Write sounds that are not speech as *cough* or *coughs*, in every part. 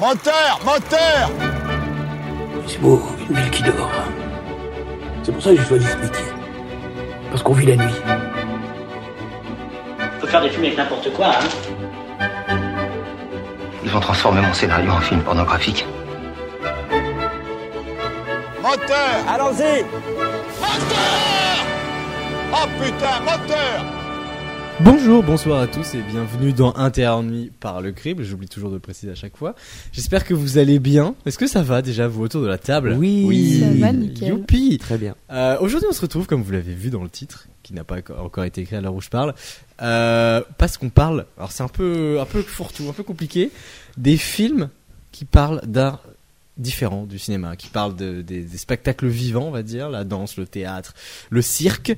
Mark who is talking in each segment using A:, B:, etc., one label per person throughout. A: Moteur Moteur
B: C'est beau, une ville qui dort. C'est pour ça que j'ai choisi ce métier. Parce qu'on vit la nuit.
C: On peut faire des films avec n'importe quoi, hein.
D: Ils vont transformer mon scénario en film pornographique.
A: Moteur
B: Allons-y
A: Moteur Oh putain, moteur
E: Bonjour, bonsoir à tous et bienvenue dans Intérieur Nuit par le Crible. J'oublie toujours de préciser à chaque fois. J'espère que vous allez bien. Est-ce que ça va déjà vous autour de la table
F: Oui.
G: Ça va, nickel.
E: Youpi
F: Très bien.
E: Euh, Aujourd'hui, on se retrouve, comme vous l'avez vu dans le titre, qui n'a pas encore été écrit à l'heure où je parle, euh, parce qu'on parle, alors c'est un peu, un peu fourre-tout, un peu compliqué, des films qui parlent d'art différent du cinéma, qui parlent de, des, des spectacles vivants, on va dire, la danse, le théâtre, le cirque,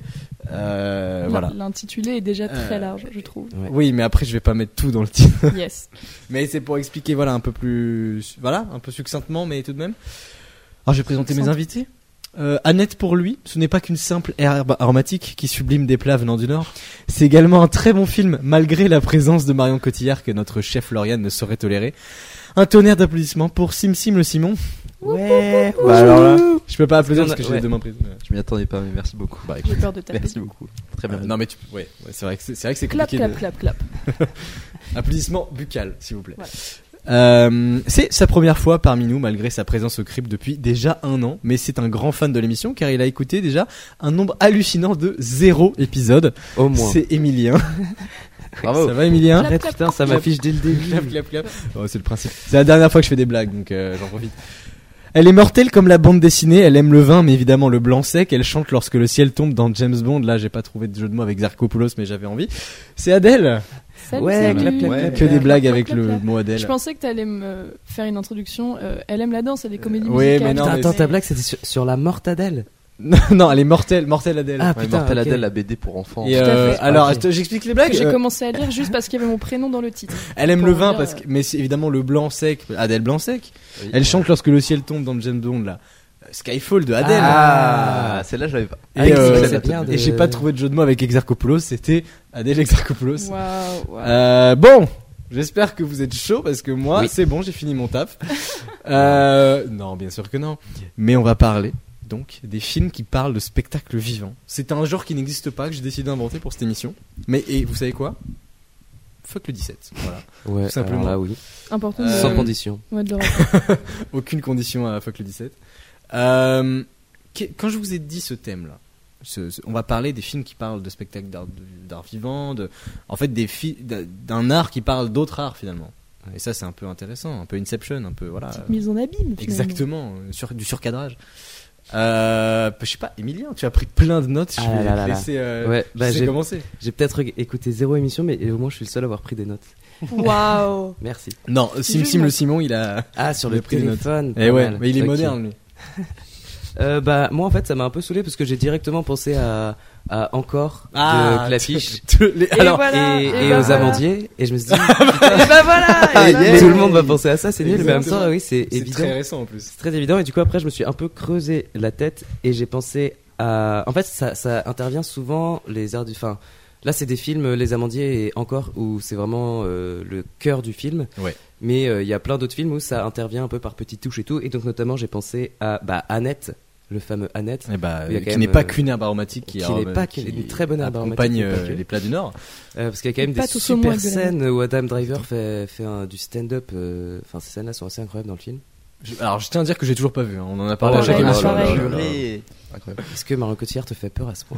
E: euh,
G: Non,
E: voilà.
G: L'intitulé est déjà très
E: Euh,
G: large, je trouve.
F: Ouais.
E: Oui, mais après je vais pas mettre tout dans le titre.
G: Yes.
E: *laughs* Mais c'est pour expliquer, voilà, un peu plus, voilà, un peu succinctement, mais tout de même. Alors, je vais présenter mes
G: Succinct.
E: invités. Euh, Annette, pour lui, ce n'est pas qu'une simple herbe aromatique qui sublime des plats venant du Nord. C'est également un très bon film, malgré la présence de Marion Cotillard que notre chef Lauriane ne saurait tolérer. Un tonnerre d'applaudissements pour Sim Sim le Simon.
F: Ouais. Bah alors là,
E: Je peux pas applaudir
F: Est-ce qu'on
E: parce que
F: a-
E: j'ai les
F: ouais.
E: deux mains prises. mais-
H: Je m'y attendais pas, mais merci beaucoup.
G: J'ai peur de taper.
H: merci beaucoup. Très bien.
E: Euh, non mais tu, ouais, ouais, c'est vrai que c'est c'est vrai que c'est
G: Clap,
E: compliqué.
G: clap,
E: de-
G: clap, clap.
E: Applaudissements buccales, s'il vous plaît.
G: Voilà.
E: Euh, c'est sa première fois parmi nous, malgré sa présence au CRIP depuis déjà un an. Mais c'est un grand fan de l'émission car il a écouté déjà un nombre hallucinant de zéro épisode.
F: au moins.
E: C'est Emilien.
H: *laughs* Bravo.
E: Ça va, Emilien
G: Clap, clap,
H: Putain, ça
G: clap.
H: m'affiche dès le début.
E: Clap, clap, clap. Oh, c'est le principe. C'est la dernière fois que je fais des blagues, donc euh, j'en profite. Elle est mortelle comme la bande dessinée, elle aime le vin, mais évidemment le blanc sec, elle chante lorsque le ciel tombe dans James Bond, là j'ai pas trouvé de jeu de mots avec Zarkopoulos, mais j'avais envie. C'est Adèle
G: Salut,
F: Ouais,
G: salut.
F: clap, clap, clap,
E: Que des blagues avec
G: clap,
E: le
G: clap.
E: mot Adèle.
G: Je pensais que t'allais me faire une introduction. euh, elle aime la danse, elle est comédie
E: Euh, oui,
G: musicale.
E: mais non,
F: Putain,
E: mais
F: attends, ta blague c'était sur, sur la mortadelle.
E: *laughs* Non, non, elle est mortelle, mortelle Adèle.
F: Ah
H: Ouais,
F: putain,
H: Mortel
F: ok.
H: Adèle, la BD pour enfants.
E: Et
G: tout à
E: euh,
G: fait.
E: alors,
F: Ok.
E: je te- j'explique les
G: Que
E: blagues.
G: J'ai
E: Euh,
G: commencé à lire juste parce qu'il y avait mon prénom dans le titre.
E: *laughs* elle aime
G: pour
E: le vin
G: dire,
E: parce que,
G: euh,
E: mais c'est évidemment le blanc sec, Adèle blanc sec.
H: Oui.
E: Elle chante lorsque le ciel tombe dans le James Bond là. Euh, Skyfall de Adèle.
H: Ah, celle-là, je l'avais pas.
E: Et,
F: Ah,
E: euh,
F: c'est
E: et
F: bien de-
E: j'ai pas trouvé de jeu de mots avec Exarchopoulos, c'était Adèle Exarchopoulos.
G: Waouh, waouh.
E: Euh, bon, j'espère que vous êtes chaud parce que moi,
H: Oui.
E: c'est bon, j'ai fini mon taf. *laughs* euh, non, bien sûr que non. Mais on va parler donc des films qui parlent de spectacle vivant. C'est un genre qui n'existe pas que j'ai décidé d'inventer pour cette émission. Mais et vous savez quoi Fuck le 17. Voilà.
F: Ouais,
E: Tout simplement.
F: alors là oui.
G: Important
E: Euh,
F: Sans
G: de,
F: condition.
G: ouais, de le rappeler.
E: Aucune condition à Fuck le 17. Euh, qu'est- quand je vous ai dit ce thème-là, ce- ce- on va parler des films qui parlent de spectacles d'art, de- d'art vivant, de, en fait des fi- d'un d'un art qui parle d'autres arts finalement. Et ça c'est un peu intéressant, un peu Inception, un peu voilà.
G: Petite mise en abîme. finalement.
E: Euh, Exactement, euh, sur, du surcadrage. Euh, je sais pas, Emilien, tu as pris plein de notes. Je
F: Ah
E: vais
F: là là
E: te
F: là.
E: laisser euh,
F: Ouais,
E: je
F: bah,
E: sais
F: j'ai-
E: commencer.
F: J'ai peut-être écouté zéro émission, mais au moins je suis le seul à avoir pris des notes.
G: Waouh.
F: Merci.
E: Non, Sim Sim
G: Jugement.
E: le Simon, il a.
F: Ah, sur
E: Il a
F: le
E: pris des notes.
F: téléphone.
E: Eh
F: pas
E: ouais,
F: mal.
E: mais il est
F: Ok.
E: moderne lui.
F: Euh, bah moi en fait ça m'a un peu saoulé parce que j'ai directement pensé à, à encore
E: *laughs*
F: de Clapiche.
E: tu- tu- Ah, les-
G: Et
E: Alors,
G: voilà,
F: et,
G: et
F: et
G: bah
F: aux
G: voilà.
F: amandiers et je me suis dit
G: Et
F: *laughs*
G: bah voilà.
E: *laughs*
F: Ah,
G: et bah
E: yeah.
F: tout le monde va penser à
E: *laughs*
F: ça c'est nul mais en même
E: Exactement.
F: temps oui c'est
E: c'est
F: évident
E: très récent en plus.
F: C'est très évident. Et du coup, après, je me suis un peu creusé la tête et j'ai pensé à. En fait, ça, ça intervient souvent, les arts du. Enfin, là, c'est des films, euh, Les Amandiers et encore, où c'est vraiment euh, le cœur du film.
E: Ouais.
F: Mais euh, il y a plein d'autres films où ça intervient un peu par petites touches et tout. Et donc, notamment, j'ai pensé à bah, Annette, le fameux Annette.
E: Eh bah,
F: Il y a quand
E: qui
F: même,
E: n'est pas
F: euh,
E: qu'une herbe aromatique, qui,
F: qui
E: arome-
F: n'est pas
E: qui
F: qu'une- une très bonne herbe aromatique,
E: accompagne
F: mais pas
E: euh,
F: que.
E: les plats du Nord.
F: Euh, parce qu'il y a quand même
G: Pas
F: des
G: tous au moins
F: super
G: de la
F: scènes où Adam Driver fait, fait un- du stand-up. euh, Enfin, ces scènes-là sont assez incroyables dans le film.
E: Je- alors, je tiens à dire que j'ai toujours pas vu. hein. On en a parlé
F: Oh
E: à chaque
G: là là
E: émission.
G: là là là.
H: Incroyable.
F: Est-ce que Marion Cotillard te fait peur à ce
E: *laughs*
F: point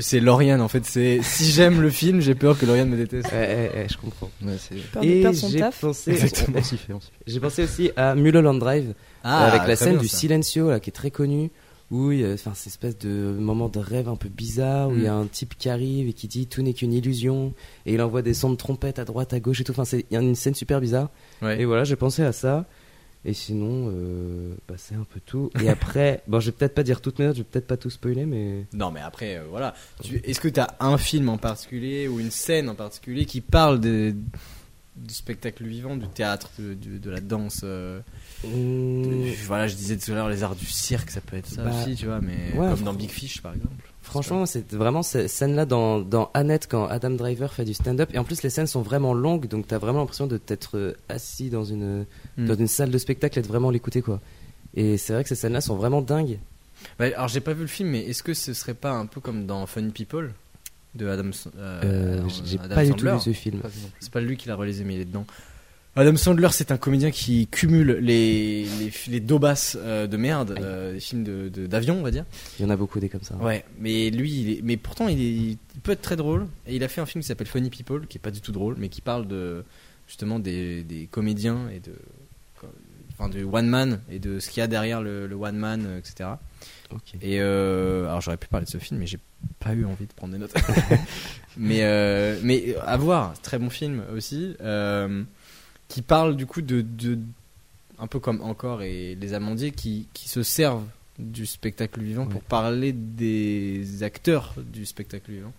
E: C'est Lauriane en fait. C'est si j'aime le film, j'ai peur que Lauriane me déteste.
F: ouais, ouais, ouais, je comprends.
H: Ouais, c'est.
G: Peur de
F: Et
G: perdre son
F: j'ai
G: taf.
F: pensé,
E: Exactement.
H: On s'y fait, on s'y fait.
F: J'ai pensé aussi à Mulholland Drive euh,
E: Ah,
F: avec la
E: très
F: scène
E: bien,
F: du
E: ça.
F: silencio là qui est très connue où il y a enfin cette espèce de moment de rêve un peu bizarre où il y
E: Mm.
F: a un type qui arrive et qui dit tout n'est qu'une illusion et il envoie des sons de trompette à droite à gauche et tout enfin c'est il y a une scène super bizarre
E: Ouais.
F: et voilà j'ai pensé à ça et sinon euh, bah, c'est un peu tout
E: *laughs*
F: et après bon je vais peut-être pas dire toutes mes notes je vais peut-être pas tout spoiler mais
E: Non, mais après, euh, voilà. Tu- Est-ce que tu as un film en particulier ou une scène en particulier qui parle de, du spectacle vivant, du théâtre, de, du- de la danse. euh,
F: Mmh,
E: de- voilà, je disais tout à l'heure les arts du cirque, ça peut être ça
F: Bah,
E: aussi, tu vois, mais
F: ouais,
E: comme dans
F: fr-
E: Big Fish par exemple.
F: Franchement, c'est vraiment cette scène-là dans, dans Annette quand Adam Driver fait du stand-up. Et en plus, les scènes sont vraiment longues, donc t'as vraiment l'impression de t'être euh, assis dans une,
E: Mm.
F: dans une salle de spectacle et de vraiment l'écouter, quoi. Et c'est vrai que ces scènes-là sont vraiment dingues.
E: Bah, alors j'ai pas vu le film, mais est-ce que ce serait pas un peu comme dans Funny People de Adam, S- euh,
F: Euh,
E: Adam-
F: J'ai
E: Adam
F: pas du tout
E: Sandler
F: vu ce film.
H: Pas vu non plus.
E: C'est pas lui qui l'a réalisé, mais il est dedans. Adam Sandler, c'est un comédien qui cumule les, les, les daubasses euh, de merde, euh, des films d'avion, de, d'avion, on va dire.
F: Il y en a beaucoup des comme ça.
E: Ouais, mais lui, il est, mais pourtant, il, est- il peut être très drôle. Et il a fait un film qui s'appelle Funny People, qui est pas du tout drôle, mais qui parle de justement des, des comédiens et de. Enfin, du one man et de ce qu'il y a derrière le, le one man, euh, etc.
F: Ok.
E: Et euh, alors j'aurais pu parler de ce film, mais j'ai pas eu envie de prendre des *laughs* notes. mais euh, mais à voir, très bon film aussi, euh, qui parle du coup de, de un peu comme encore et les Amandiers qui qui se servent du spectacle vivant pour parler des acteurs du spectacle vivant.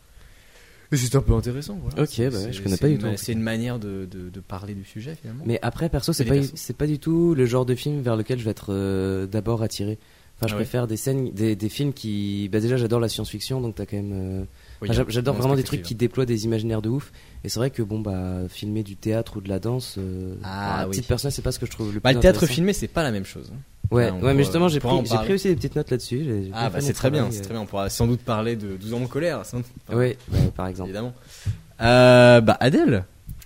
E: Et c'est un peu intéressant. Voilà.
F: Ok, bah ouais,
E: C'est-
F: je connais
E: c'est
F: pas du
E: une-
F: tout.
E: C'est une manière de, de, de parler du sujet finalement.
F: Mais après, perso, c'est
E: Et les
F: pas,
E: persos.
F: c'est pas du tout le genre de film vers lequel je vais être euh, d'abord attiré. Enfin, je
E: Ah ouais.
F: préfère des scènes, des, des films qui. Bah, déjà, j'adore la science-fiction, donc t'as quand même. euh,
E: Oui,
F: enfin, j'a-
E: il y a
F: j'adore
E: un
F: vraiment des
E: spectacle
F: trucs qui déploient des imaginaires de ouf. Et c'est vrai que, bon, bah, filmer du théâtre ou de la danse, euh,
E: Ah,
F: à
E: oui.
F: titre personnel, c'est pas ce que je trouve le plus.
E: Bah, le théâtre
F: intéressant.
E: filmé, c'est pas la même chose.
F: Ouais,
E: Ouais, on
F: ouais,
E: pourra-
F: mais justement, j'ai
E: on pourra
F: pris,
E: en
F: j'ai
E: parler.
F: pris aussi des petites notes là-dessus. j'ai- j'ai
E: Ah
F: fait
E: bah
F: mon
E: c'est très bien,
F: travail,
E: c'est
F: euh.
E: très bien. On pourra sans doute parler de 12 ans en colère, sans doute. Enfin,
F: Ouais, bah, par exemple.
E: évidemment. Euh, bah Adèle,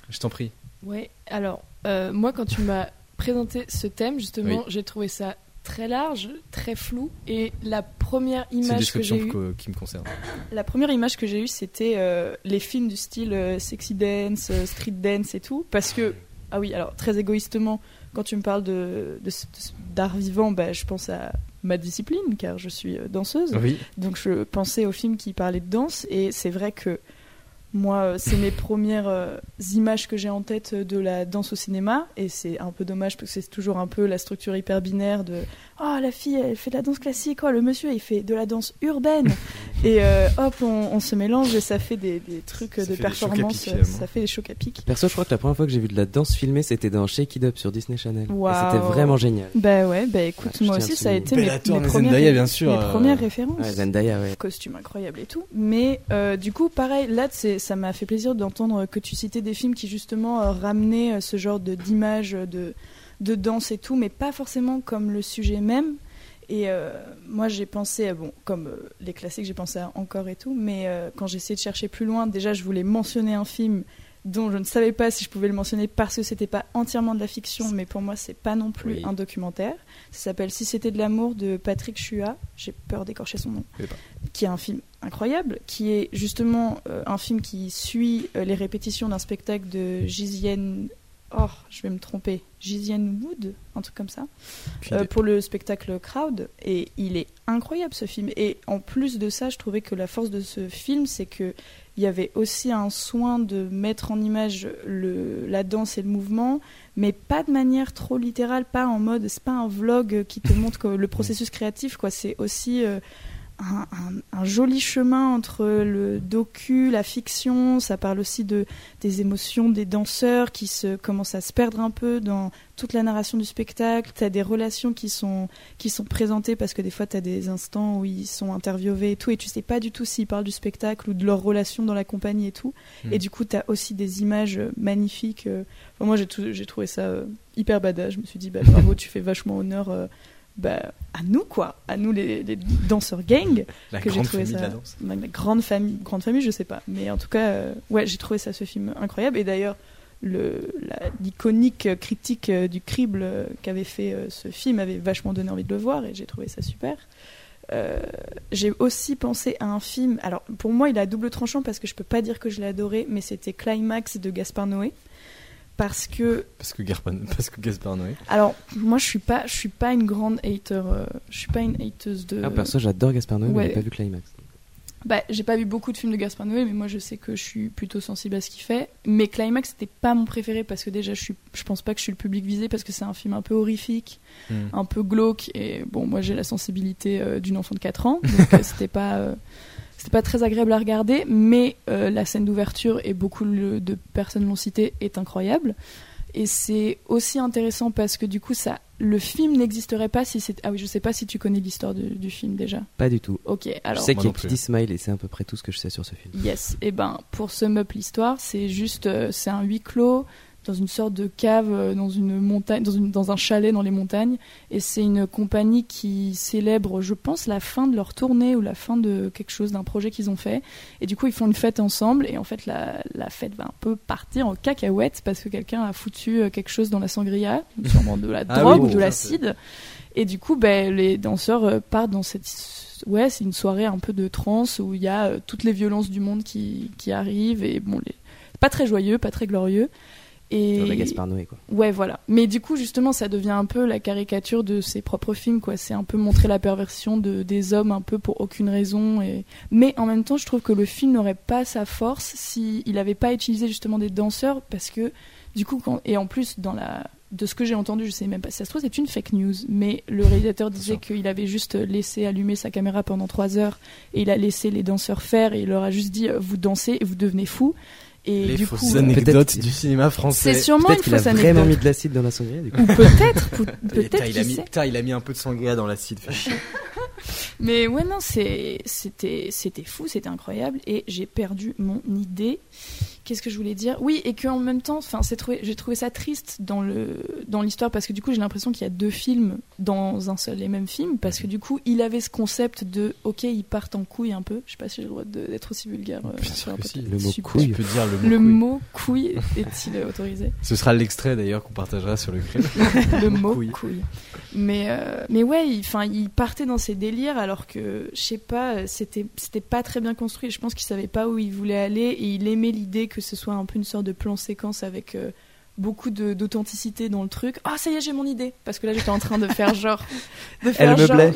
E: je t'en prie.
G: Ouais, alors, euh, moi, quand tu m'as présenté ce thème, justement,
E: Oui.
G: j'ai trouvé ça très large, très flou. Et la première
E: C'est une
G: image que
E: description
G: j'ai eue,
E: co- qui me concerne.
G: la première image que j'ai eue, c'était euh, les films du style euh, sexy dance, euh, street dance et tout. Parce que, ah oui, alors, très égoïstement, quand tu me parles de, de ce- de ce- d'art vivant, bah, je pense à ma discipline, car je suis euh, danseuse.
E: Oui.
G: Donc je pensais aux films qui parlaient de danse et c'est vrai que moi, euh, c'est mes premières euh, images que j'ai en tête euh, de la danse au cinéma et c'est un peu dommage parce que c'est toujours un peu la structure hyper binaire de oh la fille elle fait de la danse classique, oh le monsieur il fait de la danse urbaine
E: *laughs*
G: et euh, hop on, on se mélange et ça fait des, des trucs
E: Ça
G: euh, de
E: fait des chocs à pic,
G: performance, euh,
E: finalement.
G: ça fait des chocs à pic.
F: Perso, je crois que la première fois que j'ai vu de la danse filmée, c'était dans Shake It Up sur Disney Channel.
G: Waouh.
F: Et c'était vraiment génial.
G: Bah ouais, bah écoute,
F: Ouais,
E: Ah,
F: je
G: moi
F: tiens
G: aussi ça a
F: absolument.
G: été mes,
E: Bellator,
G: mes
E: mais
G: premières,
E: Zendaya, bien sûr,
G: mes
E: euh,
G: premières références.
F: Ouais, Zendaya, ouais.
G: costume incroyable et tout. Mais euh, du coup, pareil, là, c'est- ça m'a fait plaisir d'entendre que tu citais des films qui justement euh, ramenaient euh, ce genre de- d'images euh, de, de danse et tout, mais pas forcément comme le sujet même. Et euh, moi, j'ai pensé, à- bon, comme euh, les classiques, j'ai pensé à encore et tout, mais euh, quand j'ai essayé de chercher plus loin, déjà, je voulais mentionner un film dont je ne savais pas si je pouvais le mentionner parce que c'était pas entièrement de la fiction, mais pour moi, c'est pas non plus
F: Oui.
G: un documentaire. Ça s'appelle Si c'était de l'amour de Patrick Chua. J'ai peur d'écorcher son nom qui est un film incroyable, qui est justement euh, un film qui suit euh, les répétitions d'un spectacle de Gisienne. Oh, je vais me tromper. Gisienne Wood, un truc comme ça, euh, pour le spectacle Crowd. Et il est incroyable ce film. Et en plus de ça, je trouvais que la force de ce film, c'est que il y avait aussi un soin de mettre en image le, la danse et le mouvement, mais pas de manière trop littérale, pas en mode, c'est pas un vlog qui te montre que le processus créatif, quoi. C'est aussi euh, un, un- un joli chemin entre le docu, la fiction. Ça parle aussi de des émotions des danseurs qui se commencent à se perdre un peu dans toute la narration du spectacle. T'as des relations qui sont qui sont présentées parce que des fois t'as des instants où ils sont interviewés et tout, et tu sais pas du tout s'ils parlent du spectacle ou de leur relation dans la compagnie et tout.
E: Hmm.
G: Et du coup t'as aussi des images euh, magnifiques. euh. Enfin, moi j'ai tout- j'ai trouvé ça euh, hyper badass. Je me suis dit bah bravo, tu fais vachement honneur. euh, bah, à nous quoi, à nous les, les danseurs gang
E: La
G: que j'ai
E: grande
G: trouvé
E: famille de
G: ça-
E: la danse.
G: Ma- ma grande famille, grande famille, je sais pas, mais en tout cas, euh, ouais, j'ai trouvé ça ce film incroyable. Et d'ailleurs, le- la- l'iconique critique euh, du crible euh, qu'avait fait euh, ce film avait vachement donné envie de le voir et j'ai trouvé ça super. Euh, j'ai aussi pensé à un film. Alors pour moi, il a double tranchant parce que je peux pas dire que je l'ai adoré, mais c'était Climax de Gaspard Noé parce que
E: Parce que, Garpan- *laughs* parce que Gaspard Noé.
G: alors moi je suis pas je suis pas une grande hater, euh, je suis pas une hateuse
E: Euh,
G: de
F: Ah, perso, j'adore Gaspar Noé, mais
G: ouais.
F: j'ai pas vu Climax.
G: Bah, j'ai pas vu beaucoup de films de Gaspard Noé, mais moi je sais que je suis plutôt sensible à ce qu'il fait. Mais Climax, c'était pas mon préféré parce que déjà, je, suis, je pense pas que je suis le public visé parce que c'est un film un peu horrifique,
E: Mm.
G: un peu glauque. Et bon, moi j'ai la sensibilité euh, d'une enfant de 4 ans, donc euh, c'était pas. euh, C'était pas très agréable à regarder, mais euh, la scène d'ouverture, et beaucoup le- de personnes l'ont cité, est incroyable. Et c'est aussi intéressant parce que du coup, ça, le film n'existerait pas si c'est. Ah oui, je sais pas si tu connais l'histoire du, du film déjà.
F: Pas du tout.
G: Ok, alors.
F: je sais
E: Moi
F: qu'il y
E: non
F: a
E: plus.
F: Kid Smile et c'est à peu près tout ce que je sais sur ce film.
G: Yes. Et ben, pour sum up l'histoire, c'est juste, euh, c'est un huis clos dans une sorte de cave, euh, dans une montagne, dans, une- dans un chalet dans les montagnes. Et c'est une compagnie qui célèbre, je pense, la fin de leur tournée ou la fin de quelque chose, d'un projet qu'ils ont fait. Et du coup, ils font une fête ensemble. Et en fait, la, la fête va un peu partir en cacahuète parce que quelqu'un a foutu euh, quelque chose dans la sangria, sûrement de la
E: Ah
G: drogue
E: oui,
G: ou de
E: ça,
G: l'acide. Et du coup, ben, les danseurs euh, partent dans cette. Ouais, c'est une soirée un peu de transe où il y a euh, toutes les violences du monde qui, qui arrivent. Et bon, les... pas très joyeux, pas très glorieux. Et...
F: Jean-Jacques Gaspard Noé, quoi.
G: Ouais, voilà. Mais du coup, justement, ça devient un peu la caricature de ses propres films, quoi. C'est un peu montrer la perversion de, des hommes, un peu pour aucune raison. Et... Mais en même temps, je trouve que le film n'aurait pas sa force s'il n'avait pas utilisé justement des danseurs, parce que, du coup, quand... et en plus, dans la... de ce que j'ai entendu, je sais même pas si ça se trouve, c'est une fake news. Mais le réalisateur disait qu'il avait juste laissé allumer sa caméra pendant trois heures, et il a laissé les danseurs faire, et il leur a juste dit, euh, vous dansez et vous devenez fous. Et
E: Les
G: du coup,
E: fausses
G: euh,
E: anecdotes
F: peut-être-
E: du cinéma
G: c'est
E: français.
G: sûrement une
F: Peut-être qu'il a
G: fausse anecdote.
F: vraiment mis de l'acide dans la sangria, du coup.
G: Ou peut-être, pou-
E: Putain,
G: peut-être,
E: il, a
G: qui
E: mis,
G: sait.
E: putain, il a mis un peu de sangria dans l'acide. fais chier.
G: Mais ouais, non, c'est- c'était c'était fou, c'était incroyable, et j'ai perdu mon idée. Qu'est-ce que je voulais dire Oui, et que en même temps, enfin, c'est trouvé, j'ai trouvé ça triste dans le dans l'histoire parce que du coup, j'ai l'impression qu'il y a deux films dans un seul et même film parce que du coup, il avait ce concept de ok, ils partent en couille un peu. Je sais pas si j'ai le droit de- d'être aussi vulgaire. euh,
E: Bien sûr
G: sur un
E: que
G: podcast.
E: si,
F: le mot
G: Super.
E: Tu
F: couille.
E: peux dire le mot.
G: Le
E: couille.
G: mot couille est-il autorisé
E: Ce sera l'extrait d'ailleurs qu'on partagera sur le crime.
G: le mot
E: Couille.
G: couille. Mais, euh, mais ouais, il, 'fin, il partait dans ses délires alors que, je sais pas, euh, c'était c'était pas très bien construit. Je pense qu'il savait pas où il voulait aller et il aimait l'idée que ce soit un peu une sorte de plan-séquence avec euh, beaucoup de- d'authenticité dans le truc. Ah, ça y est, j'ai mon idée Parce que là, j'étais en train de faire genre. De faire
F: me
G: genre-
F: plaît.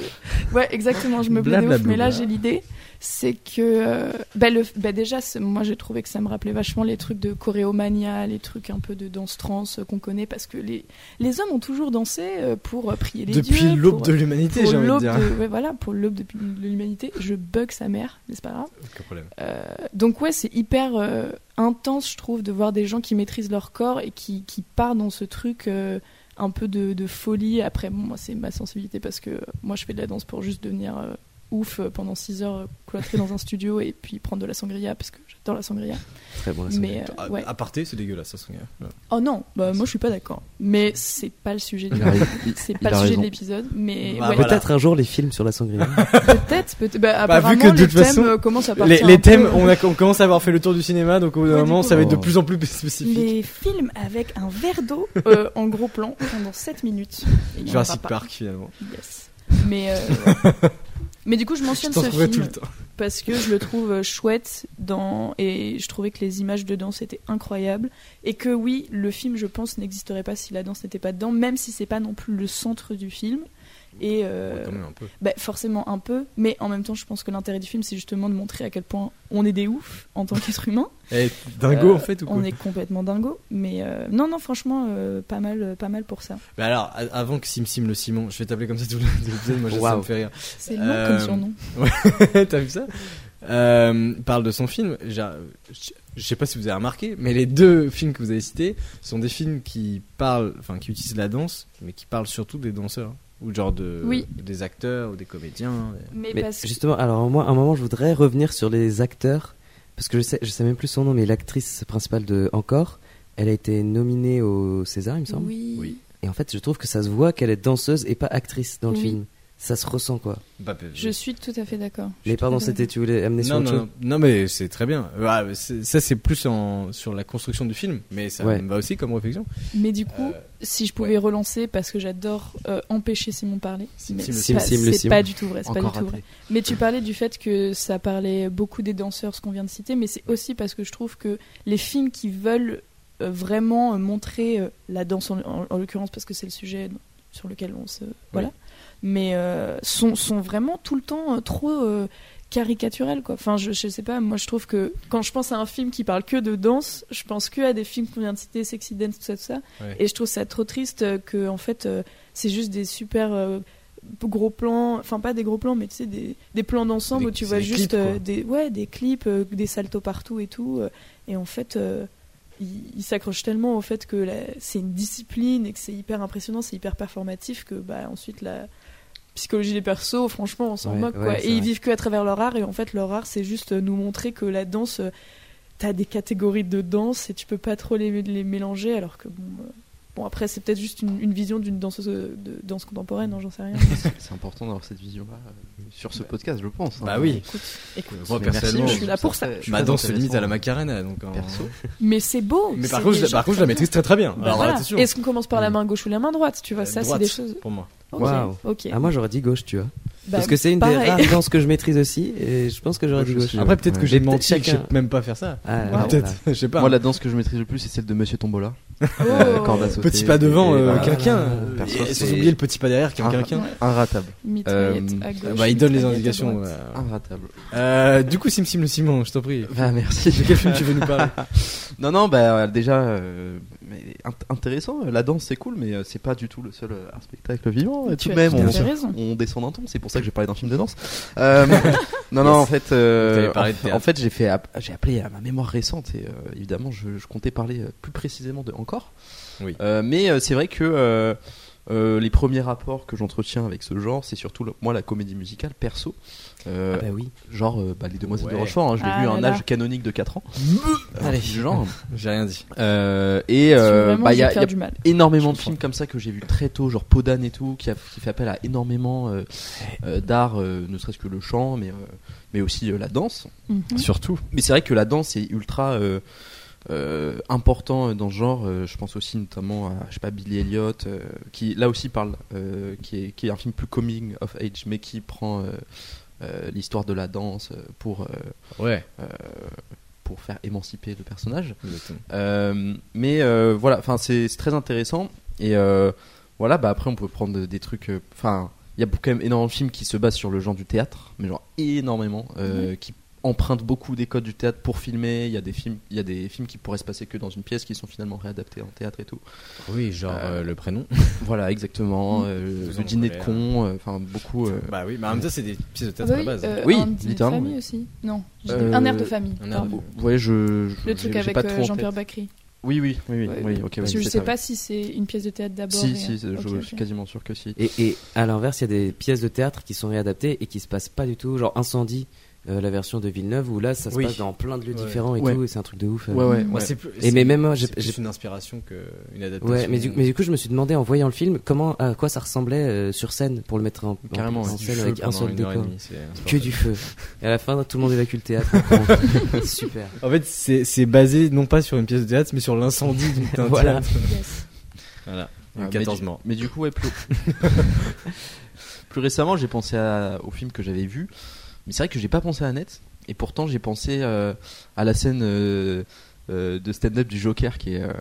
G: Ouais, exactement, je me plais de ouf.
E: Blablabla.
G: Mais là, j'ai l'idée. C'est que. euh, bah, le, bah, déjà, c'est- moi, j'ai trouvé que ça me rappelait vachement les trucs de choréomania, les trucs un peu de danse trans euh, qu'on connaît parce que les, les hommes ont toujours dansé euh, pour euh, prier les dieux.
E: Depuis l'aube
G: pour-
E: de l'humanité,
G: pour
E: j'ai envie de
G: l'aube
E: dire.
G: de- ouais, voilà, pour l'aube de de l'humanité. Je bug sa mère, mais c'est pas grave.
E: Aucun problème.
G: Donc ouais, c'est hyper euh, intense, je trouve, de voir des gens qui maîtrisent leur corps et qui, qui partent dans ce truc euh, un peu de, de folie. Après, bon, moi, c'est ma sensibilité parce que euh, moi, je fais de la danse pour juste devenir euh, ouf euh, pendant 6 heures euh, cloîtré dans un studio et puis prendre de la sangria parce que j'adore la sangria.
F: Très bon, la sangria.
G: Mais euh,
E: À,
G: ouais.
E: à parté, c'est dégueulasse, ça, son gars. Voilà.
G: Oh non, bah moi, je suis pas d'accord. Mais c'est pas le sujet du *laughs*
H: Il a- il-
G: c'est
H: il
G: pas le
H: a
G: sujet
H: raison.
G: de l'épisode, mais
E: Bah,
G: ouais,
E: voilà.
F: Peut-être un jour les films sur la sangria.
G: peut-être, peut-être. Bah,
E: Bah, vu
G: apparemment,
E: que de
G: les
E: toute façon,
G: thèmes euh, commencent à
E: Les,
G: partir.
E: les
G: un peu-
E: thèmes, on, a, on commence à avoir fait le tour du cinéma, donc au bout d'un
G: Ouais, du
E: moment,
G: coup,
E: ça va être de
F: on-
E: plus *laughs* en plus spécifique.
G: Les films avec un verre
E: *laughs*
G: d'eau euh, en gros plan pendant 7 minutes. Et il y en aura
E: Jurassic
G: pas.
E: Park, finalement.
G: Yes.
E: *laughs*
G: Mais, euh, mais du coup, je
E: Je
G: mentionne
E: t'en
G: ce
E: trouverai
G: film
E: tout le temps.
G: parce que je le trouve euh, chouette dans... et je trouvais que les images de danse étaient incroyables. Et que oui, le film, je pense, n'existerait pas si la danse n'était pas dedans, même si c'est pas non plus le centre du film. Et euh,
E: Ouais, quand même un peu.
G: bah, forcément un peu, mais en même temps, je pense que l'intérêt du film, c'est justement de montrer à quel point on est des oufs en tant qu'être humain.
E: Eh, dingo,
G: Euh,
E: en fait, ou quoi
G: On est complètement dingo, mais euh, non, non, franchement, euh, pas mal, euh, pas mal pour ça.
E: Bah alors, a- avant que Sim Sim le Simon, je vais t'appeler comme ça tout le- *laughs* tout l'épisode, moi, je- ça me
F: Waouh.
E: fait rire. *laughs*
G: C'est long
E: Euh,
G: comme surnom.
E: T'as vu ça Euh, Parle de son film. J'a- Je je sais pas si vous avez remarqué, mais les deux films que vous avez cités sont des films qui parlent, enfin qui utilisent la danse, mais qui parlent surtout des danseurs ou genre de
G: Oui.
E: des acteurs ou des comédiens.
G: Mais,
F: Mais
G: parce que
F: justement, alors moi, un moment, je voudrais revenir sur les acteurs parce que je sais, je sais même plus son nom, mais l'actrice principale de Encore, elle a été nominée au César, il me semble.
G: oui.
E: Oui.
F: Et en fait, je trouve que ça se voit qu'elle est danseuse et pas actrice dans le
G: Oui.
F: film. Ça se ressent quoi.
E: Bah, bah,
G: je suis tout à fait d'accord. Je
F: Mais
G: suis tout à
F: pardon,
G: fait
F: c'était tu voulais amener sur
E: non,
F: autre
E: non,
F: chose
E: non, non, mais c'est très bien. Ah, c'est- ça, c'est plus en, sur la construction du film, mais ça
F: Ouais.
E: me va aussi comme réflexion.
G: d'accord. Mais du coup,
E: Euh,
G: si je pouvais relancer, parce que j'adore euh, empêcher Simon de parler,
E: Sim-
G: mais
E: Sim-
G: c'est
F: Sim-
G: pas,
F: Sim- le
G: c'est
F: Sim.
G: pas du tout vrai. c'est Pas du
H: Encore
G: tout vrai.
H: raté.
G: Mais tu parlais du fait que ça parlait beaucoup des danseurs, ce qu'on vient de citer, mais c'est aussi parce que je trouve que les films qui veulent euh, vraiment euh, montrer euh, la danse, en, en- en l'occurrence, parce que c'est le sujet sur lequel on se. Voilà. Mais euh, sont, sont vraiment tout le temps euh, trop. euh, caricaturels quoi. Enfin, je, je sais pas, moi je trouve que quand je pense à un film qui parle que de danse, je pense que à des films qu'on vient de citer, Sexy Dance, tout ça, tout ça.
E: Ouais.
G: Et je trouve ça trop triste euh, que, en fait, euh, c'est juste des super euh, gros plans, enfin pas des gros plans, mais tu sais, des, des plans d'ensemble
E: Des-
G: où tu
E: c'est
G: vois
E: des
G: juste
E: clips, quoi.
G: euh, des, ouais, des clips, euh, des saltos partout et tout. euh, et en fait, euh, il, il s'accroche tellement au fait que la- c'est une discipline et que c'est hyper impressionnant, c'est hyper performatif que bah, ensuite la psychologie des persos, franchement, on s'en
F: Ouais,
G: moque.
F: ouais,
G: quoi.
F: c'est
G: Et ils
F: vrai.
G: vivent que à travers leur art. Et en fait, leur art, c'est juste euh, nous montrer que la danse, euh, t'as des catégories de danse et tu peux pas trop les, les mélanger alors que bon. euh, Bon, après, c'est peut-être juste une, une vision d'une danseuse euh, de danse contemporaine, hein, j'en sais rien.
H: C'est important d'avoir cette vision-là euh, sur ce podcast, je pense. hein.
E: Bah oui.
G: Écoute,
E: Moi,
H: Mais
E: personnellement,
G: je suis là pour ça.
H: je suis
E: ma
H: très
E: danse se limite à la
H: intéressant, hein.
E: macarena. Donc, en-
H: Perso.
G: Mais c'est beau
E: Mais
G: c'est
E: par contre, je,
G: déjà
E: par contre, je la
G: très
E: maîtrise très très bien.
G: bien.
E: Alors,
G: Voilà.
E: attention.
G: Est-ce qu'on commence par la
E: Mm.
G: main gauche ou la main droite Tu vois,
E: La
G: ça, c'est
E: droite,
G: des choses.
E: Pour moi.
G: Ok,
F: Waouh.
G: ok.
F: Ah, moi j'aurais dit gauche, tu vois.
G: Bah,
F: Parce que c'est une des
G: pareil.
F: rares danses que je maîtrise aussi, et je pense que j'aurais dit
H: Gauche
F: gauche.
H: aussi, ouais.
E: Après, peut-être que
H: Mais
E: j'ai
F: peut-être
E: menti, que je
F: chacun-
E: sais même pas faire ça.
F: Ah,
G: Wow.
F: voilà.
E: Peut-être, je sais pas.
H: Moi, la danse que je maîtrise le plus, c'est celle de Monsieur Tombola.
G: Oh.
H: Euh, corde à sauter,
E: Petit pas devant,
H: et-
E: euh,
H: et-
F: voilà.
E: quelqu'un.
F: Euh,
E: Perso,
H: et-
E: et sans
H: c'est-
E: oublier le petit pas derrière, qui est
H: Ah.
E: quelqu'un.
H: Inratable. Euh,
G: Mitraillette à
E: Ah
G: gauche.
E: Bah, il donne les
G: mitraillette à
E: indications.
G: droite.
E: voilà.
H: Inratable.
E: Euh, du coup, Sim Sim le Simon, je t'en prie.
H: Bah merci.
E: De quel film tu veux nous parler
H: Non, non, bah euh, déjà, euh, mais int- intéressant, euh, la danse c'est cool, mais euh, c'est pas du tout le seul euh, art spectacle vivant. Et
G: Tu
H: tout de
G: as
H: même,
G: tout à
H: on,
G: fait raison.
H: on descend d'un ton, c'est pour ça que j'ai parlé d'un film de danse.
E: *laughs*
H: Euh, non, non, en fait, euh,
E: T'avais parlé de
H: en,
E: théâtre.
H: en fait j'ai fait app- j'ai appelé à ma mémoire récente et euh, évidemment, je, je comptais parler euh, plus précisément de encore.
E: Oui.
H: Euh, mais euh, c'est vrai que euh, euh, les premiers rapports que j'entretiens avec ce genre, c'est surtout le- moi la comédie musicale perso. Euh,
F: Ah, bah oui.
H: Genre euh, bah, les Demoiselles de
E: Ouais.
H: Rochefort, hein, je l'ai
G: Ah
H: vu à
G: là
H: un
G: là.
H: âge canonique de 4 ans. Euh,
E: Allez.
H: du
E: *laughs*
H: genre.
E: J'ai rien dit.
H: Euh, et
G: Si tu veux
H: euh,
G: vraiment,
H: bah,
G: je
H: il y
G: vais
H: a,
G: te faire
H: il y a
G: du mal.
H: énormément de
E: Je
H: films comme ça que j'ai vu très tôt, genre Podan et tout, qui, a- qui fait appel à énormément euh, euh, d'art, euh, ne serait-ce que le chant, mais, euh, mais aussi euh, la danse.
G: Mhm.
E: Surtout.
H: Mais c'est vrai que la danse est ultra euh, euh, important euh, dans ce genre. Euh, je pense aussi notamment à je sais pas Billy Elliot, euh, qui là aussi parle, euh, qui, est, qui est un film plus coming of age, mais qui prend euh, euh, l'histoire de la danse euh, pour euh,
E: Ouais.
H: pour faire émanciper le personnage. Euh, mais euh, voilà, enfin c'est c'est très intéressant et euh, voilà, bah après on peut prendre des trucs. euh, Enfin, il y a quand même énormément de films qui se basent sur le genre du théâtre, mais genre énormément, euh, qui empruntent beaucoup des codes du théâtre pour filmer. Il y a des films, il y a des films qui pourraient se passer que dans une pièce, qui sont finalement réadaptés en théâtre et tout.
E: Oui, genre
H: euh,
E: le prénom.
H: Voilà, exactement. euh,
E: Faisons
H: le dîner de
E: colère.
H: con, euh, enfin beaucoup. euh,
E: Bah oui, mais en même temps, c'est des pièces de
G: Ah
E: théâtre
G: bah
E: à la
G: oui,
E: base.
G: euh,
H: Oui,
G: un dîner de
H: littéralement,
G: famille
H: oui.
G: aussi. Non, j'ai
H: Euh,
G: dit un air de famille.
E: un air de-
G: pardon.
H: ouais, je, je-
G: Le
H: j'ai-
G: truc
H: j'ai
G: avec
H: pas trop
G: euh,
H: en
G: Jean-Pierre
H: tête.
G: Bacry.
H: Oui, oui, oui, oui,
G: Ouais,
H: oui, ok.
G: Parce
H: oui,
G: que je
H: c'est
G: sais
H: ça,
G: pas si c'est une pièce de théâtre
H: oui.
G: d'abord.
H: Si,
G: et-
H: si, je,
G: ok,
H: je
G: hein. ok.
H: suis quasiment sûr que si.
F: Et, et à l'inverse, il y a des pièces de théâtre qui sont réadaptées et qui se passent pas du tout, genre Incendie, euh, la version de Villeneuve, où là ça se
E: Oui.
F: passe dans plein de lieux
E: Ouais.
F: différents et
H: Ouais.
F: tout, et c'est un truc de ouf. euh.
H: Ouais, ouais,
G: Moi,
E: Moi,
H: ouais.
E: c'est plus.
F: Et mais même moi, j'ai-
E: c'est plus
F: j'ai-
E: une inspiration qu'une adaptation.
F: Ouais, mais du, mais du coup, je me suis demandé en voyant le film comment à quoi ça ressemblait euh, sur scène pour le mettre en, en-
H: Carrément,
F: en
H: ouais.
E: Du
F: scène
E: feu
F: avec un
E: pendant
F: seul
E: une heure et
F: décor.
E: demie, c'est
F: Que
E: insupportable.
F: du feu. Et à la fin, tout
E: *laughs*
F: le monde évacue le théâtre. Super.
E: En fait, c'est c'est basé non pas sur une pièce de théâtre, mais sur l'incendie d'une d'un
F: Voilà.
E: théâtre.
G: Yes.
E: Voilà.
H: Ouais, Euh, mais
E: 14
H: du-
E: morts.
H: Mais du coup, ouais, plus... plus récemment, j'ai pensé à- au film que j'avais vu. Mais c'est vrai que j'ai pas pensé à Annette. Et pourtant, j'ai pensé euh, à la scène euh, euh, de stand-up du Joker, qui est, euh,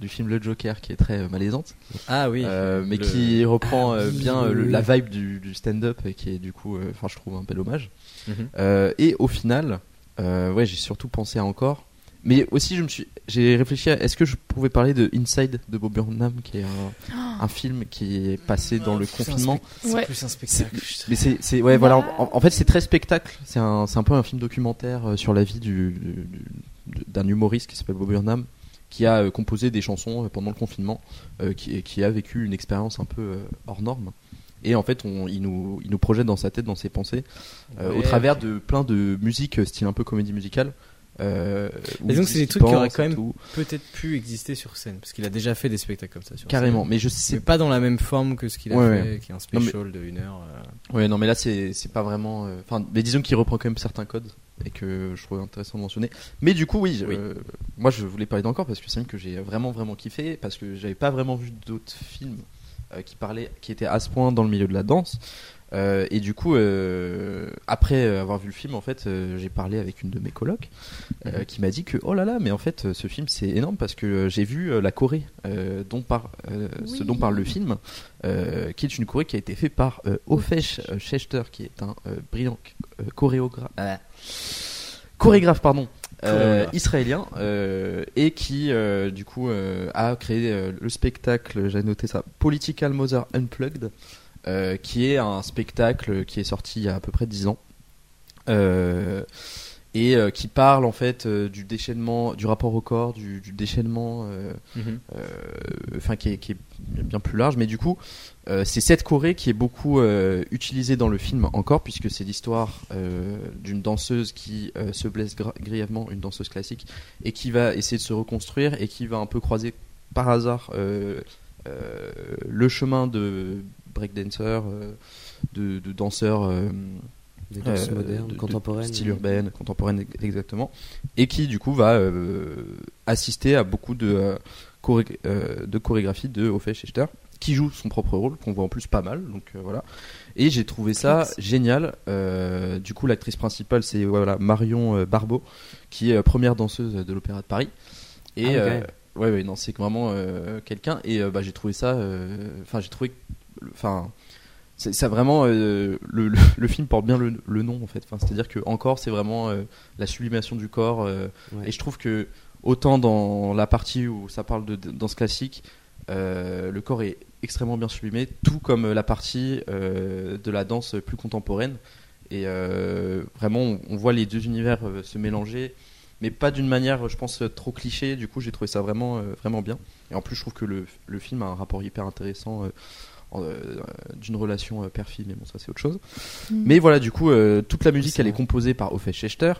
H: du film Le Joker, qui est très euh, malaisante.
E: Ah oui.
H: Euh, mais
E: Le-
H: qui reprend
F: Ah
H: euh,
F: oui,
H: bien euh, le-
F: oui,
H: la
F: oui.
H: vibe du, du stand-up, et qui est du coup, euh, enfin, je trouve un bel hommage.
E: Mhm.
H: Euh, et au final, euh, ouais, j'ai surtout pensé à encore. Mais aussi, je me suis, j'ai réfléchi à est-ce que je pouvais parler de Inside de Bob Burnham, qui est un,
E: Oh.
H: un film qui est passé dans le confinement.
G: Ouais.
E: plus un spectacle.
H: C'est- Mais c'est, c'est- ouais, voilà. En, en fait, c'est très spectacle. C'est un, c'est un peu un film documentaire euh, sur la vie du, du- d'un humoriste qui s'appelle Bob Burnham, qui a euh, composé des chansons euh, pendant le confinement, euh, qui, qui a vécu une expérience un peu euh, hors norme. Et en fait, on, il, nous, il nous projette dans sa tête, dans ses pensées, euh, au
E: Ouais.
H: travers de plein de musiques euh, style un peu comédie musicale. euh, où
E: Mais donc,
H: il
E: c'est des
H: se
E: trucs qui
H: pense
E: auraient quand
H: et
E: même-
H: tout.
E: Peut-être pu exister sur scène, parce qu'il a déjà fait des spectacles comme ça. Sur
H: carrément.
E: scène.
H: Mais je
E: C'est
H: sais.
E: pas dans la même forme que ce qu'il a
H: Ouais,
E: fait, qui est un
H: mais-
E: special de une heure. euh,
H: Ouais, non, mais là, c'est c'est pas vraiment. euh, Enfin, mais disons qu'il reprend quand même certains codes et que je trouve intéressant de mentionner. Mais du coup, oui, je-
E: Oui.
H: euh, moi je voulais parler d'encore parce que c'est un film que j'ai vraiment vraiment kiffé parce que j'avais pas vraiment vu d'autres films euh, qui parlaient, qui étaient à ce point dans le milieu de la danse. Euh, et du coup, euh, après avoir vu le film, en fait, euh, j'ai parlé avec une de mes colocs euh, qui m'a dit que oh là là, mais en fait, euh, ce film c'est énorme parce que euh, j'ai vu euh, la Corée euh, dont par, ce
G: Oui.
H: dont parle le film, euh, qui est une Corée qui a été faite par euh, Ofesh euh, Schechter, qui est un euh, brillant choréographe, chorégraphe pardon, euh,
E: Chorégraphe.
H: israélien euh, et qui euh, du coup euh, a créé euh, le spectacle, j'ai noté ça, Political Mother Unplugged. euh, qui est un spectacle qui est sorti il y a à peu près 10 ans. Euh, et euh, qui parle en fait euh, du déchaînement, du rapport au corps, du, du déchaînement, euh,
E: Mhm.
H: euh, enfin qui, est, qui est bien plus large. Mais du coup, euh, c'est cette choré qui est beaucoup euh, utilisée dans le film encore, puisque c'est l'histoire euh, d'une danseuse qui euh, se blesse gra- grièvement, une danseuse classique, et qui va essayer de se reconstruire et qui va un peu croiser par hasard euh, euh, le chemin de breakdancer, euh, de, de danseurs. euh,
F: Des danses
H: euh,
F: modernes,
H: de- de-
F: contemporaines.
H: style urbaine, contemporaine ex- exactement, et qui du coup va euh, assister à beaucoup de, euh, choré- euh, de chorégraphies de Ophé Schechter, qui joue son propre rôle, qu'on voit en plus pas mal, donc euh, voilà. Et j'ai trouvé ça
G: Classe.
H: génial. euh, du coup, l'actrice principale, c'est voilà, Marion euh, Barbeau, qui est euh, première danseuse de l'Opéra de Paris. Et
F: Ah, ok.
H: euh, ouais, ouais, non, c'est vraiment euh, quelqu'un. Et euh, bah, j'ai trouvé ça. euh, Enfin, j'ai trouvé. que- Enfin, c'est ça vraiment. euh, le, le- le film porte bien le, le nom en fait. Enfin, c'est-à-dire que encore, c'est vraiment euh, la sublimation du corps. euh,
F: Ouais.
H: Et je trouve que autant dans la partie où ça parle de, de danse classique, euh, le corps est extrêmement bien sublimé, tout comme la partie euh, de la danse plus contemporaine. Et euh, vraiment, on- on voit les deux univers euh, se mélanger, mais pas d'une manière, je pense, trop cliché. Du coup, j'ai trouvé ça vraiment, euh, vraiment bien. Et en plus, je trouve que le, le film a un rapport hyper intéressant euh, en- euh, d'une relation euh, père-fille, mais bon, ça c'est autre chose.
G: Mm.
H: Mais voilà, du coup, euh, toute la musique,
F: C'est
H: elle est
F: vrai.
H: composée par Ophé Schechter.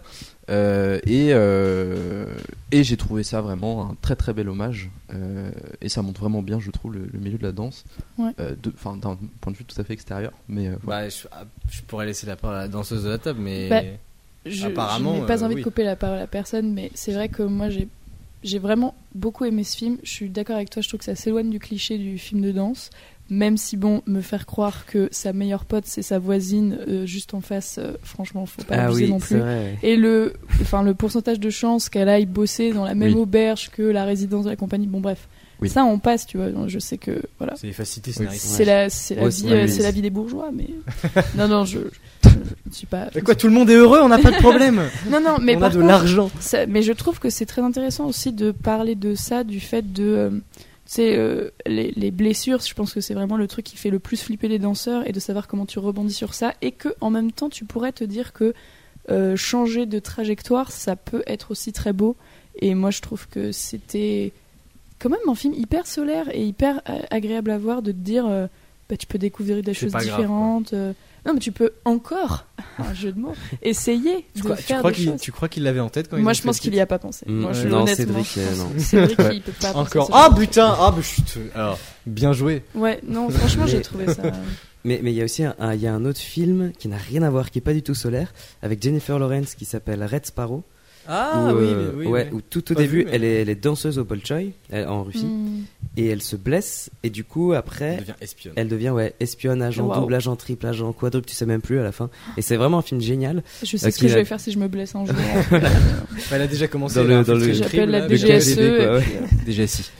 H: euh, et euh, et j'ai trouvé ça vraiment un très très bel hommage. euh, et ça montre vraiment bien, je trouve, le, le milieu de la danse.
G: Ouais.
H: Euh, de- Enfin, d'un point de vue tout à fait extérieur. Mais euh,
E: Bah, je, ah, je pourrais laisser la parole à la danseuse de la table, mais.
G: Bah, je,
E: Apparemment,
G: je n'ai pas
E: euh,
G: envie
E: oui.
G: de couper la parole à personne, mais c'est vrai que moi j'ai j'ai vraiment beaucoup aimé ce film. Je suis d'accord avec toi, je trouve que ça s'éloigne du cliché du film de danse. Même si, bon, me faire croire que sa meilleure pote c'est sa voisine euh, juste en face, euh, franchement, faut pas
F: Ah
G: abuser
F: oui,
G: non
F: c'est
G: plus.
F: vrai.
G: Et le, enfin, le pourcentage de chances qu'elle aille bosser dans la même
H: Oui.
G: auberge que la résidence de la compagnie, bon, bref.
H: Oui.
G: Ça, on passe, tu vois. Je sais que, voilà.
E: C'est les facilités
G: C'est
E: scénaristiques.
G: la, c'est la,
F: Ouais,
G: vie,
F: c'est-
G: euh,
F: oui,
G: c'est
F: oui.
G: la vie des bourgeois, mais. non, non, je, je- je ne suis pas.
E: Mais Quoi, tout le monde est heureux, on n'a pas de problème
G: Non, non, mais
E: On a
G: par
E: de
G: contre,
E: l'argent
G: ça- mais je trouve que c'est très intéressant aussi de parler de ça, du fait de. euh, tu sais, euh, les, les blessures, je pense que c'est vraiment le truc qui fait le plus flipper les danseurs et de savoir comment tu rebondis sur ça. Et que en même temps, tu pourrais te dire que euh, changer de trajectoire, ça peut être aussi très beau. Et moi, je trouve que c'était quand même un film hyper solaire et hyper euh, agréable à voir de te dire euh, bah, tu peux découvrir des
E: C'est
G: choses
E: pas grave, quoi.
G: différentes. euh, non, mais tu peux encore, *laughs* un jeu de
E: *laughs*
G: mots, essayer
E: Tu
G: de
E: crois, tu
G: faire
E: crois
G: des
E: qu'il,
G: choses.
E: tu crois qu'il l'avait en tête quand ils
G: Moi,
E: ont
G: je
E: fait
G: pense
E: le
G: qu'il
E: titre
G: y a pas pensé.
F: Mm,
G: Moi, je,
F: non,
G: honnêtement,
F: Cédric, euh,
G: je pense-
F: non.
G: Cédric,
H: Ouais.
G: il peut pas. penser à
E: Encore.
G: ce
E: Ah
G: genre.
E: putain Ah, bah, je suis. Alors, bien joué.
G: Ouais, non, franchement, j'ai trouvé
F: *laughs*
G: ça. mm,
F: Mais mais il y a aussi un, un- il y a un autre film qui n'a rien à voir, qui est pas du tout solaire, avec Jennifer Lawrence qui s'appelle Red Sparrow.
E: Ah,
F: où,
E: oui,
F: euh,
E: oui, oui,
F: ouais,
E: oui.
F: où tout au
E: Pas
F: début,
E: vu, mais-
F: elle, est, elle est danseuse au Bolchoï euh, en Russie
G: Hmm.
F: et elle se blesse et du coup après
E: Elle devient espionne.
F: Elle devient ouais, espionne, agent
G: Wow.
F: double, agent triple, agent quadruple, tu sais même plus à la fin. Et c'est vraiment un film génial.
G: Je sais
F: Euh,
G: ce
F: qui
G: que je vais
F: a-
G: faire si je me blesse
F: *laughs*
G: un jour.
E: Enfin, elle a déjà commencé
F: Dans
E: elle
F: le-
E: a un
F: dans
E: filtre de
F: le-
G: J'appelle la
E: crime, là,
F: Le
E: déjà.
G: DGSE.
F: KGB, quoi,
G: et
F: ouais.
G: puis, euh,
H: déjà si.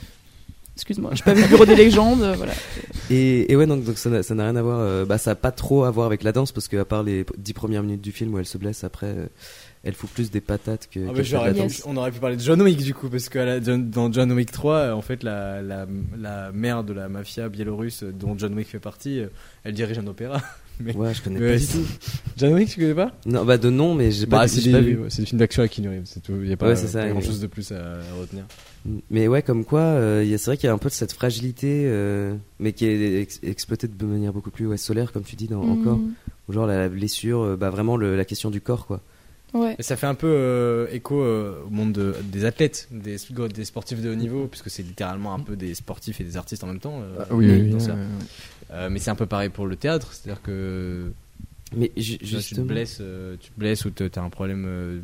G: Excuse-moi, j'ai pas vu le bureau des légendes. euh, Voilà.
F: Et, et ouais, donc, donc ça n'a ça n'a rien à voir, euh, bah ça a pas trop à voir avec la danse parce que à part les p- dix premières minutes du film où elle se blesse, après euh, elle fout plus des patates que.
E: Ah,
F: que
E: bah, j'aurais
F: de la
E: pu-
F: danse.
G: Yes.
E: on aurait pu parler de John Wick du coup, parce que à la- John- dans John Wick 3, euh, en fait, la, la, la mère de la mafia biélorusse euh, dont John Wick fait partie, euh, elle dirige un opéra. *laughs*
F: Ouais, je connais
E: Ouais,
F: pas du
E: c'est-
F: tout.
E: John Wick, tu connais pas
F: Non, bah de nom, mais j'ai pas,
E: Bah,
F: j'ai
E: c'est des,
F: pas vu.
E: ouais, c'est des films d'action avec Keanu Reeves, c'est tout. Il n'y a pas,
F: Ouais, c'est ça,
E: pas
F: et-
E: grand-chose de plus à retenir.
F: Mais ouais, comme quoi, euh, il y a- c'est vrai qu'il y a un peu de cette fragilité, euh, mais qui est ex- exploitée de manière beaucoup plus ouais, solaire, comme tu dis, dans, encore.
G: Hmm.
F: Ou Genre la, la blessure, euh, bah vraiment le- la question du corps, quoi.
G: Ouais.
E: Et ça fait un peu euh, écho euh, au monde de- des athlètes, des, des sportifs de haut niveau, puisque c'est littéralement un peu des sportifs et des artistes en même temps. euh,
H: Ah
E: dans ça. Euh, mais c'est un peu pareil pour le théâtre, c'est-à-dire que
F: Mais ju-
E: tu vois, tu te
F: justement.
E: blesses, euh, tu te blesses ou te- t'as un problème, euh,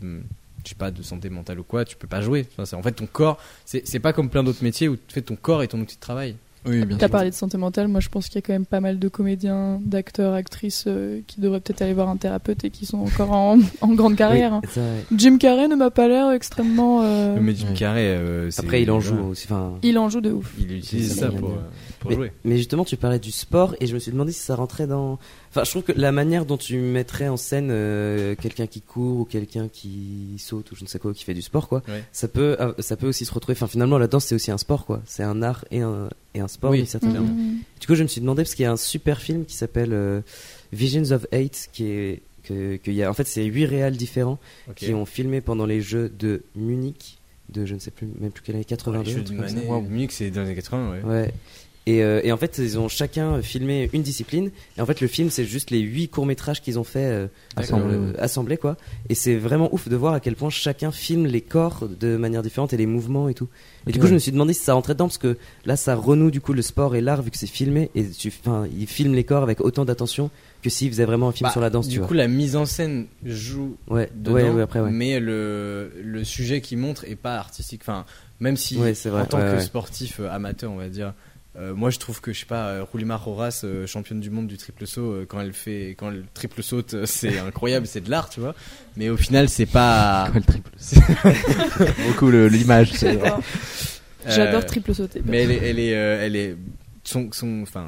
E: je sais pas, de santé mentale ou quoi, tu peux pas jouer. Enfin, c'est- en fait, ton corps, c'est c'est pas comme plein d'autres métiers où tu fais ton corps et ton outil de travail.
H: Oui, bien
G: T'as
H: sûr.
G: parlé de santé mentale. Moi, je pense qu'il y a quand même pas mal de comédiens, d'acteurs, actrices euh, qui devraient peut-être aller voir un thérapeute et qui sont encore en, *laughs* en grande carrière. hein.
F: Oui, ça, ouais.
G: Jim Carrey ne m'a pas l'air extrêmement. euh,
E: Mais Jim
H: Ouais.
E: Carrey, euh, c'est-
F: Ah. Après, il en joue hein.
E: voilà,
F: aussi. Enfin,
G: Il en joue de ouf.
E: Il utilise
F: Il-
E: ça
F: il-
E: pour, euh, pour
F: mais,
E: jouer.
F: mais justement, tu parlais du sport et je me suis demandé si ça rentrait dans. Enfin, je trouve que la manière dont tu mettrais en scène euh, quelqu'un qui court ou quelqu'un qui saute ou je ne sais quoi, qui fait du sport, quoi,
E: Ouais.
F: ça peut, euh, ça peut aussi se retrouver. Enfin, finalement, la danse c'est aussi un sport, quoi. C'est un art et un et un sport
E: Oui,
F: d'une certaine
E: clairement.
F: manière.
G: Mhm.
F: Du coup, je me suis demandé, parce qu'il y a un super film qui s'appelle euh, Visions of Eight, qui est. Que, que y a, en fait, c'est huit réals différents
E: Ok.
F: qui ont filmé pendant les Jeux de Munich, de je ne sais plus, même plus quelle année, 82.
E: Je
F: un
E: suis
F: truc
E: d'une
F: comme ça.
E: année. Munich, c'est dans les années 80, ouais.
F: hein. Ouais. Et, euh, et en fait, ils ont chacun filmé une discipline. Et en fait, le film, c'est juste les huit courts-métrages qu'ils ont fait euh,
H: D'accord.
F: euh, assemblés, quoi. Et c'est vraiment ouf de voir à quel point chacun filme les corps de manière différente et les mouvements et tout. Et du coup, je me suis demandé si ça rentrait dedans, parce que là, ça renoue du coup le sport et l'art, vu que c'est filmé. Et tu, enfin, ils filment les corps avec autant d'attention que s'ils faisaient vraiment un film
E: Bah,
F: sur la danse,
E: du
F: tu
E: coup, la mise en scène joue
F: vois. Ouais,
E: dedans,
F: ouais, ouais, après, ouais.
E: mais le, le sujet qui montre est pas artistique. Enfin, même si
F: Ouais, c'est vrai,
E: en tant
F: ouais,
E: que
F: ouais.
E: sportif euh, amateur, on va dire, euh, moi je trouve que je sais pas, euh, Roulimar Horace, euh, championne du monde du triple saut, euh, quand elle fait, quand elle triple saute, euh, *laughs* c'est incroyable, c'est de l'art, tu vois. Mais au final, c'est
H: *laughs*
E: pas.
H: le triple.
E: *laughs*
H: Beaucoup le- l'image.
G: *laughs*
H: c'est-
G: J'adore. J'adore
E: euh,
G: triple sauter.
E: Mais elle est, elle est, euh, elle est son, son, enfin,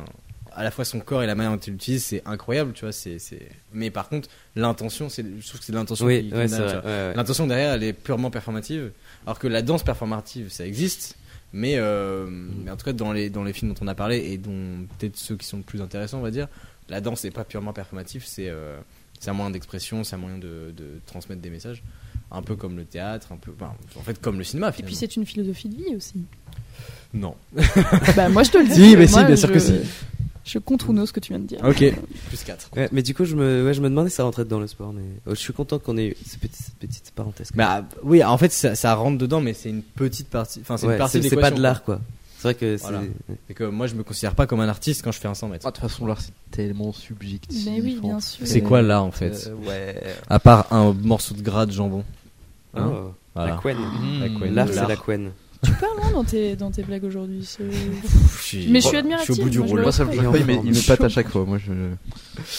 E: à la fois son corps et la manière dont il l'utilise, c'est incroyable, tu vois. C'est, c'est. Mais par contre, l'intention, c'est, je trouve que c'est de l'intention.
F: Oui,
E: qui
F: ouais,
E: qui
F: c'est
E: donne, tu
F: vrai.
E: vois.
F: ouais, ouais.
E: L'intention derrière, elle est purement performative, alors que la danse performative, ça existe. Mais, euh, mais en tout cas, dans les, dans les films dont on a parlé, et dont peut-être ceux qui sont le plus intéressants, on va dire, la danse n'est pas purement performative, c'est euh, c'est un moyen d'expression, c'est un moyen de, de transmettre des messages. Un peu comme le théâtre, un peu, enfin, en fait, comme le cinéma.
G: Et
E: Finalement.
G: puis c'est une philosophie de vie aussi.
E: non.
G: *laughs* bah moi je te le dis.
E: Si, mais si,
G: Moi,
E: bien sûr
G: je-
E: que si.
G: Je contourne ce que tu viens de dire.
E: Ok. Plus 4
F: Ouais, mais du coup, je me, ouais, je me demandais si ça rentrait dedans le sport. Mais oh, je suis content qu'on ait eu cette petite, cette petite parenthèse.
E: Bah oui, en fait ça, ça rentre dedans, mais c'est une petite partie. Enfin, c'est
F: Ouais,
E: une partie de
F: c'est
E: l'équation,
F: pas de l'art quoi. C'est vrai que c'est
E: Voilà. C'est que moi je me considère pas comme un artiste quand je fais un 100 mètres.
H: Ah, De toute façon, l'art, c'est tellement subjectif.
G: Mais oui, bien sûr.
E: C'est quoi l'art en fait
H: Euh, ouais.
E: À part un morceau de gras de jambon. Hein
F: Oh, la
E: Voilà.
F: couenne.
H: La couenne.
F: L'art
E: Le
F: c'est
E: lard.
F: la couenne.
G: Tu parles loin dans tes, dans tes blagues aujourd'hui. c'est-
E: suis-
G: Mais je suis
E: Voilà,
G: admirative.
E: Je suis au bout du
G: moi, je
E: rouleau.
G: le
H: Moi, ça me choque
G: respecte.
H: pas, il me- il me
G: Je-
H: pâte à chaque fois. Moi, je.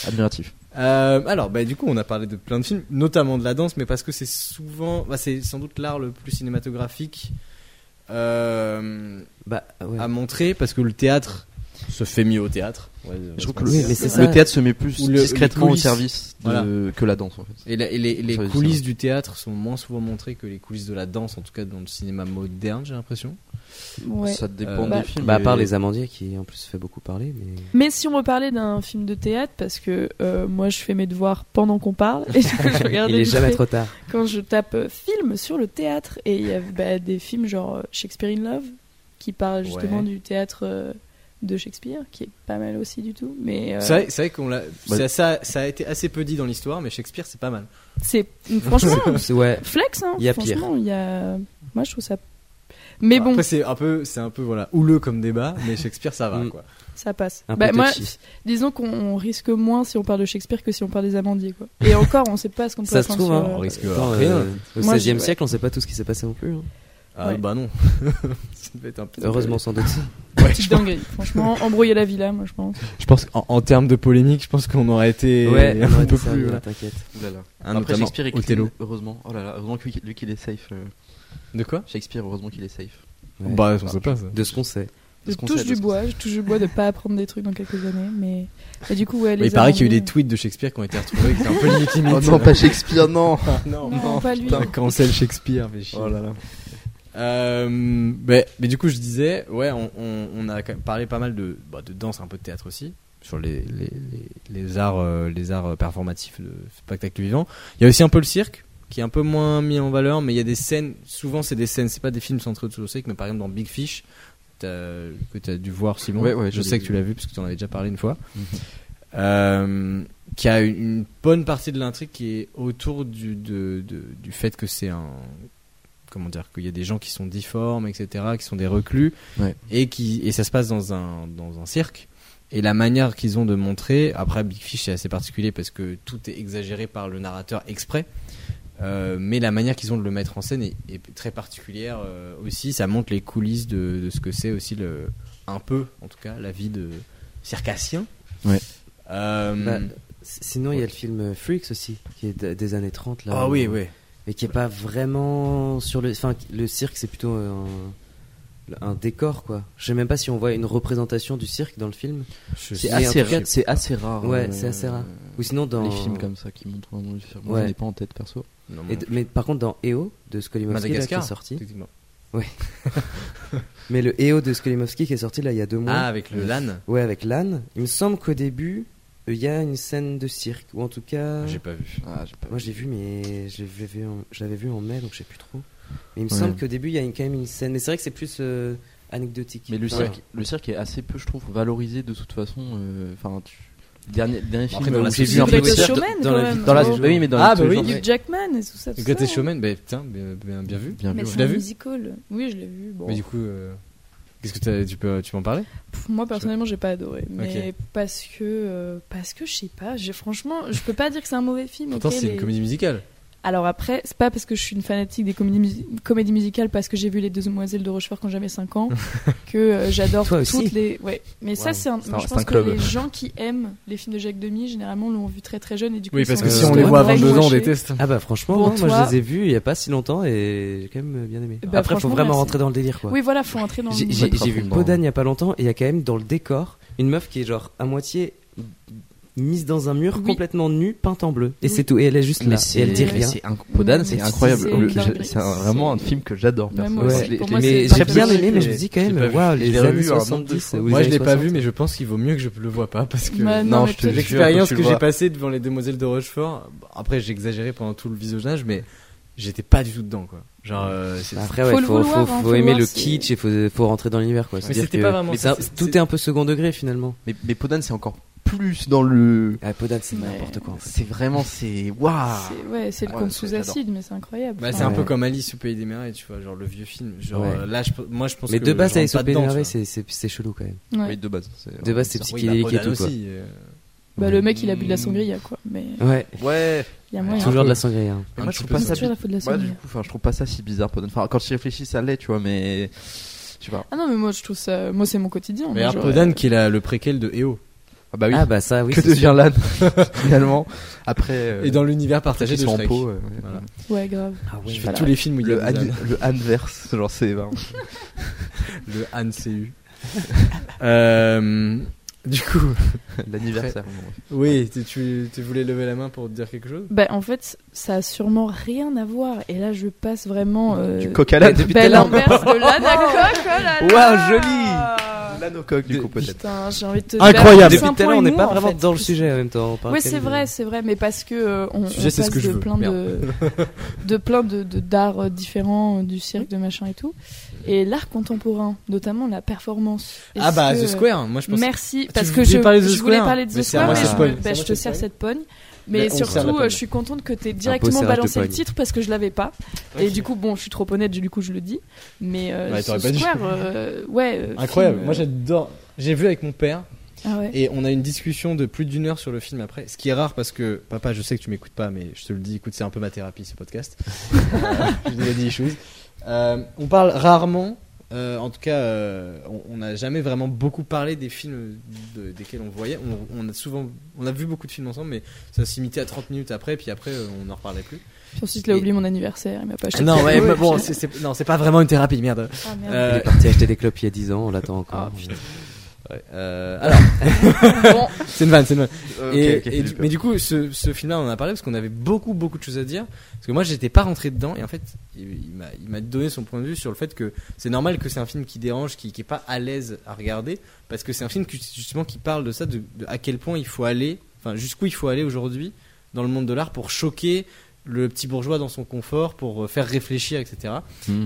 H: Admiratif.
E: Euh, alors, bah, du coup, on a parlé de plein de films, notamment de la danse, mais parce que c'est souvent, bah, c'est sans doute l'art le plus cinématographique euh,
F: Bah ouais.
E: à montrer, parce que le théâtre se fait mieux au théâtre. Ouais, on va se
H: Je trouve que le,
E: mentir.
F: Oui, mais c'est ça.
H: le théâtre se met plus
E: Ou le-
H: discrètement
E: les
H: au
E: coulisses.
H: service de-
E: Voilà.
H: que la danse en fait.
E: Et, la- et les, les
H: Ça, oui, c'est
E: coulisses
H: vrai.
E: du théâtre sont moins souvent montrées que les coulisses de la danse, en tout cas dans le cinéma moderne, j'ai l'impression.
G: Ouais.
H: Ça dépend
E: Euh,
H: des
G: bah-
H: films.
F: Bah à part
H: mais-
F: les amandiers qui en plus fait beaucoup parler mais
G: Mais si on veut parler d'un film de théâtre, parce que euh, moi je fais mes devoirs pendant qu'on parle, *laughs* et je regarde
F: il est
G: vite
F: jamais
G: fait *laughs*
F: trop tard.
G: quand je tape euh, film sur le théâtre, et il y a bah, des films genre euh, Shakespeare in Love, qui parle justement
E: Ouais.
G: du théâtre euh, de Shakespeare, qui est pas mal aussi du tout, mais euh,
E: C'est vrai, c'est vrai qu'on l'a,
H: Bah-
E: ça, ça, ça a été assez peu dit dans l'histoire, mais Shakespeare c'est pas mal.
G: c'est mm,
F: *laughs*
G: franchement
F: C'est- Ouais.
G: flex, hein,
F: Il y a pire.
G: franchement, il y a... Moi je trouve ça... Mais bon,
E: Après c'est un peu, c'est un peu voilà houleux comme débat, mais Shakespeare ça va
F: Mm.
E: quoi.
G: ça passe.
F: Un
G: Bah,
F: peu
G: moi,
F: touchy.
G: disons qu'on risque moins si on parle de Shakespeare que si on parle des amandiers, quoi. Et encore, on sait pas ce qu'on peut
F: Ça se
G: attendre
F: trouve
G: sur,
F: hein.
E: On risque
F: Attends,
E: rien.
F: euh, au
G: Moi,
F: 16e
G: je- ouais.
F: siècle, on sait pas tout ce qui s'est passé non plus. hein.
E: Ah
G: Ouais.
E: bah non. *laughs* Ça devait être un petit peu-
F: Heureusement sans doute.
E: Ouais,
G: Petite
E: je, pense-
G: dinguerie. Franchement, embrouiller la villa, moi, je pense.
E: je pense qu'en en termes de polémique, je pense qu'on aurait été
F: ouais,
E: un
F: on
E: peu
F: ça,
E: plus.
F: mais
E: voilà.
F: t'inquiète.
H: Ouh là là.
E: Hein,
H: Après
E: notamment
H: Shakespeare est
E: Othello.
H: clean, heureusement. Oh là là, heureusement que lui, lui qu'il est safe. euh,
E: De quoi
H: Shakespeare, heureusement qu'il est safe.
F: Ouais.
E: Bah on sait pas ça.
F: De ce qu'on sait.
G: Je
H: Parce qu'on
G: touche
H: sait,
G: du
H: parce qu'on
G: bois, je touche du bois de pas apprendre des trucs dans quelques années, mais. Et du coup, ouais, les
E: Mais il paraît qu'il y a eu des
G: Irlandais-
E: tweets de Shakespeare qui ont été retrouvés, qui étaient un peu limite limite.
H: *laughs* Oh non, pas Shakespeare, non.
E: non.
G: Non, pas lui.
E: Putain, cancel Shakespeare, mais chier.
H: *laughs* Oh là là.
E: Euh, mais, mais du coup, je disais, ouais, on, on- on a quand même parlé pas mal de, bah, de danse, un peu de théâtre aussi, sur les, les, les, les arts, euh, les arts performatifs de spectacle vivant. Il y a aussi un peu le cirque, qui est un peu moins mis en valeur, mais il y a des scènes, souvent c'est des scènes, c'est pas des films centrés autour du cirque, mais par exemple dans Big Fish, t'as- que tu as dû voir Simon,
H: Ouais, ouais,
E: je,
H: je l'ai
E: sais que
H: vu.
E: tu
H: Mhm.
E: l'as vu, parce que tu en avais déjà parlé une fois. Euh, qui a une, une bonne partie de l'intrigue qui est autour du, de- de- du fait que c'est un. Comment dire Qu'il y a des gens qui sont difformes, etc., qui sont des reclus,
H: Ouais.
E: et, qui, et ça se passe dans un, dans un cirque. Et la manière qu'ils ont de montrer, après Big Fish c'est assez particulier parce que tout est exagéré par le narrateur exprès, euh, mais la manière qu'ils ont de le mettre en scène est, est très particulière euh, aussi. Ça montre les coulisses de, de ce que c'est aussi le, un peu, en tout cas, la vie de circassien.
H: Ouais.
E: Euh,
F: Bah, s- Sinon, il y a le film euh, Freaks aussi, qui est de- des années 30. Là,
E: ah oui, oui.
F: mais qui est pas vraiment sur le enfin le cirque c'est plutôt un, un décor quoi je sais même pas si on voit une représentation du cirque dans le film
H: C'est
F: Mais
H: assez,
F: en tout cas,
H: rare- c'est assez rare.
F: ouais,
H: euh,
F: c'est assez rare. ou sinon dans
H: Les films comme ça qui montrent vraiment le film.
F: Ouais.
H: Moi, je n'ai pas en tête perso.
E: Non,
F: Et
E: mais-
F: d- mais par contre dans EO de Scolimowski là, qui est
E: Madagascar.
F: sorti
E: Effectivement.
F: Mais le EO de Skolimowski qui est sorti là il y a deux mois.
H: Ah, avec le LAN.
F: Ouais, avec l'âne. Il me semble qu'au début, euh, il y a une scène de cirque, ou en tout cas.
E: J'ai pas vu.
H: Ah, j'ai pas-
F: Moi, j'ai vu, mais je l'avais vu, en... je l'avais vu en mai, donc je sais plus trop. Mais il me
H: Ouais.
F: semble qu'au début, il y a une- quand même une scène. Mais c'est vrai que c'est plus euh, anecdotique.
H: Mais le
F: Enfin,
H: cirque, le cirque est assez peu, je trouve, valorisé de toute façon. euh, Enfin, tu... le dernier, le dernier
E: Après,
H: film
E: dans
H: où
E: la
H: j'ai
E: société,
H: vu un peu de
G: Greatest
H: cirque.
G: Showman,
F: dans
G: quand
F: la-
G: même.
H: Dans la,
G: Oh.
H: oui, mais dans
E: Ah,
H: la
E: bah oui.
H: toujours-
G: Hugh Jackman et tout ça. tout
E: Le Greatest
G: ça.
E: Showman, bah, putain, bien, bien- bien vu.
H: Bien
G: Mais
H: vu,
E: Tu
G: c'est
H: ouais.
E: l'as
G: un
E: vu
G: musical. Oui, je l'ai vu. Bon.
E: Mais du coup, euh, qu'est-ce que t'as- tu peux, tu m'en parler
G: Pff, moi personnellement, j'ai pas adoré, mais parce que euh, parce que je sais pas. J'ai franchement, je peux pas dire que c'est un mauvais film.
E: Pourtant,
G: ok,
E: c'est
G: les-
E: une comédie musicale.
G: Alors après, c'est pas parce que je suis une fanatique des comédies, musi- comédies musicales parce que j'ai vu les deux demoiselles de Rochefort quand j'avais 5 ans que euh, j'adore
F: Toi
G: toutes
F: aussi.
G: les. Ouais, mais ça
F: Waouh.
G: c'est un.
H: C'est un-
G: je
H: c'est
G: pense
H: un
G: que
H: club.
G: les gens qui aiment les films de Jacques Demy généralement l'ont vu très très jeune et du coup.
E: Oui,
G: ils
E: parce
G: sont
E: que si
G: restés
E: on les voit à
G: brainwashés.
E: 22 ans, on déteste.
F: Ah bah franchement,
G: Pour
F: hein, moi
G: toi-
F: je les ai vus il y a pas si longtemps et j'ai quand même euh, bien aimé.
G: Bah,
F: Après, faut
G: franchement,
F: vraiment
G: merci.
F: rentrer dans le délire quoi.
G: Oui, voilà, faut entrer dans. le
F: J'ai
G: monde.
F: j'ai-
H: Pas
F: j'ai vu
H: profondément.
F: Podane il y a pas longtemps et il y a quand même dans le décor une meuf qui est genre à moitié mise dans un mur
G: Oui.
F: complètement nue, peinte en bleu. Et
G: Oui.
F: c'est tout. Et elle est juste là. Et elle dit
H: mais
F: rien.
H: c'est inc- Podane, c'est
G: Mais
H: incroyable.
G: c'est-
H: Le-
G: c'est-
H: j'ai- C'est un- vraiment un film que j'adore.
G: Même
H: personnellement.
G: moi
F: Ouais.
G: aussi,
H: Je l'ai-
G: pour
H: je
G: moi,
H: l'ai-
F: mais
G: c'est
F: j'ai
G: pas
F: bien
G: possible.
F: aimé, mais je me dis quand
H: Je l'ai pas
F: même,
H: vu.
F: waouh,
H: Je
F: les
H: l'ai
F: années
H: revu un nombre de
F: 70.
H: fois.
F: ou les
E: Moi, je
F: années
E: l'ai
F: Bah,
E: pas vu,
F: 60.
E: mais je pense qu'il vaut mieux que je le vois pas parce que.
G: Ouais,
H: Non,
G: non, mais
H: je te
G: peut-être-
H: jure.
E: L'expérience
H: tu
E: que
H: le
E: j'ai
H: vois.
E: passée devant les demoiselles de Rochefort, après j'ai exagéré pendant tout le visionnage, mais j'étais pas du tout dedans quoi. Genre, euh, c'est-
F: Après,
G: Faut
F: ouais,
G: le
F: faut,
G: vouloir,
F: faut-
G: hein,
F: faut
G: faut le
F: aimer
G: voir,
F: le
G: c'est-
F: kitsch et faut, faut rentrer dans l'univers, quoi. C'est-à-dire
E: c'était
F: que-
E: pas vraiment
F: mais
E: ça,
F: c'est un-
E: c'est-
F: tout est... un peu second degré, finalement.
H: Mais, mais Podane, c'est encore plus dans le.
F: Ah, Podane, c'est
G: Ouais.
F: n'importe quoi. en fait.
H: C'est vraiment, c'est waouh.
G: C'est- Ouais, c'est le
H: Ah. Ouais,
G: conte
H: c'est-
G: sous
H: j'adore.
G: acide, mais c'est incroyable.
E: Bah, c'est
G: Enfin,
E: un peu
F: Ouais.
E: comme Alice au pays des merveilles, tu vois, genre le vieux film. Genre
F: Ouais.
E: euh, là, je pe- moi je pense
F: Mais
E: que
F: de base,
E: je rentre
F: avec
E: pas
F: Sophie
E: dedans, tu
F: Nervé,
E: vois.
F: c'est c'est- c'est chelou, quand même.
G: ouais.
H: Oui, de base.
F: De base,
E: Oui,
F: c'est
E: bah,
F: psychédélique et
E: Rodan
F: tout, quoi.
E: aussi, euh,
G: Bah, le mec, il a bu de la sangria, quoi. Mais
F: Ouais,
H: Ouais.
G: il y a moyen.
F: toujours de la sangria. hein.
H: Mais
E: Un
H: moi, je
E: petit
H: trouve
E: peu
H: pas
E: ça.
H: ça
G: C'est toujours la faute de la
H: Ouais,
G: sangria.
H: du coup, enfin, je trouve pas ça si bizarre. Podane. Enfin, quand j'y réfléchis, ça l'est, tu vois, mais. Je sais pas.
G: Ah non, mais moi je trouve ça. Moi c'est mon quotidien.
E: Mais
G: Moi,
E: Harpo
G: j'aurais-
E: Dan qui est la- le préquel de EO.
H: Ah bah oui.
F: Ah, bah ça, oui.
H: que
F: c'est sûr.
H: devient l'âne *laughs* finalement Après. euh,
E: Et dans l'univers partagé
H: ils
E: de
H: sont en
E: Shrek.
H: peau, euh,
E: Voilà.
G: Ouais, grave.
F: Ah ouais.
E: Je fais
G: Voilà.
E: tous les films où il y a
H: Le,
E: des ânes.
H: âne, le âneverse, genre c'est vraiment-
E: le Han *laughs* CU. euh, du coup,
H: l'anniversaire.
E: oui, tu, tu- tu voulais lever la main pour dire quelque chose
G: Bah, en fait, ça a sûrement rien à voir. Et là, je passe vraiment. Euh...
H: Du coq à l'âne.
F: Depuis
G: Belle
F: tout à l'heure.
G: inverse de l'âne coque,
F: Waouh,
H: L'âne au coq, du coup, peut-être.
G: Putain, j'ai envie de te.
E: Incroyable.
G: battre
F: Depuis
G: un
F: tout à
G: point
F: l'heure, on n'est
G: et
F: pas
G: nous, en
F: vraiment
G: fait.
F: dans le sujet euh, en même temps. on parle
G: Oui,
F: quand
G: c'est
F: même de-
G: vrai, c'est vrai, mais parce que euh, on, on
E: Sujet, c'est
G: passe
E: ce que je
G: de
E: veux.
G: plein de, *laughs* de plein de de- d'arts euh, différents, euh, du cirque, de machin et tout, et l'art contemporain, notamment la performance.
E: Ah
G: Est-ce
E: bah
G: que-
E: The Square, moi je pense.
G: Merci,
E: Tu
G: parce que
E: voulais
G: je,
E: parler de The
G: je voulais
E: Square
G: parler de
E: Mais
G: The
E: c'est à
G: Square,
E: moi
G: mais,
E: cette
G: je,
E: pogne.
G: me-
E: C'est à
G: bah, je
E: moi
G: te
E: cette
G: sers
E: pogne.
G: cette pogne.
E: Mais
G: Mais
E: on se sert la
G: surtout,
E: pogne.
G: euh, je suis contente que t'aies directement
F: serrage de
G: balancé le
F: pogne.
G: titre parce que je l'avais pas. Et du coup, bon, je suis trop honnête, du coup, je le dis. Mais euh,
E: Ouais,
G: The
E: t'aurais pas dû.
G: Square, euh, ouais. euh,
E: Incroyable,
G: film,
E: moi
G: euh,
E: j'adore. J'ai vu avec mon père
G: Ah ouais.
E: et on a une discussion de plus d'une heure sur le film après. Ce qui est rare parce que, papa, je sais que tu m'écoutes pas, mais je te le dis, écoute, c'est un peu ma thérapie ce *laughs* podcast. Euh, je te l'ai dit, choses. Euh, on parle rarement, euh, en tout cas, euh, on- on n'a jamais vraiment beaucoup parlé des films de- desquels on voyait. On, on a souvent, on a vu beaucoup de films ensemble, mais ça s'imitait à 30 minutes après, puis après, euh, on n'en reparlait plus.
G: Puis ensuite, il a oublié mon anniversaire, il m'a pas acheté. de
E: Non, *laughs*
G: cadeau,
E: ouais,
G: et
E: mais
G: puis-
E: bon, c'est- c'est- non, c'est pas vraiment une thérapie, merde.
G: Ah, merde.
E: Euh,
F: Il est parti acheter des clopes il y a 10 ans, on l'attend
G: Ah,
F: encore.
E: Ouais, euh, alors,
G: Bon,
E: *laughs* c'est une vanne, c'est une vanne. Et- et du- mais
H: mais
E: du coup, ce, ce film-là, on en a parlé parce qu'on avait beaucoup, beaucoup de choses à dire. Parce que moi, j'étais pas rentré dedans et en fait, il il m'a- il m'a donné son point de vue sur le fait que c'est normal que c'est un film qui dérange, qui, qui est pas à l'aise à regarder, parce que c'est un film qui, justement qui parle de ça, de, de à quel point il faut aller, enfin jusqu'où il faut aller aujourd'hui dans le monde de l'art pour choquer le petit bourgeois dans son confort, pour euh, faire réfléchir, etc.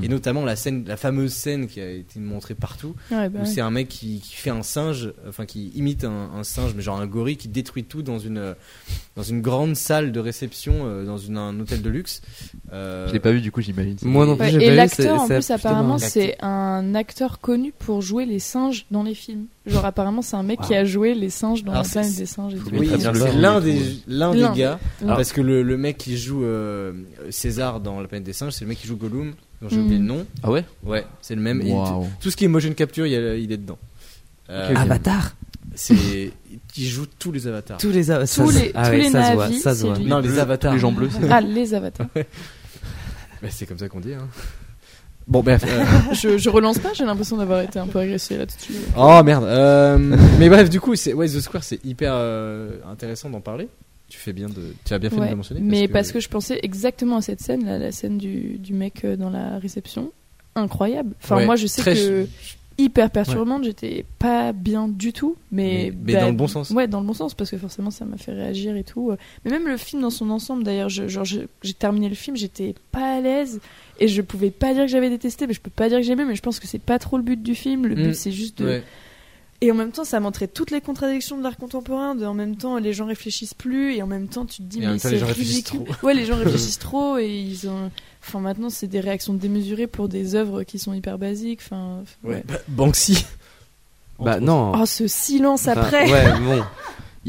E: Et notamment la scène, la fameuse scène qui a été montrée partout,
G: ouais, bah
E: Euh, où
G: ouais.
E: c'est un mec qui, qui fait un singe, enfin qui imite un, un singe, mais genre un gorille qui détruit tout dans une euh, dans une grande salle de réception euh, dans une, un hôtel de luxe. Euh,
H: je l'ai pas vu, du coup, j'imagine.
F: Moi non
G: Ouais,
F: plus, j'ai
G: et
F: pas vu,
G: l'acteur, en
F: c'est-
G: plus,
F: c'est-
G: apparemment,
E: justement.
G: c'est un acteur connu pour jouer les singes dans les films. Genre, apparemment, c'est un mec qui a joué les singes dans
E: Alors,
G: la
E: c'est-
G: planète des singes. Et tout.
E: Oui,
H: Très bien le
E: c'est
H: film,
E: l'un
H: du
E: des
H: coup.
E: l'un
G: L'un.
E: des gars
G: Alors-
E: parce que le, le mec qui joue euh, César dans La planète des singes, c'est le mec qui joue Gollum dont j'ai
G: Mm.
E: oublié le nom.
H: Ah ouais
E: Ouais, c'est le même. Et tout-
H: Waouh.
E: tout ce qui est motion capture, il, y a- il est dedans. Euh,
H: Ok, ok.
F: Avatar
E: C'est il joue tous les avatars.
F: Tous les avatars.
G: Tous les- tous les
F: ça se voit,
G: navis,
F: ça se
G: c'est
F: voit.
G: lui.
E: Non, les
H: Bleu,
E: avatars.
H: Les gens bleus, c'est
G: Ah, les avatars.
E: Bah, c'est comme ça qu'on dit. Hein. Bon bref. euh,
G: je, je relance pas, j'ai l'impression d'avoir été un peu agressé là-dessus.
E: Oh merde.
F: *laughs*
E: euh, mais bref, du coup, c'est ouais, The Square, c'est hyper euh, intéressant d'en parler. Tu fais bien de, tu as bien fait de
G: Ouais.
E: le mentionner.
G: Mais parce que je pensais exactement à cette scène, là, la scène du, du mec euh, dans la réception. incroyable. Enfin,
H: Ouais,
G: moi, je sais
H: très-
G: que hyper perturbante, j'étais pas bien du tout, mais, bah,
E: Mais- mais dans le bon sens.
G: Ouais, dans le bon sens, parce que forcément, ça m'a fait réagir et tout. Mais même le film dans son ensemble, d'ailleurs, je- genre, je- j'ai terminé le film, j'étais pas à l'aise et je pouvais pas dire que j'avais détesté, mais je peux pas dire que j'aimais, mais je pense que c'est pas trop le but du film. Le
H: Mm.
G: but, c'est juste de
H: Ouais.
G: et en même temps, ça montrait toutes les contradictions de l'art contemporain. De, en même temps, les gens réfléchissent plus, et en même temps, tu te dis,
H: Et en
G: mais
H: même temps,
G: c'est
H: les gens réfléchissent
G: ridicule. Ouais,
H: *laughs*
G: les gens réfléchissent trop, et ils ont. Enfin, maintenant, c'est des réactions démesurées pour des œuvres qui sont hyper basiques. Enfin, ouais.
E: Ouais. Bah, *coughs* Banksy.
F: Bah non.
G: Oh, ce silence
F: Enfin,
G: après
F: Ouais, bon.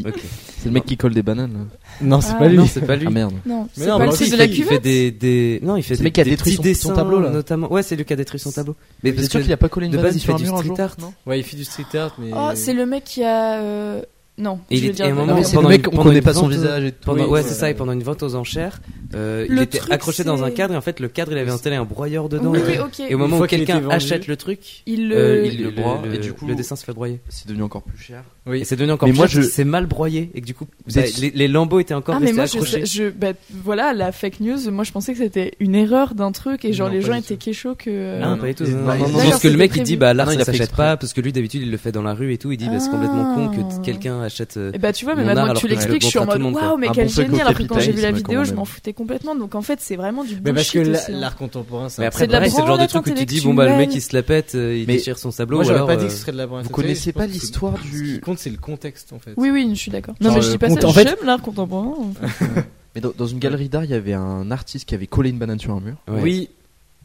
F: Ok.
H: C'est le mec qui colle des
F: hein.
H: bananes. là.
E: Non, c'est
G: Ah,
E: pas lui. *laughs*
F: Non, c'est pas lui.
H: Ah merde.
G: *laughs* Non,
E: Mais
G: c'est
E: non,
G: pas le
E: Banksy,
G: truc de la
E: il
F: Il fait
G: cuvette.
F: des, des... Non, il fait
H: C'est le
F: des,
H: mec qui a
F: des
H: détruit
F: petits
H: son- son
F: dessins,
H: tableau, là.
F: Notamment. Ouais, c'est lui qui a détruit son tableau. Mais
H: C'est
F: parce
H: sûr
F: que
H: qu'il a pas collé une
F: de
H: banane
F: base, il
H: sur
F: fait
H: un
F: du
H: mur un
F: street
H: jour,
F: art.
H: non
E: Ouais, il fait du street art, mais.
G: Oh, c'est le mec qui a. euh, Non,
F: Et
G: je
F: il
G: vais
F: est-
G: dire
F: et à un
G: non.
F: moment,
H: mais
F: pendant
H: c'est le mec,
F: une-
H: on
F: pendant
H: connaît
F: une
H: pas son
F: vente-
H: visage et tout.
F: Pendant-
H: Oui,
F: Ah, ouais,
H: voilà.
F: c'est ça. Et pendant une vente aux enchères, euh, il
G: Le
F: était
G: truc,
F: accroché dans un
G: c'est-
F: cadre. Et en fait, le cadre, il avait installé un broyeur dedans.
G: Oui,
F: et,
G: oui,
F: tout.
G: ok.
F: Et au moment où
E: fois qu'il était
F: quelqu'un
E: vendu-
F: achète le truc,
G: Il
F: euh,
G: le.
F: il le broie. Et du coup, le dessin se fait broyer.
H: C'est devenu encore plus cher.
F: Et c'est devenu encore
H: Mais
F: mais
H: moi, je-
F: moi, c'est mal broyé et que du coup,
H: Vous êtes-
F: bah, les, les lambeaux étaient encore
G: Ah mais
F: restés
G: moi je,
F: accrochés.
G: je bah, voilà la fake news moi je pensais que c'était une erreur d'un truc et genre
H: Non,
G: les
H: pas
G: gens
H: du
G: étaient kéchos que euh,
F: Ah,
H: Non,
F: pas du tout.
H: non,
F: non,
H: non,
F: non,
H: non,
F: parce que
G: c'était
F: le mec il
G: prévu.
F: dit bah
H: Ah
F: là
H: non, il
F: ça
H: a fait
F: s'achète
H: exprès.
F: pas parce que lui d'habitude il le fait dans la rue et tout. Il dit bah c'est complètement con
G: Ah.
F: que quelqu'un achète. euh,
G: Et bah tu vois, mais
F: Mon art,
G: maintenant que
F: alors
G: tu
F: que
G: l'expliques, je suis en
F: tout le
G: mode
F: monde, quoi.
G: waouh, mais
H: Un
G: quel
H: bon socle au
G: génie! Alors que quand j'ai vu la
H: capitalisme,
G: vidéo, je
H: quand
G: m'en
H: même.
G: foutais complètement. Donc en fait, c'est vraiment du bullshit.
E: Mais parce que la-
G: aussi. hein.
E: l'art contemporain, c'est
F: Mais
E: un
F: après
G: de la
F: pareil, c'est le genre de
G: branlette
F: truc où tu dis bon bah le mec il se la pète, euh, il
H: Mais
F: déchire son sableau.
E: Moi,
F: ou
E: j'aurais
F: alors,
E: pas dit
F: euh,
E: que ce serait de la branlette.
H: Vous connaissez
E: Je pense
H: pas
E: que
H: l'histoire
E: Ce qui
H: du.
E: compte, c'est le contexte en fait.
G: Oui, oui, je suis d'accord. Non,
H: Genre,
G: mais je dis
H: euh,
G: pas
E: compte-
G: ça.
E: en fait-
G: J'aime l'art contemporain. enfin.
H: Mais dans, dans une galerie d'art, il y avait un artiste qui avait collé une banane sur un mur.
F: ouais.
E: Oui,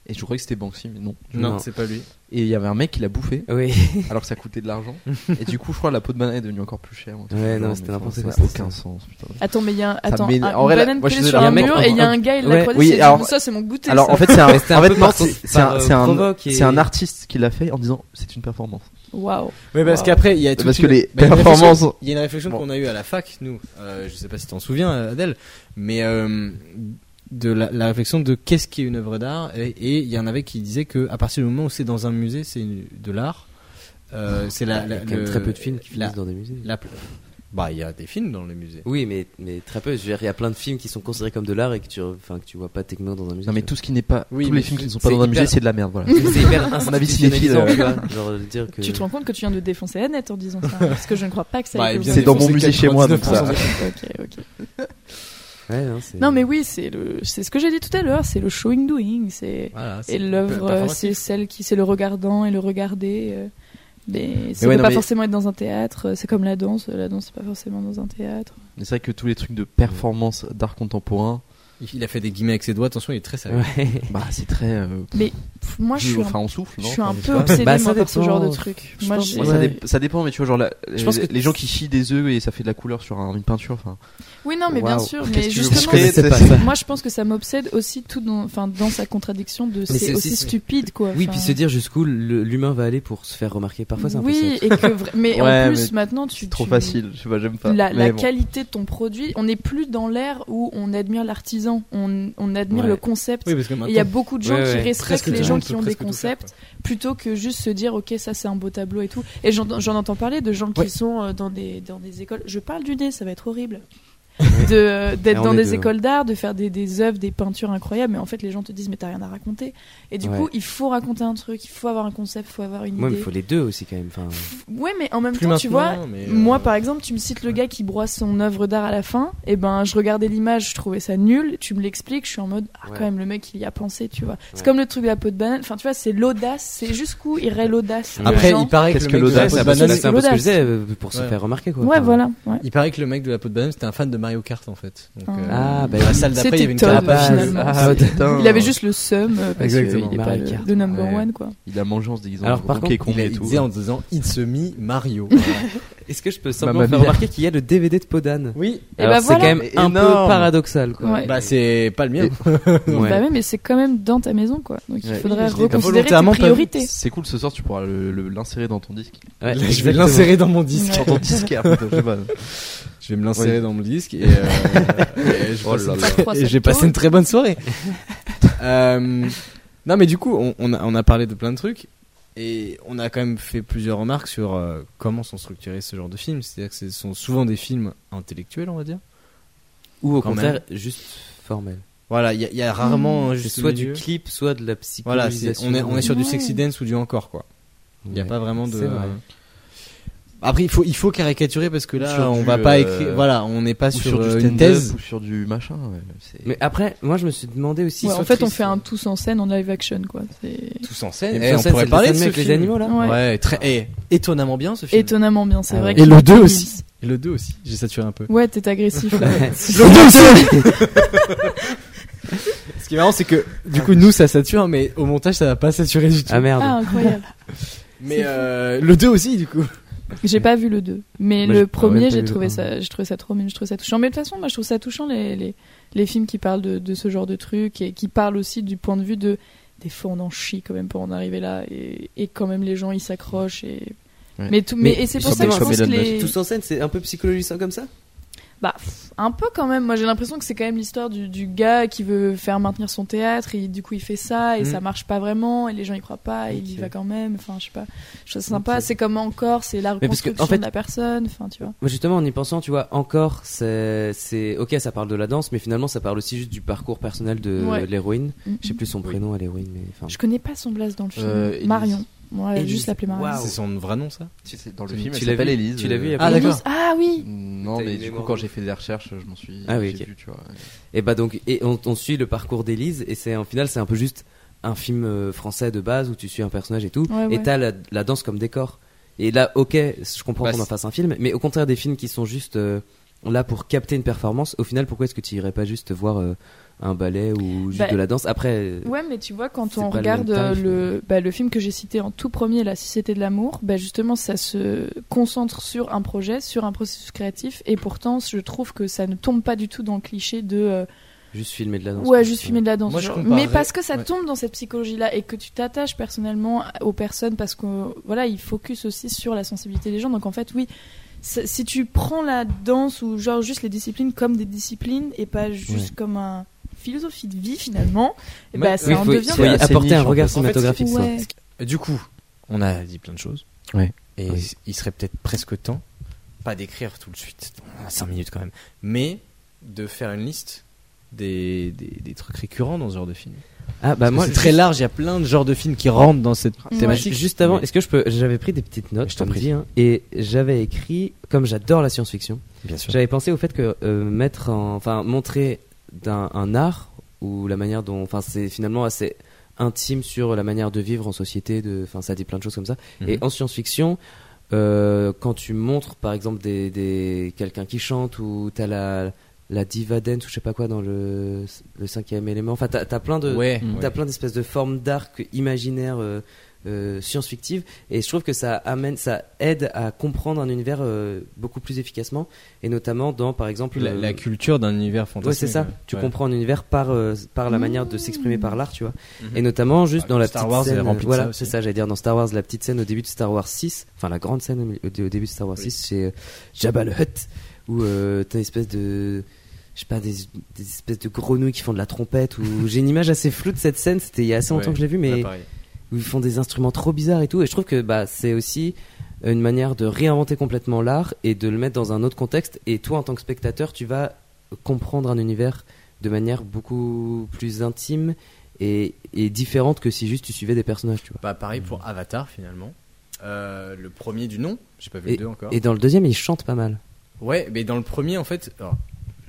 H: Et je croyais que c'était Banksy, mais non.
E: non,
F: Non.
E: c'est pas lui.
H: Et il y avait un mec qui l'a bouffé,
F: Oui.
H: alors que ça coûtait de l'argent. et du coup, je crois que la peau de banane est devenue encore plus chère. ou un truc
F: Ouais,
H: du
F: non,
H: genre,
F: c'était
H: mais enfin,
F: n'importe quoi,
H: Ça n'a
F: c'est
H: aucun
F: ça.
H: sens. putain.
G: Attends, mais il y a un. Attends,
H: m'énerve.
G: un-
H: En
G: une
H: vrai, là,
G: banane
H: moi, je
G: collée
H: suis
G: sur
H: désolé,
G: un
H: il y a un
G: mur
H: mec-
G: et il y a un
H: un-
G: gars, il
F: ouais,
G: l'a croisé.
H: oui,
G: il s'est dit,
H: alors-
G: mais Ça, c'est mon goûter.
H: Alors
G: ça.
H: en fait, c'est un,
F: Mais c'était un
H: en fait,
F: peu
H: non,
F: par-
H: c'est-
F: par,
H: c'est un,
F: euh,
H: c'est un-
F: provoque et-
H: c'est un artiste qui l'a fait en disant c'est une performance.
G: Waouh.
E: Mais parce
G: Wow.
E: qu'après, il y a toute
H: Parce que
E: une-
H: les
E: bah, il y a une
H: performances-
E: réflexion- Il y a une réflexion
H: Bon.
E: qu'on a eue à la fac, nous. Euh, je sais pas si t'en souviens, Adèle, mais euh, de la, la réflexion de qu'est-ce qui est une œuvre d'art, et et il y en avait qui disaient que à partir du moment où c'est dans un musée, c'est une- de l'art.
H: Ah,
E: Euh, c'est la,
F: Il y a
E: la-
F: *laughs* quand même
E: le-
F: très peu de films qui
E: la-
F: finissent dans des musées.
E: la- Bah, il y a des films dans les musées.
F: Oui, mais, mais très peu. Je veux dire, il y a plein de films qui sont considérés comme de l'art et que tu, enfin, que tu vois pas techniquement dans un musée.
H: Non mais
F: tu
H: tout ce qui n'est pas
E: Oui,
H: tous
E: mais
H: les films qui ne sont pas
F: c'est
H: dans un
F: hyper-
H: musée, c'est de la merde. Voilà.
F: vois.
E: *laughs*
F: C'est hyper
H: mon avis, cinéphile,
F: institutionnalisant,
H: euh.
F: tu vois. Genre, de dire que.
G: Tu te rends compte que tu viens de défoncer la net en disant ça Parce que je ne crois pas que ça
E: Bah,
G: ait
E: et
G: été
E: bien
H: C'est
G: osé.
H: dans mon musée chez moi, donc ça.
E: 99% des-
G: Ok, ok.
F: Ouais, hein, c'est-
G: Non, mais oui, c'est le, c'est ce que j'ai dit tout à l'heure. C'est le showing doing. C'est
E: Voilà,
G: Et
E: c'est-
G: l'œuvre, euh,
E: performatif.
G: c'est celle qui, c'est le regardant et le regarder. euh, mais ça
H: ouais,
G: peut
H: non,
G: pas
H: mais-
G: forcément être dans un théâtre. euh, C'est comme la danse. La danse, c'est pas forcément dans un théâtre.
H: Mais c'est vrai que tous les trucs de performance d'art contemporain,
G: euh,
E: Il a fait des guillemets avec ses doigts, attention, il est très sérieux.
F: Ouais.
H: bah c'est très. euh,
G: Pff, moi, je
H: du-
G: suis un,
H: enfin, on souffle.
G: je
H: non
G: suis un
H: Enfin,
G: peu obsédée
F: Bah, ça
G: moi, par ce
F: dépend.
G: genre de truc.
F: Je
G: moi,
F: pense-
G: j'ai-
H: Moi, ça, dép- ça dépend, mais tu vois, genre, la-
F: Je pense que-
H: les gens qui chient des œufs et ça fait de la couleur sur un- une peinture. Enfin,
G: Oui, non, mais bien
F: Waouh.
G: sûr.
H: Qu'est-ce
G: Mais
H: que tu veux
G: justement,
H: montrer,
G: c'est-
H: c'est-
F: pas ça.
G: moi, je pense que ça m'obsède aussi tout dans, enfin, dans sa contradiction de c'est
F: c'est
G: aussi
F: aussi-
G: stupide, quoi.
F: Oui,
G: Enfin,
F: puis se dire jusqu'où le- l'humain va aller pour se faire remarquer. Parfois, c'est un peu
G: Oui, et que vra- mais
H: Ouais,
G: en plus,
H: mais
G: maintenant, tu
H: c'est trop
G: tu-
H: facile, je sais pas, j'aime pas.
G: la, la
H: Mais bon.
G: qualité de ton produit, on n'est plus dans l'ère où on admire l'artisan, on, on admire
F: Ouais.
G: le concept.
E: Oui, parce que
G: Et Il y a
E: maintenant,
G: beaucoup de gens
F: Ouais,
G: qui
F: ouais.
G: respectent
E: presque
G: les
E: tout
G: gens
E: le
G: qui
E: monde
G: ont
E: peut
G: des
E: presque tout faire,
G: concepts plutôt que juste se dire ok ça c'est un beau tableau et tout. Et j'en j'en entends parler de gens
E: Ouais.
G: qui sont euh, dans des dans des écoles. Je parle du nez, ça va être horrible. *laughs* De, euh, d'être
F: Et
E: Ah,
F: on
G: dans
F: est
G: des
E: hein.
F: deux.
G: écoles d'art, de faire des, des œuvres, des peintures incroyables, mais en fait les gens te disent mais t'as rien à raconter. Et du
F: Ouais.
G: coup il faut raconter un truc, il faut avoir un concept, il faut avoir une
F: Moi, mais
G: idée.
F: il faut les deux aussi quand même. Enfin,
G: Ouais mais en même
E: plus
G: temps tu vois
E: maintenant, mais, euh,
G: moi, par exemple, tu me cites le gars qui broie son œuvre d'art à la fin. Et ben, je regardais l'image, je trouvais ça nul. Tu me l'expliques, je suis en mode, ah,
F: Ouais.
G: quand même, le mec, il y a pensé, tu vois. C'est
F: Ouais.
G: comme le truc de la peau de banane. Enfin, tu vois, c'est l'audace. C'est jusqu'où irait l'audace des
E: Après,
G: gens.
E: il paraît que
H: Qu'est-ce
E: le
H: que
E: mec de la
H: l'audace,
E: peau de
H: la
F: bah, c'est
E: banane-
G: banane,
F: un peu ce que je
G: l'audace.
F: disais euh, pour se
E: Ouais.
F: faire remarquer quoi.
G: Ouais,
F: Enfin,
G: voilà. ouais.
E: Il paraît que le mec de la peau de banane c'était un fan de Mario Kart en fait. Donc,
G: Ah.
E: euh,
F: Ah, bah,
E: dans la
F: oui.
E: salle d'après il y avait une
G: C'était Todd,
E: carapace.
G: finalement.
E: Ah,
F: Todd.
H: putain.
G: Il avait juste le seum euh, parce qu'il
E: Exactement. Bah,
G: est pas
F: Mario
G: le-
F: Kart.
G: de number
H: Ouais.
G: one, quoi.
H: Il a mangé en se déguisant
F: Alors,
H: en
F: par
H: Donkey
F: contre,
H: Kong
E: il a-
H: et
E: il
H: tout. hein.
E: disait en disant It's a me
G: *laughs*
E: Mario. Voilà.
F: Est-ce que je
E: Bah,
F: peux
H: Mamma
F: simplement faire
H: mia.
F: remarquer qu'il y a le DVD de Podane
E: oui,
G: Et
F: Alors,
G: bah
F: c'est
G: voilà.
F: quand même un peu
H: Énorme.
F: paradoxal quoi.
G: Ouais.
E: bah c'est pas le mien.
F: Ouais.
G: Bah ouais, mais c'est quand même dans ta maison, quoi. Donc il
H: Ouais.
G: faudrait
E: Oui, mais t'as
G: reconsidérer tes
E: volontairement pas-
G: priorités.
H: C'est cool, ce soir tu pourras le- le- l'insérer dans ton disque.
F: Ouais,
E: Là, je vais
F: exactement.
E: l'insérer dans mon disque.
G: Ouais.
H: Dans ton disquaire, peut-être, je sais
F: *laughs*
H: pas.
E: Je vais me l'insérer
H: Oui.
E: dans mon disque et, euh, et je
H: *laughs* Oh
E: passe
H: là
E: une-
H: là.
E: et j'ai passé une très bonne soirée. *laughs* Euh, non mais du coup on, on a, on a parlé de plein de trucs et on a quand même fait plusieurs remarques sur euh, comment sont structurés ce genre de films. C'est-à-dire que ce sont souvent des films intellectuels on va dire.
F: Ou au
E: Quand
F: contraire, juste formel.
E: Voilà, il y, a- il y a rarement un
F: C'est
E: juste
F: soit
E: milieu.
F: du clip, soit de la
E: Voilà,
F: psychologisation.
E: c'est- on est, on est sur du
G: Ouais.
E: sexy dance ou du encore quoi. Il n'y a
F: Ouais.
E: pas vraiment de.
F: C'est vrai.
E: Après, il faut, il faut caricaturer parce que là,
H: Sur
E: on
H: du,
E: va pas
H: euh,
E: écrire. Voilà, on n'est pas
H: ou
E: sur,
H: sur,
E: euh,
H: du
E: une
H: stand-up
E: thèse.
H: ou sur du machin. ouais, c'est-
F: Mais après, moi je me suis demandé aussi.
G: Ouais,
F: sur
G: en fait, on
F: Triste-
G: fait un tous en scène en live action, quoi. C'est
E: Tous en scène.
F: Et
E: Eh,
F: puis sur
E: on
F: scène, c'est
E: pourrait
F: le
E: parler de
F: dessin
E: ce
F: avec les
E: film.
F: animaux là.
G: Ouais.
E: Ouais, très, eh, étonnamment bien ce film.
G: étonnamment bien, c'est
F: Ah
G: vrai.
F: ouais.
G: que-
E: Et le 2 aussi. Et le 2 aussi. J'ai saturé un peu.
G: Ouais, t'es agressif.
F: *laughs*
G: là.
E: *laughs* Ce qui est marrant, c'est que du coup, nous ça sature, mais au montage ça va pas saturer du tout.
F: Ah merde.
G: Ah, incroyable.
E: mais euh, le 2 aussi, du coup.
G: J'ai pas vu le 2. Mais le
F: Moi, j'ai- ah ouais, pas
G: premier, j'ai
F: vu le un.
G: trouvé, ça, j'ai trouvé ça trop mignon, je trouve ça touchant. Mais de toute façon, moi, je trouve ça touchant les, les, les films qui parlent de, de ce genre de trucs et qui parlent aussi du point de vue de. Des fois, on en chie quand même pour en arriver là. Et, et quand même, les gens, ils s'accrochent. Et...
H: Ouais.
G: Mais tout, mais,
F: Mais
G: et c'est pour ça
H: comme-
G: que je
H: comme
G: pense que
H: Elon Musk.
G: les...
F: Tous en Bah, scène, c'est un peu psychologisant comme ça
G: Bah, pff, un peu quand même. Moi, j'ai l'impression que c'est quand même l'histoire du, du gars qui veut faire maintenir son théâtre et du coup, il fait ça et
E: Mm.
G: ça marche pas vraiment et les gens y croient pas et il y
F: Ok.
G: va quand même. Enfin, je sais pas. Je trouve ça sympa. C'est comme encore, c'est la
F: Mais parce que,
G: reconstruction
F: en fait-
G: de la personne. Enfin, tu vois.
F: Moi, justement, en y pensant, tu vois, encore, c'est. c'est- Ok, ça parle de la danse, mais finalement, ça parle aussi juste du parcours personnel de
G: Ouais.
F: l'héroïne.
G: Mm, mm.
F: Je sais plus son prénom à l'héroïne, mais. Enfin,
G: Je connais pas son blase dans le film.
H: Euh, Élise.
G: Marion. Moi,
F: Élise.
G: juste l'appeler Marion.
F: Waouh.
E: Ah, C'est son vrai nom, ça
H: c'est- Dans le
F: Tu-
H: film,
F: tu
H: elle
F: l'as
H: s'appelle
F: vu-
H: Élise.
F: tu l'as vu,
H: euh,
F: il y a
E: Ah,
F: pas
G: Élise.
E: d'accord.
G: Ah oui.
H: Non,
F: T'as
H: mais
F: une
H: du coup,
F: mémoire
H: quand
F: de-
H: j'ai fait des recherches, je m'en suis.
F: Ah oui,
H: j'ai
F: ok.
H: vu, tu vois.
F: Et bah donc, et on, on suit le parcours d'Élise, et c'est en final, c'est un peu juste un film euh, français de base où tu suis un personnage et tout,
G: Ouais,
F: et
G: ouais.
F: t'as la, la danse comme décor. Et là, ok, je comprends
H: Bah,
F: qu'on en
H: c'est-
F: fasse un film, mais au contraire des films qui sont juste euh, là pour capter une performance, au final, pourquoi est-ce que tu irais pas juste voir euh, un ballet ou juste
G: Bah,
F: de la danse Après, euh,
G: Ouais, mais tu vois, quand
F: C'est
G: on
F: pas le même
G: regarde euh,
F: tarif,
G: le, bah, le film que j'ai cité en tout premier, La Société de l'amour, bah, justement, ça se concentre sur un projet, sur un processus créatif, et pourtant, je trouve que ça ne tombe pas du tout dans le cliché de euh,
F: juste filmer de la danse.
G: ouais, juste fumer de la danse.
E: Moi, je
G: genre.
E: comparerais-
G: mais parce que ça
E: ouais.
G: tombe dans cette psychologie-là et que tu t'attaches personnellement aux personnes parce que voilà, ils focus aussi sur la sensibilité des gens. Donc en fait, oui, c'est- si tu prends la danse ou genre juste les disciplines comme des disciplines et pas juste comme un philosophie de vie finalement, et
E: Ouais.
G: bah, ça
E: Oui,
G: en
E: faut-
G: devient
H: faut y
F: Soyez
H: assez
F: apporter
H: niche,
F: un
H: en
F: regard
H: fait.
F: cinématographique. ça.
G: Ouais.
E: Du coup, on a dit plein de choses.
H: Ouais.
E: Et
F: Oui.
E: il serait peut-être presque temps, pas d'écrire tout de suite, on a 5 minutes quand même, mais de faire une liste des, des, des trucs récurrents dans ce genre de film.
F: Ah bah
E: Parce que
F: moi,
E: c'est très large, il y a plein de genres de films qui rentrent dans cette
G: Ouais.
E: thématique.
F: Juste avant,
E: Mais-
F: est-ce que je peux J'avais pris des petites notes,
E: Je t'en
F: comme
E: prie.
F: dit, hein, et j'avais écrit, comme j'adore la science-fiction,
E: bien sûr.
F: j'avais pensé au fait que euh, mettre, en- enfin, montrer d'un un art ou la manière dont, enfin, c'est finalement assez intime sur la manière de vivre en société, de, enfin, ça dit plein de choses comme ça.
E: Mhm.
F: Et en science-fiction, euh, quand tu montres, par exemple, des, des quelqu'un qui chante ou t'as la la diva dance ou je sais pas quoi dans le, le cinquième élément. Enfin, t'as t'as plein de
E: Ouais,
H: Mm.
E: ouais.
F: T'as plein d'espèces de formes d'arc imaginaires, euh, euh, science-fictives, et je trouve que ça amène, ça aide à comprendre un univers euh, beaucoup plus efficacement, et notamment dans, par exemple,
E: La,
F: euh,
E: la culture d'un univers fantastique.
F: ouais, c'est ça. Tu comprends un univers par euh, par la manière de s'exprimer par l'art, tu vois. Et notamment juste
E: Ah,
F: dans la
E: Star
F: petite
E: Wars, elle est
F: scène.
E: remplie de ça
F: voilà,
E: aussi.
F: c'est ça, j'allais dire dans Star Wars, la petite scène au début de Star Wars 6, enfin la grande scène au milieu- au, dé- au début de Star Wars 6, c'est euh, Jabba le Hutt, où euh, t'as une espèce de. Je sais pas, des, des espèces de grenouilles qui font de la trompette. Ou... J'ai une image assez floue de cette scène, c'était il y a assez longtemps
E: Ouais.
F: que je l'ai vue, mais où ils font des instruments trop bizarres et tout. Et je trouve que bah, c'est aussi une manière de réinventer complètement l'art et de le mettre dans un autre contexte. Et toi, en tant que spectateur, tu vas comprendre un univers de manière beaucoup plus intime et, et différente que si juste tu suivais des personnages, tu vois.
E: Bah, pareil pour Avatar finalement. Euh, le premier du nom, j'ai pas vu le deux encore.
F: Et dans le deuxième, il chante pas mal.
E: Ouais, mais dans le premier, en fait, alors,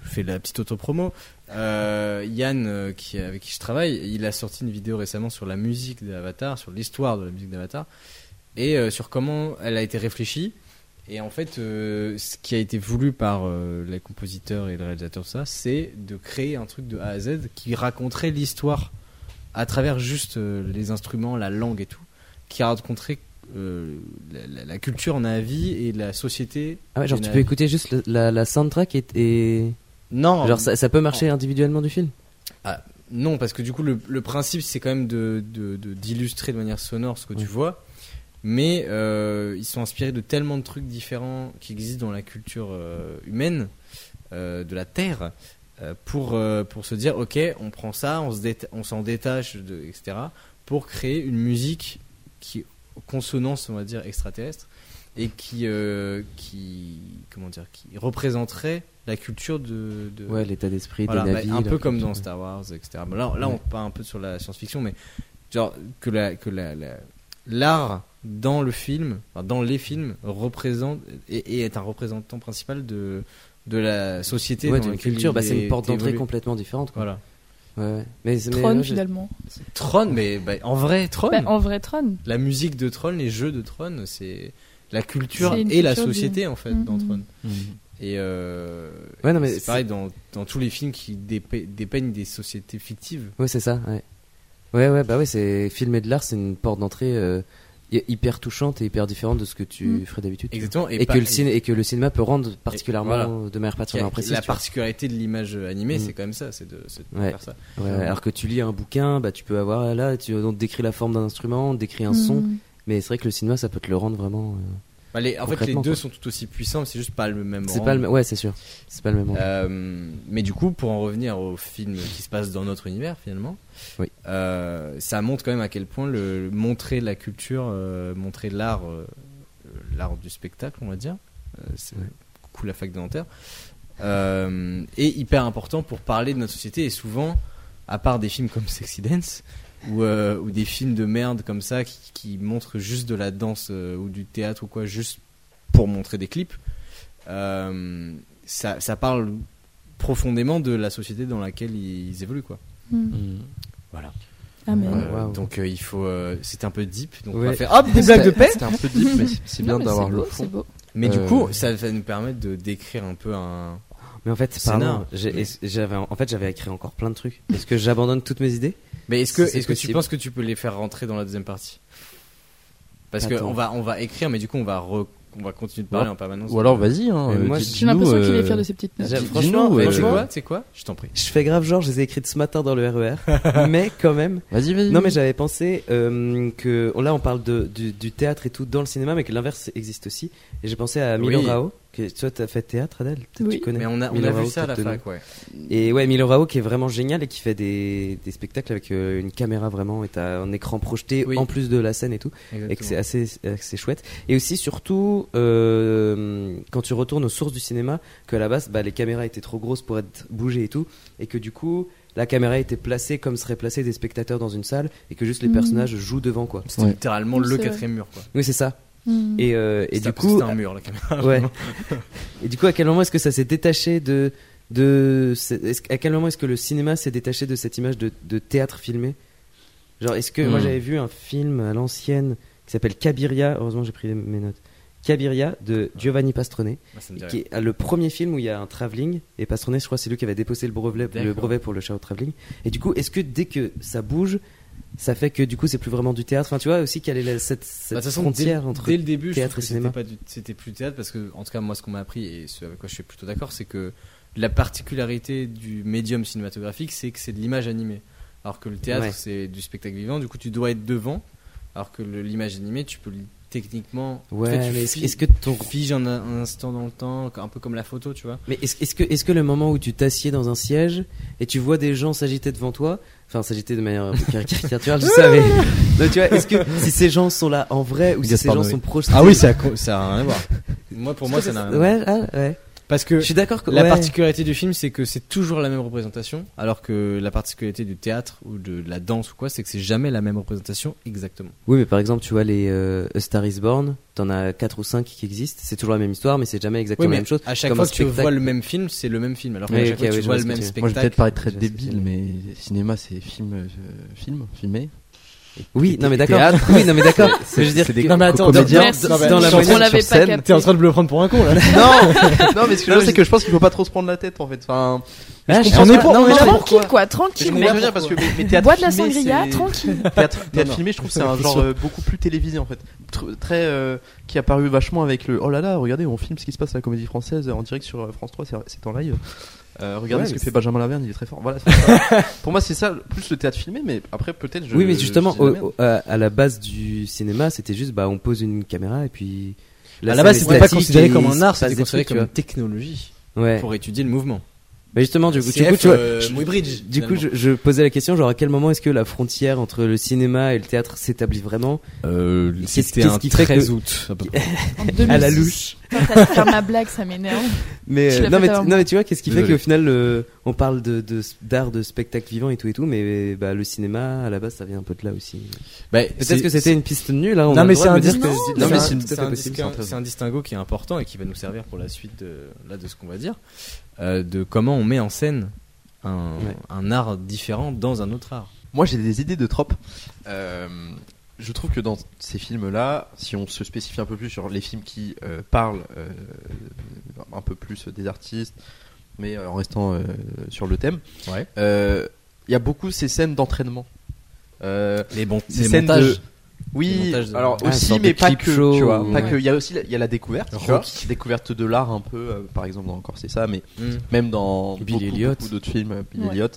E: je fais la petite autopromo. Euh, Yann, euh, qui, avec qui je travaille, il a sorti une vidéo récemment sur la musique d'Avatar, sur l'histoire de la musique d'Avatar, et euh, sur comment elle a été réfléchie. Et en fait, euh, ce qui a été voulu par euh, les compositeurs et le réalisateur, de ça, c'est de créer un truc de A à Z qui raconterait l'histoire à travers juste euh, les instruments, la langue et tout, qui raconterait euh, la, la- la culture en avis et la société.
F: Ah ouais, genre
E: des
F: tu
E: na-
F: peux écouter juste la, la- la soundtrack et, et-
E: non,
F: genre ça, ça peut marcher individuellement du film.
E: non, parce que du coup, le, le principe, c'est quand même de de- de- d'illustrer de, manière sonore ce que
F: Oui.
E: tu vois. Mais euh, ils sont inspirés de tellement de trucs différents qui existent dans la culture euh, humaine, euh, de la Terre, euh, pour, euh, pour se dire, ok, on prend ça, on se déta- on s'en détache, de, etc., pour créer une musique qui est consonance, on va dire, extraterrestre, et qui, euh, qui comment dire, qui représenterait la culture de, de-
F: Ouais, l'état d'esprit
E: voilà,
F: des
E: bah,
F: navires.
E: un peu
F: leur
E: comme
F: culture.
E: dans Star Wars, etc. Bon, là, là, on
F: Ouais.
E: parle un peu sur la science-fiction, mais genre que la que la la- l'art dans le film, enfin, dans les films représente et, et est un représentant principal de de la société
F: Ouais,
E: dans
F: d'une
E: laquelle
F: culture,
E: il
F: bah, c'est
E: est
F: une porte d'entrée
E: évolué.
F: complètement différente. Quoi.
E: Voilà.
F: Ouais, ouais. Mais, mais-
G: Tron,
F: ouais, je-
G: finalement.
E: Tron, mais bah, en vrai, Tron.
G: Bah, en vrai, Tron.
E: La musique de Tron, les jeux de Tron, c'est la culture
G: C'est
E: et
G: une
E: la
G: culture du-
E: société en fait dans
G: Mhm.
E: Tron. Et euh,
F: Ouais, non, mais
E: c'est
F: c'est-
E: pareil dans, dans tous les films qui dépe- dépeignent des sociétés fictives.
F: Ouais, c'est ça. Ouais, ouais, ouais bah ouais, c'est filmer de l'art, c'est une porte d'entrée euh, hy- hyper touchante et hyper différente de ce que tu
G: Mm.
F: ferais d'habitude. tu vois.
E: Exactement.
F: Et,
E: pas-
F: que le ciné et que le cinéma peut rendre particulièrement
E: voilà.
F: de manière
E: qui a-
F: particulièrement précise.
E: la
F: tu vois.
E: particularité de l'image animée,
F: Mm.
E: c'est quand même ça, c'est de, c'est de
F: Ouais.
E: faire ça.
F: Ouais, ouais, alors que tu lis un bouquin, bah tu peux avoir là, tu, on te décrit la forme d'un instrument, on te décrit un son,
G: Mhm.
F: mais c'est vrai que le cinéma ça peut te le rendre vraiment. euh,
E: Bah, les- en fait, les
F: Concrètement,
E: deux
F: quoi.
E: sont tout aussi puissants, mais c'est juste pas le même.
F: C'est
E: rang.
F: pas le, m- ouais, c'est sûr, c'est pas le même. endroit.
E: Euh, mais du coup, pour en revenir au film qui se passe dans notre univers finalement,
F: Oui.
E: euh, ça montre quand même à quel point le, le montrer la culture, euh, montrer l'art, euh, euh, l'art du spectacle, on va dire, euh, c'est
F: Ouais.
E: coucou la fac de Nanterre, euh, est hyper important pour parler de notre société et souvent, à part des films comme Sexy Dance ou, euh, ou des films de merde comme ça qui, qui montrent juste de la danse euh, ou du théâtre ou quoi, juste pour montrer des clips. euh, ça, ça parle profondément de la société dans laquelle ils évoluent quoi.
G: Mhm.
F: Mm.
G: Amen.
F: Ouais. Waouh.
E: Donc euh, il faut euh, c'était un peu deep donc on va
F: Ouais.
E: faire hop *laughs* des blagues de paix.
H: C'était un peu
F: *laughs*
H: deep, mais c'est- c'est
G: Non,
H: bien
G: mais
H: d'avoir
G: c'est
H: le
G: beau, C'est
H: fond.
G: beau.
E: Mais du
H: Euh,
E: coup ça va nous permettre de décrire un peu un
F: Mais en fait,
E: Scénar.
F: pardon, j'ai- est-ce- j'avais en fait j'avais écrit encore plein de trucs. Est-ce que j'abandonne toutes mes idées
E: Mais est-ce que
F: C'est
E: est-ce que tu
F: possible.
E: penses que tu peux les faire rentrer dans la deuxième partie Parce
F: Pas
E: que
F: tant.
E: on va on va écrire mais du coup on va re- on va continuer de parler
H: Ouais.
E: en permanence.
H: Ou alors, vas-y. Hein,
F: Mais
H: euh,
F: moi,
H: dis-
G: J'ai l'impression
H: dis-nous,
G: qu'il est
H: euh,
G: fier de ses petites notes.
F: j'ai-
H: dis-
F: franchement,
H: dis-nous,
E: Mais
F: euh,
E: tu
F: je-
E: vois, tu sais quoi Je t'en prie.
F: Je fais grave genre, je les ai écrites ce matin dans le RER,
E: *laughs*
F: mais quand même.
H: Vas-y, vas-y.
F: Non, mais j'avais pensé euh, que là on parle de, du, du théâtre et tout dans le cinéma, mais que l'inverse existe aussi. Et j'ai pensé à Milo
E: Oui.
F: Rao. Que, toi, t'as fait théâtre, Adèle Peut-être
G: Oui.
F: tu connais.
E: Mais on a on
F: Milo
E: a vu
F: Rao,
E: ça à la
F: peut-être
E: fac ouais.
F: Et ouais, Milo Rao qui est vraiment génial et qui fait des, des spectacles avec euh, une caméra vraiment et t'as un écran projeté
E: Oui.
F: en plus de la scène et tout. Et que c'est
E: Exactement.
F: assez, euh, que c'est chouette. Et aussi, surtout, euh, quand tu retournes aux sources du cinéma, qu'à la base, bah, les caméras étaient trop grosses pour être bougées et tout. Et que du coup, la caméra était placée comme seraient placés des spectateurs dans une salle et que juste les
G: Mhm.
F: personnages jouent devant quoi.
E: C'était
H: Ouais.
E: littéralement
G: Oui,
E: le
G: c'est vrai.
E: quatrième mur quoi.
F: Oui, c'est ça.
G: Mhm.
F: Et, euh, et
E: C'était-
F: du coup,
E: c'était un mur la *laughs* caméra.
F: Ouais. *laughs* Et du coup, à quel moment est-ce que ça s'est détaché de de ce- est-ce- à quel moment est-ce que le cinéma s'est détaché de cette image de, de théâtre filmé Genre, est-ce que moi
H: Hmm.
F: j'avais vu un film à l'ancienne qui s'appelle Cabiria Heureusement, j'ai pris les- mes notes. Cabiria de Giovanni Pastrone,
E: Ah, ça me dit
F: qui
E: rien.
F: est le premier film où il y a un travelling. Et Pastrone, je crois, c'est lui qui avait déposé le brevet, le
E: D'accord.
F: brevet pour le show travelling. Et du coup, est-ce que dès que ça bouge, ça fait que du coup, c'est plus vraiment du théâtre Enfin, tu vois aussi quelle est la- cette, cette
E: Bah, de toute façon,
F: frontière
E: dès,
F: entre
E: dès le début, je
F: théâtre
E: trouve que
F: et cinéma.
E: c'était pas du- C'était plus théâtre parce que, en tout cas, moi, ce qu'on m'a appris et ce avec quoi je suis plutôt d'accord, c'est que la particularité du médium cinématographique, c'est que c'est de l'image animée. Alors que le théâtre,
F: Ouais.
E: c'est du spectacle vivant. Du coup, tu dois être devant. Alors que le- l'image animée, tu peux li- techniquement. en
F: Ouais,
E: fait, tu
F: mais est-ce
E: fi-
F: est-ce que ton
E: tu figes un, un instant dans le temps, un peu comme la photo, tu vois.
F: Mais est-ce est-ce que, est que le moment où tu t'assieds dans un siège et tu vois des gens s'agiter devant toi, enfin s'agiter de manière car- caricaturale, je savais. Non, tu vois, est-ce que si ces gens sont là en vrai ou si ces
H: Gaspard
F: gens
H: Noé.
F: sont projetés
E: Ah ça a, ça rien
F: *laughs*
E: à voir. Moi, pour moi, ça n'a rien à voir.
F: Ouais, ah, ouais.
E: Parce que
F: Je suis d'accord que
E: Euh, La
F: ouais.
E: particularité du film, c'est que c'est toujours la même représentation, alors que la particularité du théâtre ou de, de la danse ou quoi, c'est que c'est jamais la même représentation exactement.
F: Oui, mais par exemple, tu vois les euh, A Star Is Born, t'en as 4 ou 5 qui existent, c'est toujours la même histoire, mais c'est jamais exactement la même chose.
E: à chaque
F: Comme
E: fois
F: un
E: que tu vois
F: spectacle.
E: le même film, c'est le même film, alors que
F: Oui,
E: à chaque
F: ok,
E: fois que
F: oui,
E: tu
F: je
E: vois
F: vois
E: le
F: ce que
E: même
F: tu veux dire.
H: Moi, je vais peut-être
E: spectacle.
H: paraître très
F: Je sais ce que
H: débile,
F: c'est.
H: mais cinéma, c'est film, euh, film, filmé.
F: Oui, non mais d'accord.
H: théâtre.
F: Oui, non mais d'accord. Mais je veux dire que-
H: comédien.
G: Merci.
H: Non, mais
G: Dans la
H: sur-
G: moyenne,
H: sur
G: on l'avait pas
H: scène.
G: capté.
E: T'es en train de le prendre pour un con là.
H: *laughs* Non, non, mais ce que je veux
F: Non,
H: dire, c'est que je pense qu'il faut pas trop se prendre la tête en fait. Enfin,
F: Ah, je
H: je
F: comprends
H: comprends
F: pas.
H: pas.
F: Non,
H: Non,
F: mais
H: mais
F: je-
G: Tranquille, quoi,
H: je
G: tranquille,
H: comprends
G: mec.
H: bien parce que mes, mes théâtres
G: Bois de la
H: filmés,
G: sangria,
H: c'est-
G: tranquille.
H: Théâtre, théâtre
E: non.
H: filmé, je trouve que c'est un
E: C'est
H: genre
E: sûr.
H: euh, beaucoup plus télévisé en fait. Tr- très euh, qui est apparu vachement avec le oh là là, regardez, on filme ce qui se passe à la comédie française euh, en direct sur euh, France 3, c'est- c'est en live. Euh, regardez
E: Ouais,
H: ce que
E: mais
H: fait
E: c'est-
H: Benjamin Laverne, il est très fort. Voilà, c'est ça. Pour moi, c'est ça, plus le théâtre filmé, mais après, peut-être. je-
F: Oui, mais
H: je
F: justement,
H: dis de la
F: au-
H: merde.
F: au- à, à la base du cinéma, c'était juste, bah, on pose une caméra et puis.
E: À
F: scène
E: la base,
F: est
E: c'était pas
F: statique
E: considéré
F: et
E: comme
F: il
E: un
F: se
E: art,
F: passe
E: c'était
F: des
E: considéré
F: trucs,
E: comme une technologie
F: tu vois. Ouais.
E: pour étudier le mouvement.
F: Mais justement, du coup, du
E: CF,
F: coup, tu vois,
E: euh,
F: je-
E: Muybridge,
F: du coup,
E: finalement.
F: je, je posais la question, genre, à quel moment est-ce que la frontière entre le cinéma et le théâtre s'établit vraiment
E: Euh, *laughs*
F: Qu'est-ce- qu'est-ce qui fait que-
E: août. à peu près.
G: En
F: À la
G: 2006.
F: louche.
I: Putain, t'as de faire ma blague, ça m'énerve.
F: Mais,
I: Je
F: euh,
I: l'ai
F: non,
I: fait
F: mais, tu-
I: avant.
F: non, mais tu vois, qu'est-ce qui fait
H: Désolé.
F: qu'au final, euh, on parle de, de- d'art, de spectacle vivant et tout et tout, mais bah, le cinéma, à la base, ça vient un peu de là aussi.
E: Bah, c'est-
F: Peut-être que c'était une piste nulle, hein. on a
E: Non
F: le
E: mais
F: droit
E: c'est
F: de
E: un
F: me dire
E: dis-
F: que-
E: non,
F: non,
E: mais
F: mais
E: c'est-
F: tout à
E: c'est
F: fait
E: un
F: possible,
E: distinguo-
F: c'est un
E: c'est un distinguo qui est important et qui va nous servir pour la suite de, là, de ce qu'on va dire, euh, de comment on met en scène un,
F: Ouais.
E: un art différent dans un autre art.
H: Moi, j'ai des idées de tropes. Euh, je trouve que dans ces films-là, si on se spécifie un peu plus sur les films qui euh, parlent euh, un peu plus des artistes, mais euh, en restant euh, sur le thème,
E: Ouais.
H: euh, il y a beaucoup ces scènes d'entraînement. Euh,
E: Les, bon,
H: ces
E: les
H: scènes
E: montages.
H: de- Oui,
E: Les montages de-
H: alors
F: Ah, une
H: aussi,
F: sorte
H: mais
F: de
H: pas
F: clip
H: que.
F: show,
H: tu vois, pas
F: ouais.
H: que. Il y a aussi, la- il y a la découverte, tu vois,
E: Rocky.
H: découverte de l'art un peu. euh, par exemple, dans encore c'est ça, mais
E: Mm.
H: même dans
F: Billy
H: beaucoup,
F: Elliot.
H: beaucoup d'autres films, euh, Billy
I: Ouais.
H: Elliot,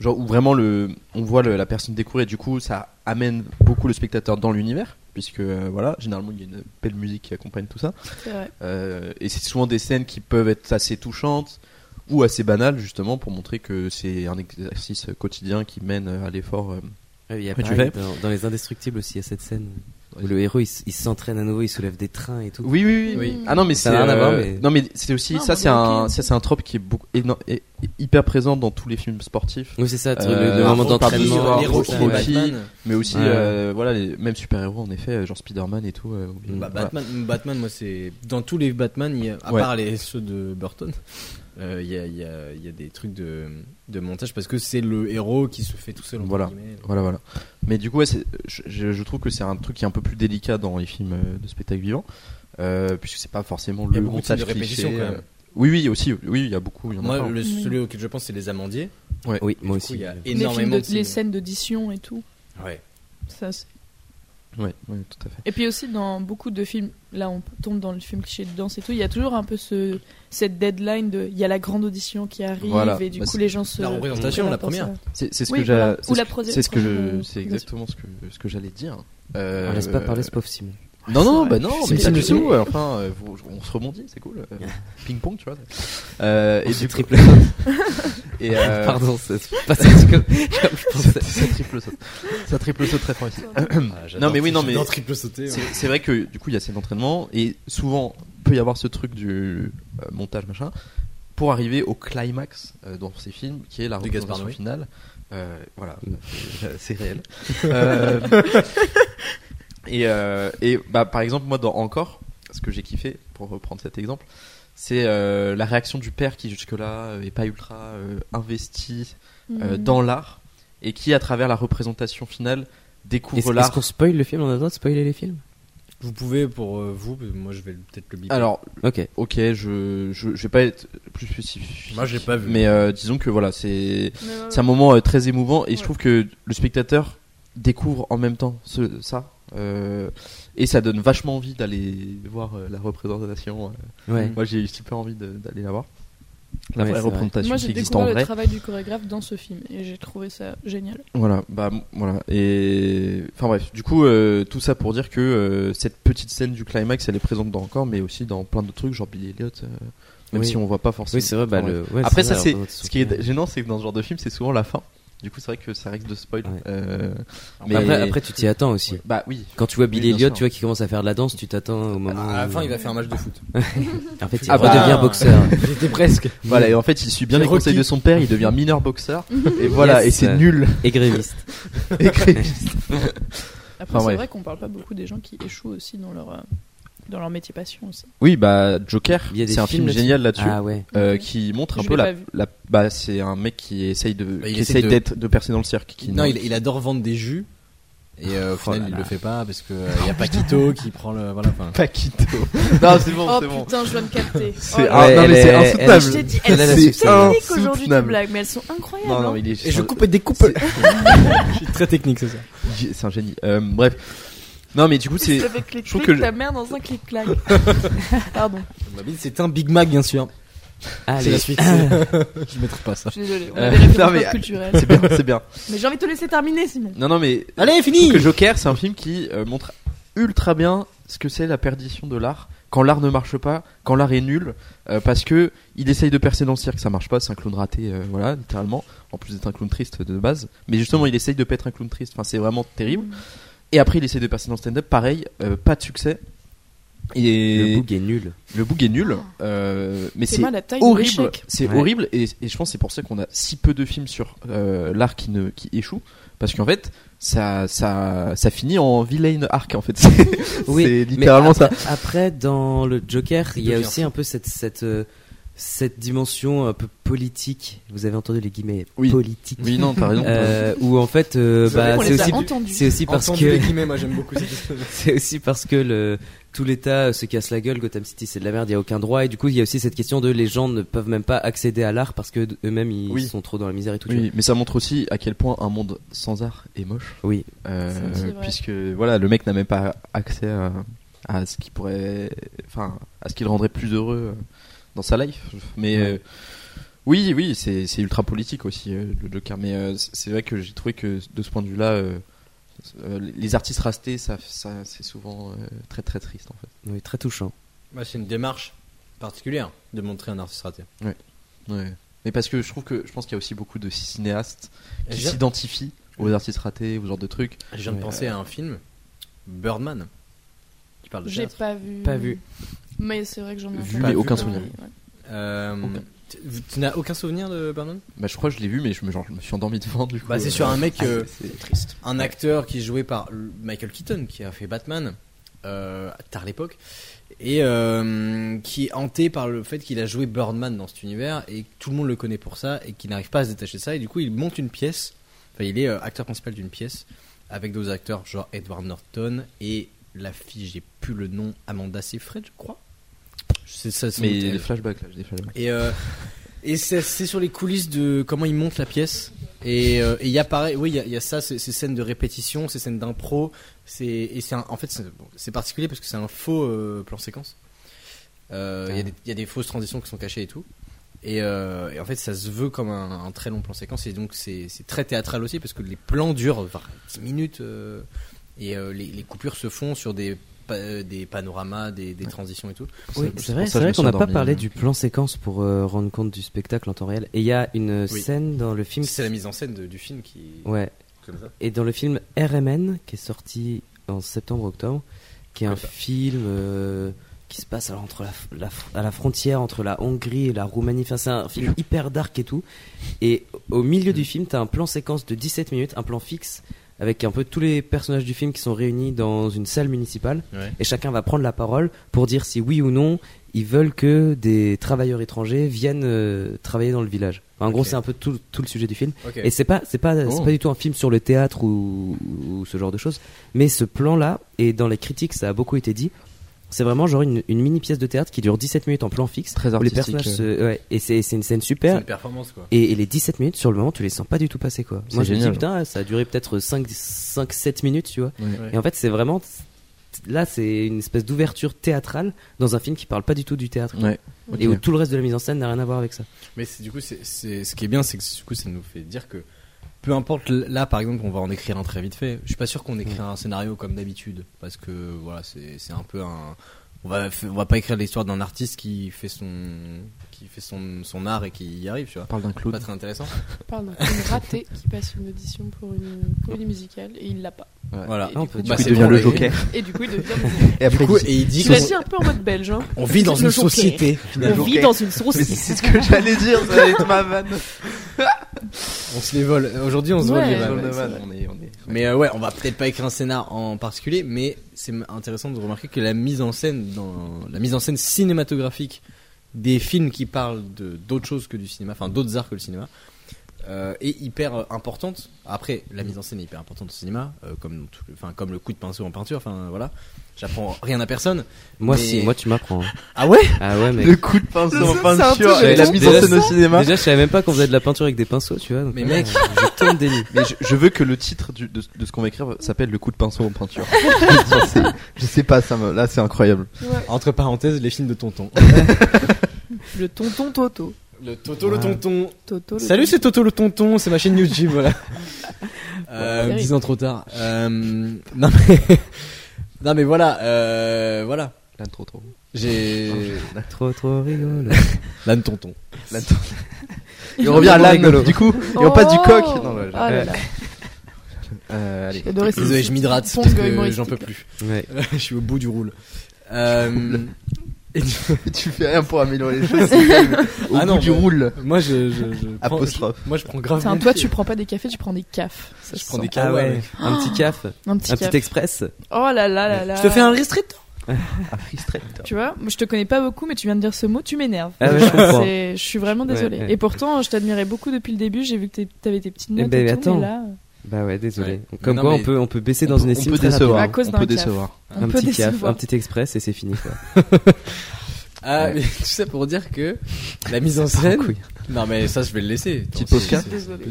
H: genre où vraiment le, on voit le- la personne découvrir et du coup ça amène beaucoup le spectateur dans l'univers, puisque euh, voilà, généralement il y a une belle musique qui accompagne tout ça,
I: C'est vrai.
H: Euh, et c'est souvent des scènes qui peuvent être assez touchantes ou assez banales justement pour montrer que c'est un exercice quotidien qui mène à l'effort. euh.
F: Ouais, Il y a
H: Ouais, tu
F: pareil,
H: fais.
F: dans, dans Les Indestructibles aussi, il y a cette scène où
H: Ouais.
F: le héros il, s- il s'entraîne à nouveau, il soulève des trains et tout.
H: Oui, oui, oui.
I: Oui.
H: Ah non, mais
F: Ça
H: c'est
F: n'a rien à voir,
H: euh,
F: mais-
H: non, mais c'est aussi
I: Non,
H: ça,
I: bah,
H: c'est un,
I: ok.
H: ça, c'est un trope qui est beaucoup, éno- et- hyper présent dans tous les films sportifs.
F: Oui, c'est ça, le-
H: Euh,
F: le, moment
H: Rocky,
F: d'entraînement.
H: Rocky,
F: tout
H: Rocky,
F: ça, ouais.
H: Rocky. mais aussi
F: Ouais.
H: euh, voilà les, même super héros en effet euh, genre Spider-Man et tout euh, ou bien-
E: Bah,
H: voilà.
E: Batman, Batman, moi c'est dans tous les Batman, il y a- à
H: Ouais.
E: part les ceux de Burton, euh, il y, a, il y a- il y a des trucs de, de montage parce que c'est le héros qui se fait tout seul. entre
H: Voilà.
E: guillemets.
H: voilà voilà mais du coup ouais, c'est- je, je- je trouve que c'est un truc qui est un peu plus délicat dans les films euh, de spectacle vivant euh, puisque c'est pas forcément
E: Il y a
H: le
E: beaucoup de
H: montage
E: scènes de
H: cliché,
E: répétition, quand
H: euh,
E: même.
H: oui oui aussi oui il y a beaucoup il y en a
E: Moi,
H: plein.
E: le,
I: Mm.
E: celui auquel je pense, c'est les Amandiers.
F: Oui, moi
E: Du coup, il
F: aussi.
E: y a
I: Les, films
E: énormément
I: de-
E: de
I: les
E: scènes.
I: scènes d'audition et tout.
E: Ouais.
I: Ça, c'est-
H: ouais, ouais, tout à fait
I: et puis aussi, dans beaucoup de films, là on tombe dans le film cliché de danse et tout, il y a toujours un peu ce, cette deadline de. Il y a la grande audition qui arrive
H: Voilà.
I: et du
H: Bah,
I: coup
H: c'est-
I: les gens se.
E: La représentation,
I: se
E: la
I: préparent
E: première.
I: pour
H: c'est c'est ce
I: Oui,
H: que j'a-
I: voilà.
H: c'est
I: Ou
H: ce
I: la
H: que-
I: prosa-
H: c'est ce que je
I: prosa-
H: c'est exactement ce que ce que j'allais dire
F: On
H: euh,
F: Ah, laisse pas parler ce pauvre Simon.
H: Non, non,
I: C'est
H: bah
I: vrai.
H: non,
E: C'est une
H: mais pas
E: team
H: du
E: de
H: tout. Enfin, euh, vous- on se rebondit, c'est cool. Euh, Ping-pong, tu vois. Euh, et
F: se
H: du coup-
F: triple
H: *laughs* et euh,
F: *laughs*
H: *laughs*
F: Pardon, c'est pas ça que je pensais.
H: ça triple saute. Ça triple saute très fort ici.
E: j'adore
H: Non, mais oui,
E: tri-
H: non, mais-
E: j'adore triple sauter.
H: C'est c'est vrai que du coup, il y a ces entraînements et souvent peut y avoir ce truc du euh, montage machin pour arriver au climax euh, dans ces films qui est la
E: De
H: représentation
E: Gaspard Noé.
H: finale. Euh, voilà,
F: Mm.
H: euh, c'est réel. Euh, et euh, et bah, par exemple, moi dans Encore, ce que j'ai kiffé pour reprendre cet exemple, c'est euh, la réaction du père qui jusque-là euh, est pas ultra euh, investi
I: ça.
G: Mm.
H: euh,
I: Mhm.
H: dans l'art et qui à travers la représentation finale
F: Est-ce
H: découvre
F: est-ce
H: l'art
F: qu'on spoil le film On a le droit de spoiler les films
E: Vous pouvez pour euh, vous, parce que moi je vais peut-être le biper. *laughs*
H: Alors,
F: Ok.
H: ok, je, je, je vais pas être plus spécifique.
E: Moi, je l'ai pas vu.
H: Mais euh, disons que voilà, c'est
I: Mais ouais,
H: c'est un moment euh, très émouvant et je
I: Ouais.
H: trouve que le spectateur découvre en même temps ce, ça. euh, et ça donne vachement envie d'aller voir euh, la représentation. euh.
F: Ouais.
H: Moi, j'ai eu super envie de- d'aller la voir. La
F: Ouais,
H: vraie
F: c'est vrai.
H: représentation
I: Moi,
H: qui
I: j'ai
H: existe en
I: découvert
H: vrai.
I: le travail du chorégraphe dans ce film et j'ai trouvé ça génial.
H: Voilà, bah m- voilà. Et enfin bref, du coup, euh, tout ça pour dire que euh, cette petite scène du climax, elle est présente dans encore, mais aussi dans plein de trucs, genre Billy Elliot, euh, même
F: Oui.
H: si on voit pas forcément.
F: Oui, c'est vrai. Bah,
H: Enfin, bref.
F: le... ouais,
H: Après
F: c'est
H: ça,
F: vrai,
H: c'est
F: on a d'autres
H: ce qui est
F: souvenirs.
H: gênant, c'est que dans ce genre de film, c'est souvent la fin. Du coup, c'est vrai que ça risque de spoil.
F: Ouais.
H: Euh,
E: Alors,
H: mais
F: Après, après, tu t'y attends aussi.
H: bah oui.
F: Quand tu vois
H: Oui, bien
F: Billy Elliot,
H: sûr.
F: tu vois qui commence à faire de la danse, tu t'attends au moment.
E: à la
F: où-
E: fin, il va faire un match de foot.
F: En fait, il
H: Ah bah.
F: redevient boxeur.
H: *laughs*
E: J'étais presque.
H: Voilà, et en fait, il suit bien
E: C'est
H: les conseils
E: Rocky.
H: de son père, il *laughs* devient mineur boxeur,
I: Mhm.
H: et voilà,
F: Yes.
H: et c'est nul.
F: Et gréviste.
I: Après,
H: Enfin,
I: c'est
H: bref.
I: vrai qu'on parle pas beaucoup des gens qui échouent aussi dans leur, euh, dans leur métier passion aussi.
H: oui, bah Joker,
F: Il y a des
H: c'est un film
F: films là-dessus.
H: génial là-dessus.
F: Ah ouais.
H: euh,
I: Ok.
H: qui montre un
I: Je
H: peu
I: l'ai
H: la,
I: pas vu.
H: la- bah c'est un mec qui essaye de
E: il
H: qui
E: essaie
H: Bah, essaye
E: de-
H: d'être de percer dans le cirque qui
E: Non, il, il adore vendre des jus. Et euh, au final,
F: là
E: il
F: là.
E: le fait pas parce que euh, il y a Paquito qui prend le. Voilà, enfin.
H: Paquito non c'est bon
I: Oh
H: c'est bon
I: putain, je viens de capter. Oh
H: C'est-
I: là
H: ah,
I: là.
H: non,
F: elle
H: mais c'est
F: est-
H: insoutenable.
F: elle-
I: Je t'ai dit,
F: elle
I: elles
F: a la
I: sont
F: subtilité.
I: techniques aujourd'hui tes
H: Insoutenable.
I: blagues, mais elles sont incroyables.
H: non
I: hein.
H: non il est
E: Et je coupe et découpe. *laughs* C'est très technique, c'est ça.
H: G- c'est un génie Euh, bref non mais du
I: *laughs*
H: coup c'est
I: Ça fait clic
H: je trouve
I: clic
H: que je-
I: ta mère dans un clic clac.
H: *laughs*
I: Pardon,
E: C'est un Big Mac, bien sûr. C'est
F: Allez.
E: la
F: *laughs*
E: suite. je mettrai pas ça.
I: je suis désolée. On
H: Euh,
I: a des références
H: non, mais-
I: pop culturelles.
H: c'est bien c'est bien
I: Mais j'ai envie de te laisser terminer, Simon.
H: non non mais
E: Allez,
H: je
E: fini
H: trouve que Joker c'est un film qui euh, montre ultra bien ce que c'est la perdition de l'art quand l'art ne marche pas quand l'art est nul euh, parce que il essaye de percer dans le cirque ça marche pas c'est un clown raté euh, voilà littéralement en plus d'être un clown triste de base mais justement il essaye de pas être un clown triste enfin c'est vraiment terrible Et après, il essaie de passer dans le stand-up. Pareil, euh, pas de succès. Et
F: Le bug est nul.
H: le boug est nul, euh, mais
I: C'est
H: c'est
I: moi la taille de
H: horrible.
I: l'échec.
H: C'est
F: Ouais.
H: horrible et, et je pense que c'est pour ça qu'on a si peu de films sur euh, l'art qui ne qui échoue parce qu'en fait ça ça ça finit en vilain arc en fait. *laughs* C'est c'est littéralement
F: mais
H: ça.
F: après, Après, dans le Joker, il y a
E: Joker.
F: aussi un peu cette, cette, euh, cette dimension un peu politique. Vous avez entendu les guillemets
H: Oui.
F: politique.
H: Oui non t'as raison.
F: Euh, où en fait, euh,
E: Vous savez
F: bah,
E: qu'on
F: c'est
E: les a
F: aussi,
I: entendus.
F: c'est aussi parce
E: Entendu les
F: que
E: guillemets, moi j'aime beaucoup
F: *laughs*
E: cette expression.
F: c'est aussi parce que le, tout l'État se casse la gueule. Gotham City, c'est de la merde. Il y a aucun droit. Et du coup, il y a aussi cette question de les gens ne peuvent même pas accéder à l'art parce que d- eux-mêmes ils
H: Oui.
F: sont trop dans la misère et tout. tu vois.
H: Oui, mais ça montre aussi à quel point un monde sans art est moche.
F: Oui.
H: Euh,
I: C'est vrai.
H: puisque voilà, le mec n'a même pas accès à, à ce qui pourrait, enfin, à ce qui le rendrait plus heureux euh, dans sa life. Mais
F: Ouais.
H: euh, oui, oui, c'est c'est ultra politique aussi euh, le Joker. Mais euh, c'est c'est vrai que j'ai trouvé que de ce point de vue-là, euh, euh, les artistes rachetés, ça, ça c'est souvent euh, très très triste en fait.
F: Oui, très touchant.
E: Bah, c'est une démarche particulière de montrer un artiste raté.
H: Mais parce que je trouve que je pense qu'il y a aussi beaucoup de cinéastes
E: Et
H: qui
E: j'ai-
H: s'identifient aux artistes ratés, au genre de trucs.
E: Je viens de
F: Ouais.
E: penser à un film, Birdman, qui parle de
I: J'ai
E: théâtre.
I: pas vu.
F: Pas vu.
I: Mais c'est vrai que j'en ai entendu
H: Vu, mais aucun
I: parler,
H: souvenir.
I: ouais.
E: Euh,
H: Aucun.
E: tu- Tu n'as aucun souvenir de Birdman
H: Bah, je crois que je l'ai vu, mais je me, genre, je me suis endormi devant du coup.
E: Bah, c'est
H: euh,
E: sur un mec,
H: ah,
E: euh,
H: c'est- c'est-
E: Un acteur qui est joué par l- Michael Keaton, qui a fait Batman, euh, tard l'époque, et euh, qui est hanté par le fait qu'il a joué Birdman dans cet univers, et que tout le monde le connaît pour ça, et qu'il n'arrive pas à se détacher de ça, et du coup il monte une pièce, enfin il est euh, acteur principal d'une pièce, avec d'autres acteurs, genre Edward Norton, et la fille, j'ai plus le nom, Amanda Seyfried, je crois. C'est ça, c'est
H: Mais
E: mon-
H: des flashbacks là, j'ai des flashbacks.
E: Et, euh, et c'est c'est sur les coulisses de comment ils montent la pièce. Et euh, et il y a pareil, oui, il y a- il y, a ça, ces, ces scènes de répétition, ces scènes d'impro. c'est- Et c'est un- en fait, c'est- bon, c'est particulier parce que c'est un faux euh, plan séquence. Euh, Il y a des- il y, a des fausses transitions qui sont cachées et tout. Et, euh, et en fait, ça se veut comme un, un très long plan séquence. Et donc, c'est c'est très théâtral aussi parce que les plans durent enfin, 10 minutes. euh, et euh, les, les coupures se font sur des, pa- euh, des panoramas, des, des transitions et tout.
F: Oui,
H: pour
F: c'est
H: ça
F: vrai,
H: que
F: c'est
H: je
F: vrai
H: me suis
F: qu'on n'a pas
H: endormi. hein.
F: parlé du plan séquence pour euh, rendre compte du spectacle en temps réel. Et il y a une
E: Oui.
F: scène dans le film.
E: C'est la mise en scène de- du film qui.
F: Ouais.
E: Comme ça.
F: Et dans le film RMN, qui est sorti en septembre-octobre, qui est un
E: Je connais
F: film euh, qui se passe alors entre la, f- la f- à la frontière entre la Hongrie et la Roumanie. Enfin, c'est
H: *laughs*
F: un film hyper dark et tout. Et au milieu du film, t'as un plan séquence de 17 minutes, un plan fixe, avec un peu tous les personnages du film qui sont réunis dans une salle municipale.
E: Ouais.
F: Et chacun va prendre la parole pour dire si oui ou non ils veulent que des travailleurs étrangers viennent euh, travailler dans le village. Enfin, en gros,
E: Ok.
F: c'est un peu tout, tout le sujet du film.
E: Ok.
F: Et c'est pas, c'est pas,
H: Oh.
F: c'est pas du tout un film sur le théâtre ou, ou ce genre de choses. Mais ce plan-là, et dans les critiques, ça a beaucoup été dit. C'est vraiment genre une, une mini pièce de théâtre qui dure 17 minutes en plan fixe.
H: Très
F: où les
H: artistique,
F: personnages
H: euh.
F: se- ouais, et c'est, c'est une scène
E: C'est
F: super.
E: une performance quoi.
F: Et, et les 17 minutes, sur le moment, tu les sens pas du tout passer quoi.
H: C'est
F: Moi, je me dis
H: génial.
F: putain, ça a duré peut-être 5, 5, 7 minutes, tu vois.
E: Ouais.
F: Et en fait, c'est vraiment. Là, c'est une espèce d'ouverture théâtrale dans un film qui parle pas du tout du théâtre.
H: Ouais.
F: Et où
H: ok.
F: tout le reste de la mise en scène n'a rien à voir avec ça.
E: Mais c'est- du coup, c'est c'est- ce qui est bien, c'est que du coup, ça nous fait dire que peu importe, là par exemple, on va en écrire un très vite fait. Je suis pas sûr
J: Mm.
E: qu'on écrira un scénario comme d'habitude parce que voilà, c'est c'est un peu un. On va, f- on va pas écrire l'histoire d'un artiste qui fait son qui fait son, son art et qui y arrive, tu vois.
H: On parle d'un
E: Pas
H: clown.
E: très intéressant.
J: Pardon, une ratée qui passe une audition pour une comédie musicale et il l'a pas.
E: Voilà.
J: Et
F: Ah, on
J: du
F: peut
J: coup,
F: dire-
E: Bah,
H: il
E: c'est
H: devient
E: bon,
H: le
E: on écrit.
H: Joker.
J: Et du coup, il devient.
H: Et après,
E: Du coup,
H: il dit-
E: et il dit
J: Tu l'as
E: qu'on
J: dit un peu en mode belge, hein.
E: on vit dans
J: Le
E: une
J: Joker.
E: société.
J: On
E: Finalement,
J: vit dans une sauce.
H: Mais *laughs* c'est c'est ce que j'allais dire, ça allait être ma vanne.
E: on se les vole. Aujourd'hui, on se vole
J: Ouais.
E: les
J: Ouais,
E: vannes.
H: Ma vanne, on est- on est-
E: Mais euh, ouais, on va peut-être pas écrire un scénar en particulier, mais c'est m- intéressant de remarquer que la mise en scène, dans, la mise en scène cinématographique des films qui parlent de d'autres choses que du cinéma, enfin d'autres arts que le cinéma, euh, est hyper euh, importante. Après, la mise en scène est hyper importante au cinéma, euh, comme dans tout le- enfin comme le coup de pinceau en peinture. Enfin voilà, j'apprends rien à personne.
F: Moi,
E: Mais-
F: si, moi, tu
E: *laughs*
F: m'apprends. hein.
E: Ah ouais
F: Ah ouais, mais.
H: Le coup de pinceau en peinture et
F: j'avais
H: la
F: pas
H: mise en
F: pensé
H: scène au cinéma.
F: Déjà, je savais même pas qu'on faisait de la peinture avec des pinceaux, tu vois. donc- euh,
E: Mais mec,
F: je tombe déni.
H: Mais je, je veux que le titre du- de, de ce qu'on va écrire s'appelle le coup de pinceau en peinture. *laughs* je, sais, je sais pas, ça me- là c'est incroyable.
E: entre parenthèses, les films de Tonton.
I: Le tonton Toto.
E: Le Toto le Tonton.
I: Toto le
E: Salut, c'est Toto le Tonton, c'est ma chaîne YouTube, voilà. euh,
I: terrible.
E: 10 ans trop tard. Euh, non mais, *laughs* non mais voilà, euh, voilà.
H: Là, trop trop.
E: J'ai
F: *laughs* Trop, trop rigolo.
E: *laughs* l'âne tonton.
H: Là, trop- Il revient à l'âne, du coup, et on passe du coq. Non, là,
I: oh
H: j'ai-
I: là
F: *laughs*
I: là.
H: Euh, allez.
I: J'adorais ces-
F: Euh,
E: Désolé, je m'hydrate
I: Bon,
E: parce
I: gars
E: que
I: humoristique.
E: j'en peux plus. *laughs*
F: Ouais.
E: je suis au bout du roule. Euh, et du- *laughs*
H: *laughs* tu fais rien pour améliorer les choses. c'est terrible. Au
E: Ah
H: bout
E: non,
H: du
E: mais-
H: roule.
E: moi, je, je, *laughs* je prends-
H: Apostrophe.
E: je- moi, je prends grave.
G: Enfin,
E: mon
G: toi,
E: pied.
G: tu prends pas des cafés, tu prends des cafes. Ça
E: Je
G: se
E: prends
G: sent.
E: des cas. ouais.
F: Ah Un petit
H: *gasps*
F: caf,
G: Un petit
F: un
G: caf.
F: petit express.
G: Oh là là là là.
E: Je te fais un restrict.
G: Tu vois, moi, je te connais pas beaucoup, mais tu viens de dire ce mot, tu m'énerves.
F: Ah ouais, je comprends.
G: C'est- je suis vraiment désolée.
F: Ouais, ouais.
G: Et pourtant, je t'admirais beaucoup depuis le début. J'ai vu que t'es- t'avais tes petites notes.
F: ben,
G: et tout,
F: attends.
G: mais là,
F: Bah ouais, désolé.
E: Ouais.
F: Comme
E: Non,
F: quoi,
E: mais-
F: on peut on peut baisser
H: On
F: dans
H: peut-
F: une estime
H: on peut
F: très
H: décevoir.
G: à cause
H: on
G: d'un
H: peut
G: caf.
H: décevoir.
F: rapidement. Un
G: peut
F: petit caf,
G: décevoir.
F: un petit express et c'est fini
G: *laughs*
F: quoi.
E: Ah,
F: Ouais.
E: mais *laughs* tout ça pour dire *laughs* que la mise en scène. non, mais ça, je vais le laisser. Petit
H: podcast.
G: Désolée.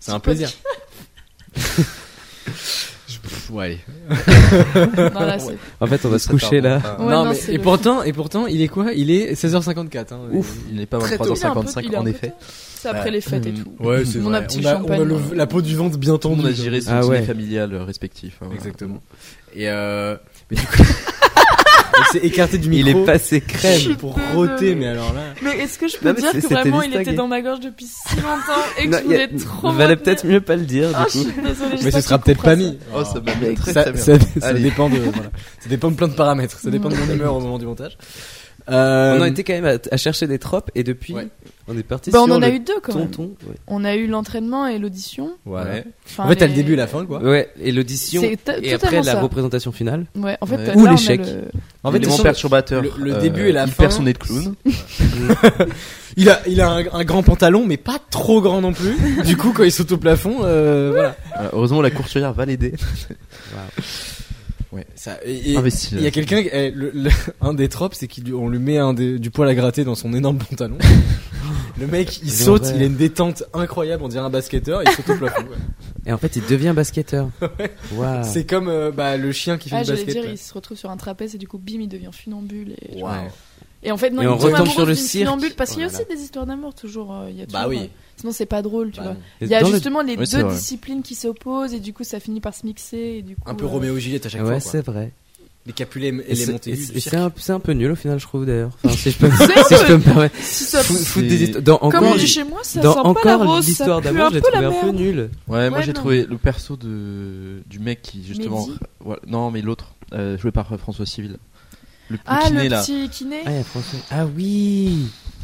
E: C'est un plaisir. Je- pff, *laughs* ouais, allez.
G: non, là, c'est-
F: En fait, on va se
H: Ça
F: coucher
H: part.
F: là.
H: Ah.
G: Ouais,
E: non,
G: non,
E: mais,
G: c'est
E: et
G: le-
E: pourtant, et pourtant, il est quoi Il est 16h54. hein.
H: Ouf, il n'est pas
E: Très tôt.
G: Il est un peu- il
H: 23h45
G: est un
H: en
G: peu
H: effet.
G: tard. C'est après les
E: Mm.
F: Hmm.
G: fêtes et tout.
E: Ouais, c'est
G: On
E: vrai.
G: a petit
E: on a,
G: champagne.
E: le- la peau du ventre bien
H: Tout le
E: tendue.
H: monde a géré son
F: Ah ouais.
H: dîner familial euh, respectif. hein, voilà.
E: Exactement. Et euh, mais *laughs* du coup, il s'est écarté du
F: Il
E: micro.
F: est passé crème.
E: pour roter, mais alors là.
G: Mais est-ce que je peux
F: Non, mais
G: dire
F: c'est-
G: que
F: c'était
G: vraiment il
F: distingué.
G: était dans ma gorge depuis si longtemps et que
F: Non,
G: je
F: y a-
G: voulais trop.
F: valait
G: retenir
F: peut-être mieux pas le dire
G: Ah,
F: du
G: je
F: coup.
G: suis désolée.
E: Mais ce sera peut-être pas mis.
H: Oh, ça m'a mis très
E: ça,
H: très bien.
E: ça- ça
H: Allez.
E: dépend de voilà. ça dépend de plein de paramètres. Ça dépend de mon humeur au moment du montage. Euh,
F: On en était quand même à, à chercher des tropes et depuis
E: Ouais.
F: on est parti
G: Bah,
F: sur
G: on en a
F: le
G: eu deux quand même.
F: tonton. Ouais.
G: On a eu l'entraînement et l'audition.
E: voilà.
H: Ouais.
G: Enfin,
E: En fait, t'as le
G: les-
E: début et la fin, quoi.
F: Ouais, et l'audition
G: C'est ta-
F: et
G: totalement
F: après la
G: ça.
F: représentation finale.
G: Ouais, en fait,
H: Ouais.
G: là,
F: Ou
G: on a
F: l'échec.
G: le-
E: En fait,
H: L'élément
E: ils sont-
H: perturbateur. Euh,
E: le- le début et la
H: Il perd
E: fin,
H: son nez de clown.
E: il a, il a un, un grand pantalon, mais pas trop grand non plus. du coup, quand il saute au plafond, euh, voilà.
H: Voilà, heureusement, la courtière va l'aider.
E: Ouais. Ça, et- et-
F: Ah,
H: Investir.
E: il y a quelqu'un, qui- eh, le- *laughs* le- un des tropes, c'est qu'on lui met un des- du poil à gratter dans son énorme
F: *laughs*
E: pantalon. le mec, il
F: Mais
E: saute,
F: en vrai.
E: il a une détente incroyable, on dirait un basketteur, il saute au
F: *laughs*
E: plafond. ouais.
F: Et en fait, il devient
G: *laughs*
F: basketteur. Waouh.
E: C'est comme euh, bah, le chien qui fait
G: Ah,
E: du
G: j'allais
E: basket.
G: dire,
E: là.
G: il se retrouve sur un trapèze et du coup, bim, il devient funambule. Et,
E: Waouh.
G: et en fait, non,
F: Et
G: il
F: on
G: tombe
F: retombe
G: amoureux
F: sur le
G: d'une
F: cirque.
G: funambule parce qu'il y a
F: Oh là
G: aussi des histoires d'amour toujours. euh, il y a
E: Bah
G: toujours,
E: oui.
G: euh, Sinon, c'est pas drôle, tu
E: Bah
G: vois.
E: non.
F: Et
G: Il y a
F: dans le-
G: justement les
H: Oui, c'est
G: deux
H: vrai.
G: disciplines qui s'opposent et du coup, ça finit par se mixer. Et du coup,
E: Un peu
G: euh,
E: Roméo et Juliette à chaque fois.
F: Ouais,
E: Quoi.
F: c'est vrai.
E: Les Capulets et
F: Et
E: les
F: c'est-
E: Montaigu.
F: et
E: du
F: c'est- et
E: cirque.
F: c'est un, c'est un peu nul au final, je trouve d'ailleurs.
G: *laughs*
F: Enfin, si je peux,
G: C'est un
F: si je
G: peu-
F: peux me permettre.
G: si ça-
F: Fou- foutre
H: c'est-
F: des histoires. Dans
G: Comme on
F: encore,
G: dit
F: j'ai-
G: chez moi, ça
F: dans
G: sent pas la
F: encore
G: rose.
F: l'histoire
G: ça pue un
F: d'amour, j'ai
G: peu
F: trouvé
G: la
F: un peu
G: merde.
F: nul.
H: Ouais, moi
G: Ouais,
H: j'ai
G: non.
H: trouvé le perso de du mec qui justement
G: Mehdi
H: voilà. non mais l'autre euh, joué par euh, François Civil. Le petit
G: Ah,
H: kiné
G: le
H: là.
G: petit kiné.
F: Ah, il y a François. Ah oui.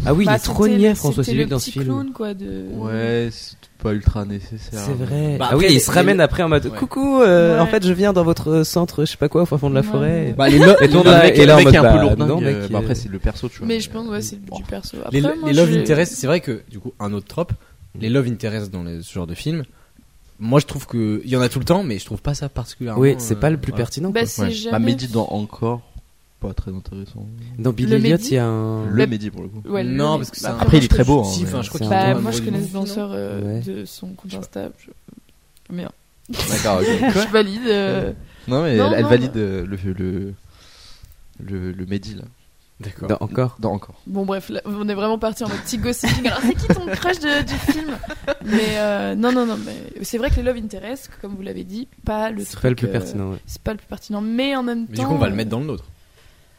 F: Ah oui,
G: Bah,
F: il est trop
G: c'était-
F: niais François
G: c'était le
F: Civil dans ce
G: petit
F: film.
G: clown, quoi, de...
H: Ouais, c'est pas ultra nécessaire. hein,
F: C'est vrai.
E: Bah,
F: ah oui,
E: après,
F: il se
E: les-
F: ramène après en mode
E: Ouais.
F: coucou. euh,
G: Ouais.
F: En fait, je viens dans votre euh, centre, je sais pas quoi, au fond de la
G: Ouais.
F: forêt.
E: Bah, les, lo-
F: Et
H: Le
F: tourne
H: mec-
F: là- et
H: le
F: là en
H: mec
F: mode
H: est un peu
F: bah,
H: lourdingue,
F: non, mec,
H: euh,
F: il
H: bah,
F: est-
H: après c'est le perso tu vois. euh,
G: Mais je pense, ouais, c'est
H: bon.
G: du perso.
E: les, les
G: Après, moi,
E: love
G: j'ai-
E: interest, c'est vrai que du coup, un autre trope, les love interest dans les- ce genre de film, moi je trouve que il y en a tout le temps, mais je trouve pas ça particulièrement.
F: Oui, c'est
E: euh,
F: pas le plus
E: voilà.
F: pertinent.
G: Bah,
F: hein, quoi.
G: c'est
H: Bah
G: jamais...
H: Mehdi dans encore pas très intéressant.
F: Dans Billy
G: le
F: Elliot,
G: Mehdi
F: il y a un.
H: Le Mehdi pour
G: *laughs*
H: le coup.
G: Ouais, le- Bah,
E: Non, parce que c'est un-
H: Après il est
G: moi, je
H: très
G: trouve-
H: beau hein.
E: Si,
H: mais-
E: enfin, je crois
F: C'est
E: qu'il
F: un-
E: tombe
G: Bah,
F: Attends,
G: moi, je
E: amoureux
G: connais
E: d'une
G: ce danseur euh,
F: Ouais.
G: de son compte Insta. Je... Merde,
H: D'accord. ok.
G: je valide. euh,
H: Non mais
G: Non,
H: elle, elle
G: non,
H: valide euh, le le le, le Mehdi là
E: D'accord.
F: Dans Bah, encore.
H: dans encore.
G: Bon, bref, là, on est vraiment parti en mode petit *laughs* gossiping. Alors, c'est qui ton crush de- du film Mais euh, non, non, non, mais c'est vrai que les love interest, comme vous l'avez dit, pas le
F: C'est pas le
G: truc,
F: plus
G: euh,
F: pertinent. ouais.
G: C'est pas le plus pertinent, mais en même temps.
E: Mais du coup, on va le mettre dans l'autre.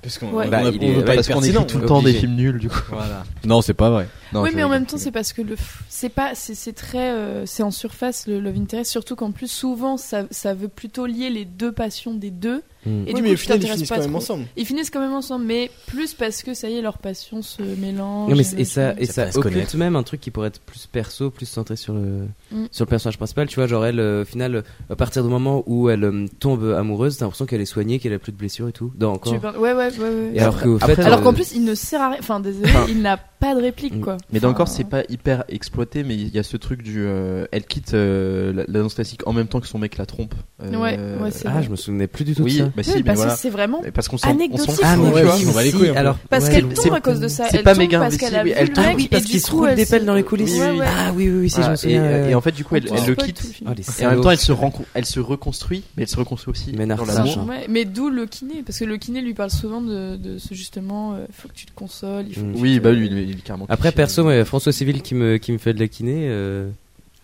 E: Parce qu'on
G: Ouais.
E: on
G: Bah,
E: a-
F: il
E: on
F: est-
E: veut pas
F: ouais,
E: être
H: Euh, Parce qu'on
E: pertinent.
H: écrit tout le temps des
E: obligé.
H: films nuls du coup.
E: Voilà. Non, c'est pas vrai.
H: Non,
G: oui,
H: je
G: mais en
H: rigole.
G: même temps, c'est parce que le f- c'est pas c'est c'est très euh, c'est en surface le love interest, surtout qu'en plus souvent ça, ça veut plutôt lier les deux passions des deux.
F: Mm.
G: Et du coup, tu t'intéresses pas trop. Ils finissent quand même ensemble, mais plus parce que ça y est, leurs passions se mélangent.
F: Non, mais
G: et
F: c- et
G: machin.
F: ça, et
E: Ça
F: ça
E: pourrait se
F: occulte
E: connaître.
F: même un truc qui pourrait être plus perso, plus centré sur le,
G: Mm.
F: sur le personnage principal. Tu vois, genre elle, euh, au final, euh, à partir du moment où elle euh, tombe amoureuse, t'as l'impression qu'elle est soignée, qu'elle a plus de blessures et tout. Dans
G: Tu
F: encore.
G: veux pas- Ouais, ouais, ouais. ouais.
F: Et alors qu'au
H: Après-
F: fait.
G: Alors
F: euh,
G: qu'en plus, il ne sert à rien. Enfin, désolé,
H: Enfin-
G: il n'a pas de réplique, quoi.
H: Mais dans le corps,
G: Enfin,
H: c'est pas hyper exploité, mais il y a ce truc du. euh, elle quitte euh, la, la danse classique en même temps que son mec la trompe. Euh,
G: Ouais, ouais, c'est
F: Ah, je me souvenais plus du tout
H: Oui,
F: de ça.
H: bah
G: ouais,
H: si, mais
G: parce
H: voilà.
G: que c'est vraiment.
H: Mais Parce qu'on s'en on
G: anecdotique,
H: s'en fout,
G: Ah, mais
H: tu vois.
E: oui, on va les
F: si,
E: couilles, un peu.
F: alors,
G: Parce
F: ouais,
G: qu'elle
F: le-
G: tombe à cause de ça.
H: c'est
G: elle
H: pas
G: tombe
H: méga
G: parce qu'elle a vu
H: imbécile, oui, elle
G: le
H: tombe
G: mec
F: oui,
G: et
F: parce
G: du
F: qu'il se
G: coup,
F: roule
G: elle
F: des
G: se-
F: pelles dans les coulisses.
G: Ouais, ouais.
F: Ah oui, oui, oui, si je
H: Voilà,
F: me souviens.
H: et,
F: euh,
H: et en fait, du coup, elle,
G: On
H: elle le
G: spoil
H: quitte.
G: tout le film.
F: oh, les
H: Et en même
F: salauds.
H: temps, elle se, rencon- elle se reconstruit, mais elle se reconstruit aussi
F: Mais
H: dans
F: narcisse,
H: l'amour.
F: hein.
G: Ouais, mais d'où le kiné, parce que le kiné lui parle souvent de, de ce justement, euh, faut que tu te consoles. Il faut
F: Mm.
G: que tu
H: Oui,
G: te-
H: bah lui, il, il est carrément.
F: Après,
H: cliché.
F: perso, moi, François Civil qui me, qui me fait de la kiné, euh,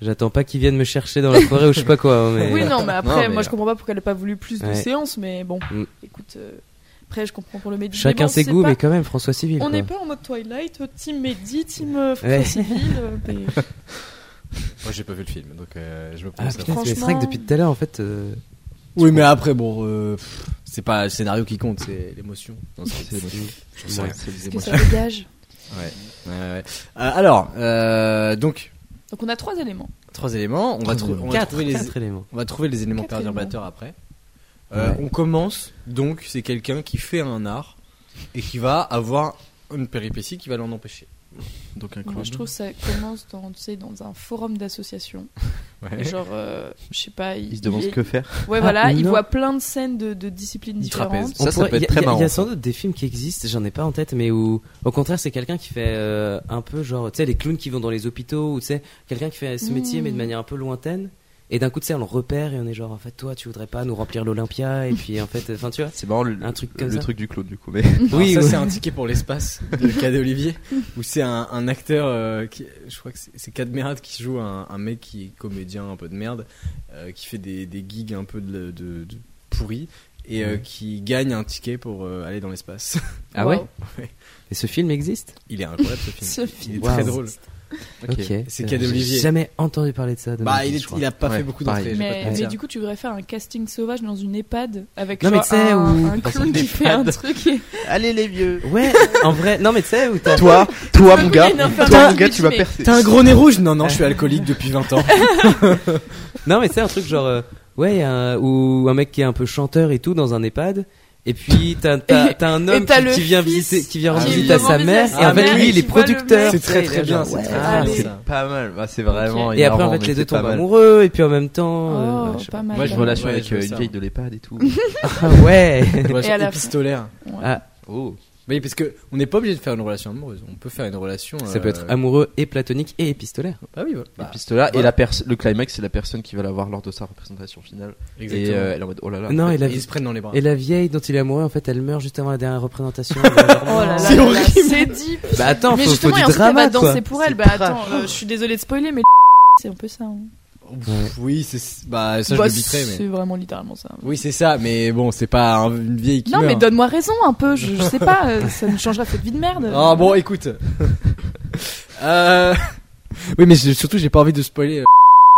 F: j'attends pas qu'il vienne me chercher dans la forêt ou je sais pas quoi. hein, mais-
G: *laughs*
F: euh,
G: Oui, non, mais après,
H: Non, mais- euh,
G: moi je comprends pas pourquoi elle a pas voulu plus de
F: Ouais.
G: séances, mais bon,
F: Mm.
G: écoute, euh, après je comprends pour le médecin.
F: Chacun ses goûts, mais quand même, François Civil.
G: On
F: quoi.
G: n'est pas en mode Twilight, euh, team Mehdi, team euh, François
F: Ouais.
G: Civil, euh, mais-
H: *laughs*
E: Moi, j'ai pas vu le film, donc euh, je me
F: Ah
E: pose.
F: putain, mais c'est
G: Franchement-
F: vrai que depuis tout à l'heure, en fait, euh,
E: Oui, mais après, bon, euh, pff, c'est pas le scénario qui compte, c'est l'émotion.
H: Non, c'est c'est l'émotion.
E: Je sais rien.
H: Ouais, c'est les
G: Parce que
H: émotions.
G: ça dégage.
E: Ouais, ouais. Euh, alors, euh, donc,
G: Donc on a trois éléments.
E: trois éléments. On va, trou- on va
F: Quatre,
E: trouver les,
F: quatre éléments.
E: on va trouver les éléments
G: Quatre
E: perturbateurs après. Euh, On commence, donc, c'est quelqu'un qui fait un art et qui va avoir une péripétie qui va l'en empêcher.
H: Donc un
G: Moi,
H: clown.
G: je trouve que ça commence dans, tu sais, dans un forum d'association. Et Genre, euh, je sais pas.
H: Il se demande
G: il-
H: que faire.
G: Ouais,
F: Ah,
G: voilà, il
F: non.
G: voit plein de scènes de, de disciplines
H: Du trapèze.
G: différentes.
H: Ça, ça peut être très
F: Il y,
H: marrant,
F: a
H: ça.
F: sans doute des films qui existent, j'en ai pas en tête, mais où, au contraire, c'est quelqu'un qui fait euh, un peu genre, tu sais, les clowns qui vont dans les hôpitaux, ou tu sais, quelqu'un qui fait ce métier,
G: Mm.
E: Hmm.
F: mais de manière un peu lointaine. Et d'un coup, tu sais, on le repère et on est genre, en fait, toi, tu voudrais pas nous remplir
E: *laughs*
F: l'Olympia, et puis en fait, enfin, tu vois.
H: C'est marrant le,
F: Un truc comme
H: le
F: ça.
H: truc du clown du
G: *laughs*
H: coup. Mais *laughs*
E: Oui,
F: Oui,
E: ça
F: oui.
E: c'est un ticket pour l'espace de Cadet Olivier, où c'est un, un acteur, euh, qui, je crois que c'est- c'est Cadmerat qui joue un, un mec qui est comédien un peu de merde, euh, qui fait des, des gigs un peu de, de, de pourri et euh, qui gagne un ticket pour euh, aller dans l'espace. *laughs*
F: Ah ouais
E: Ouais.
F: Et ce film existe
E: Il est incroyable ce film.
G: Ce
E: Il est
G: film.
F: Wow.
E: très drôle.
F: Ok.
E: C'est
F: Euh,
E: Cadet
F: j'ai
E: Olivier.
F: jamais entendu parler de ça. de ma
E: Bah,
F: vie,
E: il, est-
F: je crois.
E: il a pas
H: Ouais,
E: fait beaucoup
H: pareil.
E: d'entrées. je vais pas te
G: Mais, mais
E: mentir.
G: du coup, tu voudrais faire un casting sauvage dans une EHPAD avec
F: Non, mais
G: genre
F: tu sais,
G: un,
F: où-
G: un
F: dans
G: clown
F: une
G: qui fait un
F: EHPAD.
G: truc et
H: allez les vieux.
F: Ouais, en vrai, non mais tu
E: *laughs*
F: sais, où t'as.
H: Toi, toi
G: Oui,
H: mon gars,
G: non, enfin,
H: toi
G: oui,
H: mon gars, tu vas
G: mais-
H: percer.
E: T'as un gros nez rouge Non, non,
G: *laughs*
E: je suis alcoolique depuis 20 ans.
F: Non, mais c'est un truc genre. euh, ouais, y a un- ou un mec qui est un peu chanteur et tout dans un EHPAD. Et puis t'as t'as- t'as un
G: Et
F: homme
G: t'as
F: qui,
G: le
F: qui vient
G: fils
F: visiter, qui vient
E: qui
F: rendre
E: veut
F: visite à sa
G: rendre visite à
F: mère.
G: sa
F: Et en fait,
G: mère,
F: lui, il
G: qui
F: est
G: voit le mec.
F: producteur.
E: C'est très, très
F: Il est genre,
E: bien, c'est
F: ouais.
E: très bien,
G: allez.
E: ça.
H: Pas mal, bah, c'est vraiment.
G: Ok.
F: Et après, en
H: hilarant,
F: fait,
H: mais
F: les deux
H: c'est pas
F: tombent
H: mal.
F: amoureux. Et puis en même temps.
G: Oh,
H: je sais
G: pas
H: pas.
G: mal.
H: Moi, je
G: pas mal.
H: relâche
E: Ouais,
H: avec
E: je
H: euh,
E: veux
H: une
E: ça.
H: vieille de l'EHPAD et *laughs* tout.
F: euh, ah ouais.
E: Relation
G: à la fin.
E: épistolaire.
G: Ouais.
F: Ah,
H: oh.
E: Oui, parce que on n'est pas obligé de faire une relation amoureuse. On peut faire une relation.
F: ça
E: euh,
F: peut être amoureux et platonique et épistolaire.
E: Ah oui, voilà.
H: Le pistolet et
E: voilà.
H: la perso- le climax, c'est la personne qui va l'avoir lors de sa représentation finale.
E: Exactement.
H: Et euh, elle est en mode oh là là.
F: Non, et la,
E: Ils se prennent dans les bras.
F: et la vieille dont il est amoureux, en fait, elle meurt juste avant la dernière *laughs* représentation. Genre,
G: Oh là là,
E: C'est
G: là,
E: horrible.
G: C'est dit.
F: bah attends,
G: mais
F: faut, faut
G: justement,
F: du
G: et ensuite,
F: drama
G: elle va
F: quoi.
G: danser pour elle. Bah attends, euh, je suis désolée de spoiler, mais *laughs* c'est un peu ça. hein.
E: Ouf, Oui, c'est bah ça
G: Bah,
E: je le biterai, mais.
G: C'est vraiment littéralement ça.
E: Oui, c'est ça, mais bon, c'est pas un- une vieille qui
G: Non, mais
E: meurt.
G: donne-moi raison un peu, je, je sais pas, euh, ça me changera cette vie de merde.
E: Ah bon,
G: *laughs*
E: écoute. Euh, Oui, mais j'ai- surtout j'ai pas envie de spoiler. euh.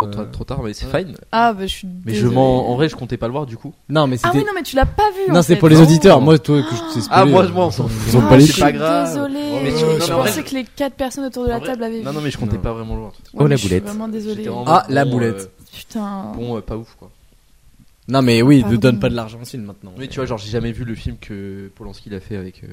H: Trop, tard- trop tard, mais c'est fine.
G: Ah bah je suis
H: Mais je
G: désolée.
H: m'en. En vrai, je comptais pas le voir du coup.
E: Non, mais
G: Ah
E: c'était.
G: oui, non, mais tu l'as pas vu.
E: non,
G: en
E: c'est
G: fait.
E: pour les
G: Oh.
E: auditeurs. Moi, toi, que je t'ai spoilé.
H: Ah, moi, je
E: euh,
H: m'en sens.
E: Ils ont
G: Ah,
E: pas les
G: je suis
E: chiens.
H: pas grave.
G: Désolée.
H: Mais
E: tu- non,
G: je
E: mais en
G: pensais
E: vrai-
G: que les quatre personnes autour de la
H: En vrai-
G: table avaient
H: Non,
G: vu.
H: non, mais je comptais
E: Non.
H: pas vraiment le voir.
G: Ouais,
F: Oh,
G: mais
F: la
G: je suis
F: boulette.
G: vraiment désolée.
H: J'étais en
E: Ah,
H: mode,
E: la
H: bon,
E: boulette.
H: euh,
G: Putain.
H: Bon, euh, pas ouf quoi.
E: Non, mais oui, ne
G: Pardon.
E: donne pas de l'argent au film maintenant.
H: Mais tu vois, genre, j'ai jamais vu le film que Polanski l'a fait avec. euh,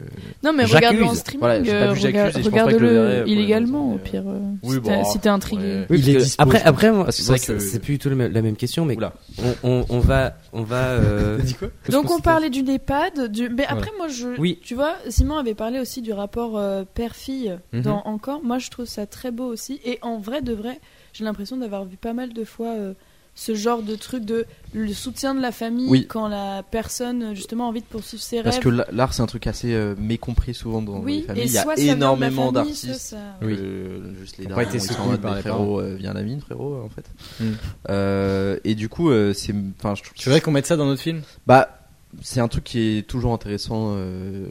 G: Non, mais
H: J'accuse.
G: regarde-le en streaming.
H: Voilà, j'ai pas
G: euh,
H: vu J'accuse
G: regarde-
H: et je pense pas que je le verrai, euh,
G: Regarde-le
H: pour les
G: illégalement,
H: raisons,
G: au
H: mais,
G: pire. euh,
H: Oui,
G: si
H: bon,
G: t'es-
H: ah,
G: Si t'es intrigué.
H: ouais.
E: Oui,
F: Parce
E: il est
F: que
E: dispo,
F: après,
E: je pense.
F: après, moi,
H: Ah, c'est vrai
F: bon, c'est
H: que-
F: c'est plus du tout le même- la même question, mais
H: Oula.
F: on, on- on va, on va. *laughs* euh,
E: T'as dit quoi
G: Donc on parlait du EHPAD, du... mais après moi je,
F: Oui.
G: tu vois, Simon avait parlé aussi du rapport euh, père-fille
H: Mhm.
G: dans Encore. Moi je trouve ça très beau aussi, et en vrai de vrai, j'ai l'impression d'avoir vu pas mal de fois euh, ce genre de truc de le soutien de la famille
H: Oui.
G: quand la personne justement a envie de poursuivre ses
H: Parce
G: rêves.
H: que la- l'art, c'est un truc assez euh, mécompris souvent dans les
G: oui,
H: familles.
G: et
H: Il y
G: soit
H: a
G: ça vient de la
H: énormément
G: famille, soit
H: d'artistes.
G: ça-
E: Oui.
H: Euh, juste les
E: Ont pas
H: darons,
E: été
H: ils sont en
E: soutenus
H: mode,
E: par
H: mais
E: les
H: frérot, euh, viens à la mine, frérot, euh, en fait.
E: Mm.
H: Euh, et du coup, euh, c'est, enfin, je trouve.
E: Tu voudrais qu'on mette ça dans notre film
H: Bah, c'est un truc qui est toujours intéressant. euh,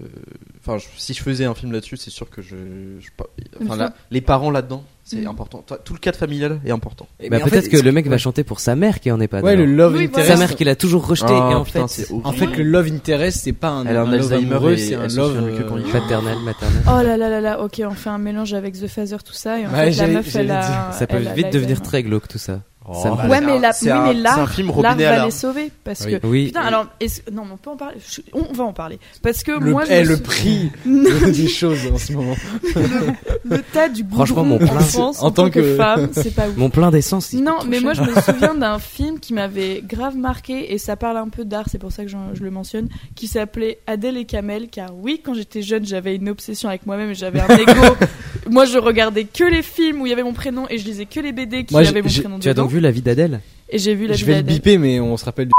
H: Enfin, je- si je faisais un film là-dessus, c'est sûr que je. je pas- enfin,
G: faut-
H: là, les parents là-dedans, c'est
G: Mm.
H: important. Toi, Tout le cadre familial est important.
F: bah,
E: Mais en
F: peut-être
E: fait,
F: que le mec
E: ouais.
F: va chanter pour sa mère qui en est pas.
E: Ouais, le love
G: Oui, voilà.
E: interest.
F: Sa mère qui l'a toujours rejeté
H: Ah,
F: et en
H: putain,
F: fait
H: c'est horrible.
E: En fait, le love interest, c'est pas un,
H: Elle a un
E: un love
H: Alzheimer
E: amoureux,
H: et
E: c'est un
H: elle se
E: love.
H: souvient que quand il
E: euh,
H: fait
F: paternelle, maternelle.
G: Oh là là là là, ok, on fait un mélange avec The Phaser, tout ça, et en
E: Ouais,
G: fait la
E: j'allais-
G: meuf
E: j'allais
G: elle a.
F: Ça peut
G: elle a
F: vite devenir
G: l'Alzheimer.
F: très glauque tout ça.
E: Oh.
F: Ça me-
G: Ouais, mais,
H: c'est
G: la,
H: un- c'est
G: oui,
H: un-
G: mais
H: c'est
G: l'art,
H: un film
G: l'art
H: robinet à
G: va
H: l'art.
G: les sauver parce
E: Oui.
G: que
F: Oui.
G: Putain, alors, est-ce- non, mais on peut en parler. Je- On va en parler. Parce que
E: Le,
G: moi, je
E: eh,
G: me
E: le
G: sou-
E: prix
G: le,
E: des choses en ce moment.
G: *laughs* le tas du goudron
F: Franchement, mon
G: en
F: plein-
G: France, en, tant que, femme, c'est pas ouf.
F: Mon plein d'essence. il
G: Non,
F: coûte
G: mais
F: trop
G: moi, je
F: cher.
E: *laughs*
G: me souviens d'un film qui m'avait grave marqué, et ça parle un peu d'art, c'est pour ça que j'en- je le mentionne, qui s'appelait Adèle et Kamel, car oui, quand j'étais jeune, j'avais une obsession avec moi-même, et
E: *laughs*
G: j'avais un ego. moi, je regardais que les films où il y avait mon prénom, et je lisais que les BD qui
E: Moi,
G: avaient
E: j'ai-
G: mon
E: j'ai-
G: prénom
F: Tu as
G: dedans,
F: donc vu la vie d'Adèle
G: et j'ai vu la
E: Je
G: vie
E: vais le
G: d'Adèle.
E: biper, mais on se rappelle. du-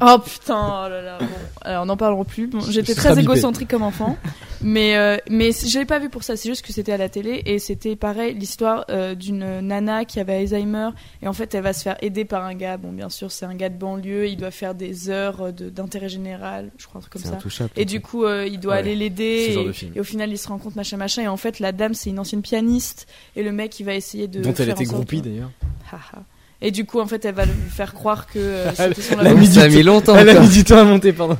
G: Oh putain, oh là là. Bon, alors n'en parlerons plus. Bon, J'étais
E: Ce sera
G: très
E: bipé.
G: égocentrique comme enfant, mais euh, mais c- j'avais pas vu pour ça. C'est juste que c'était à la télé et c'était pareil l'histoire euh, d'une nana qui avait Alzheimer et en fait elle va se faire aider par un gars. Bon, bien sûr c'est un gars de banlieue. Il doit faire des heures euh, de- d'intérêt général, je crois un truc comme
F: C'est
G: ça.
F: intouchable.
G: Et du coup, euh, il doit
E: Ouais.
G: aller
E: Ce
G: l'aider.
E: genre de
G: et-
E: film.
G: Et, au final, il se rend compte, machin, machin. Et en fait, la dame, c'est une ancienne pianiste. Et le mec, il va essayer de.
E: Dont elle
G: faire en
E: était
G: *laughs* sorte-
E: groupie d'ailleurs.
G: Haha. Et du coup, en fait, elle va le faire croire que
E: *laughs*
G: euh, c'était son
E: La
G: amour.
E: musique.
F: Ça a mis longtemps.
E: Elle a
F: encore.
E: mis du temps à monter, pardon.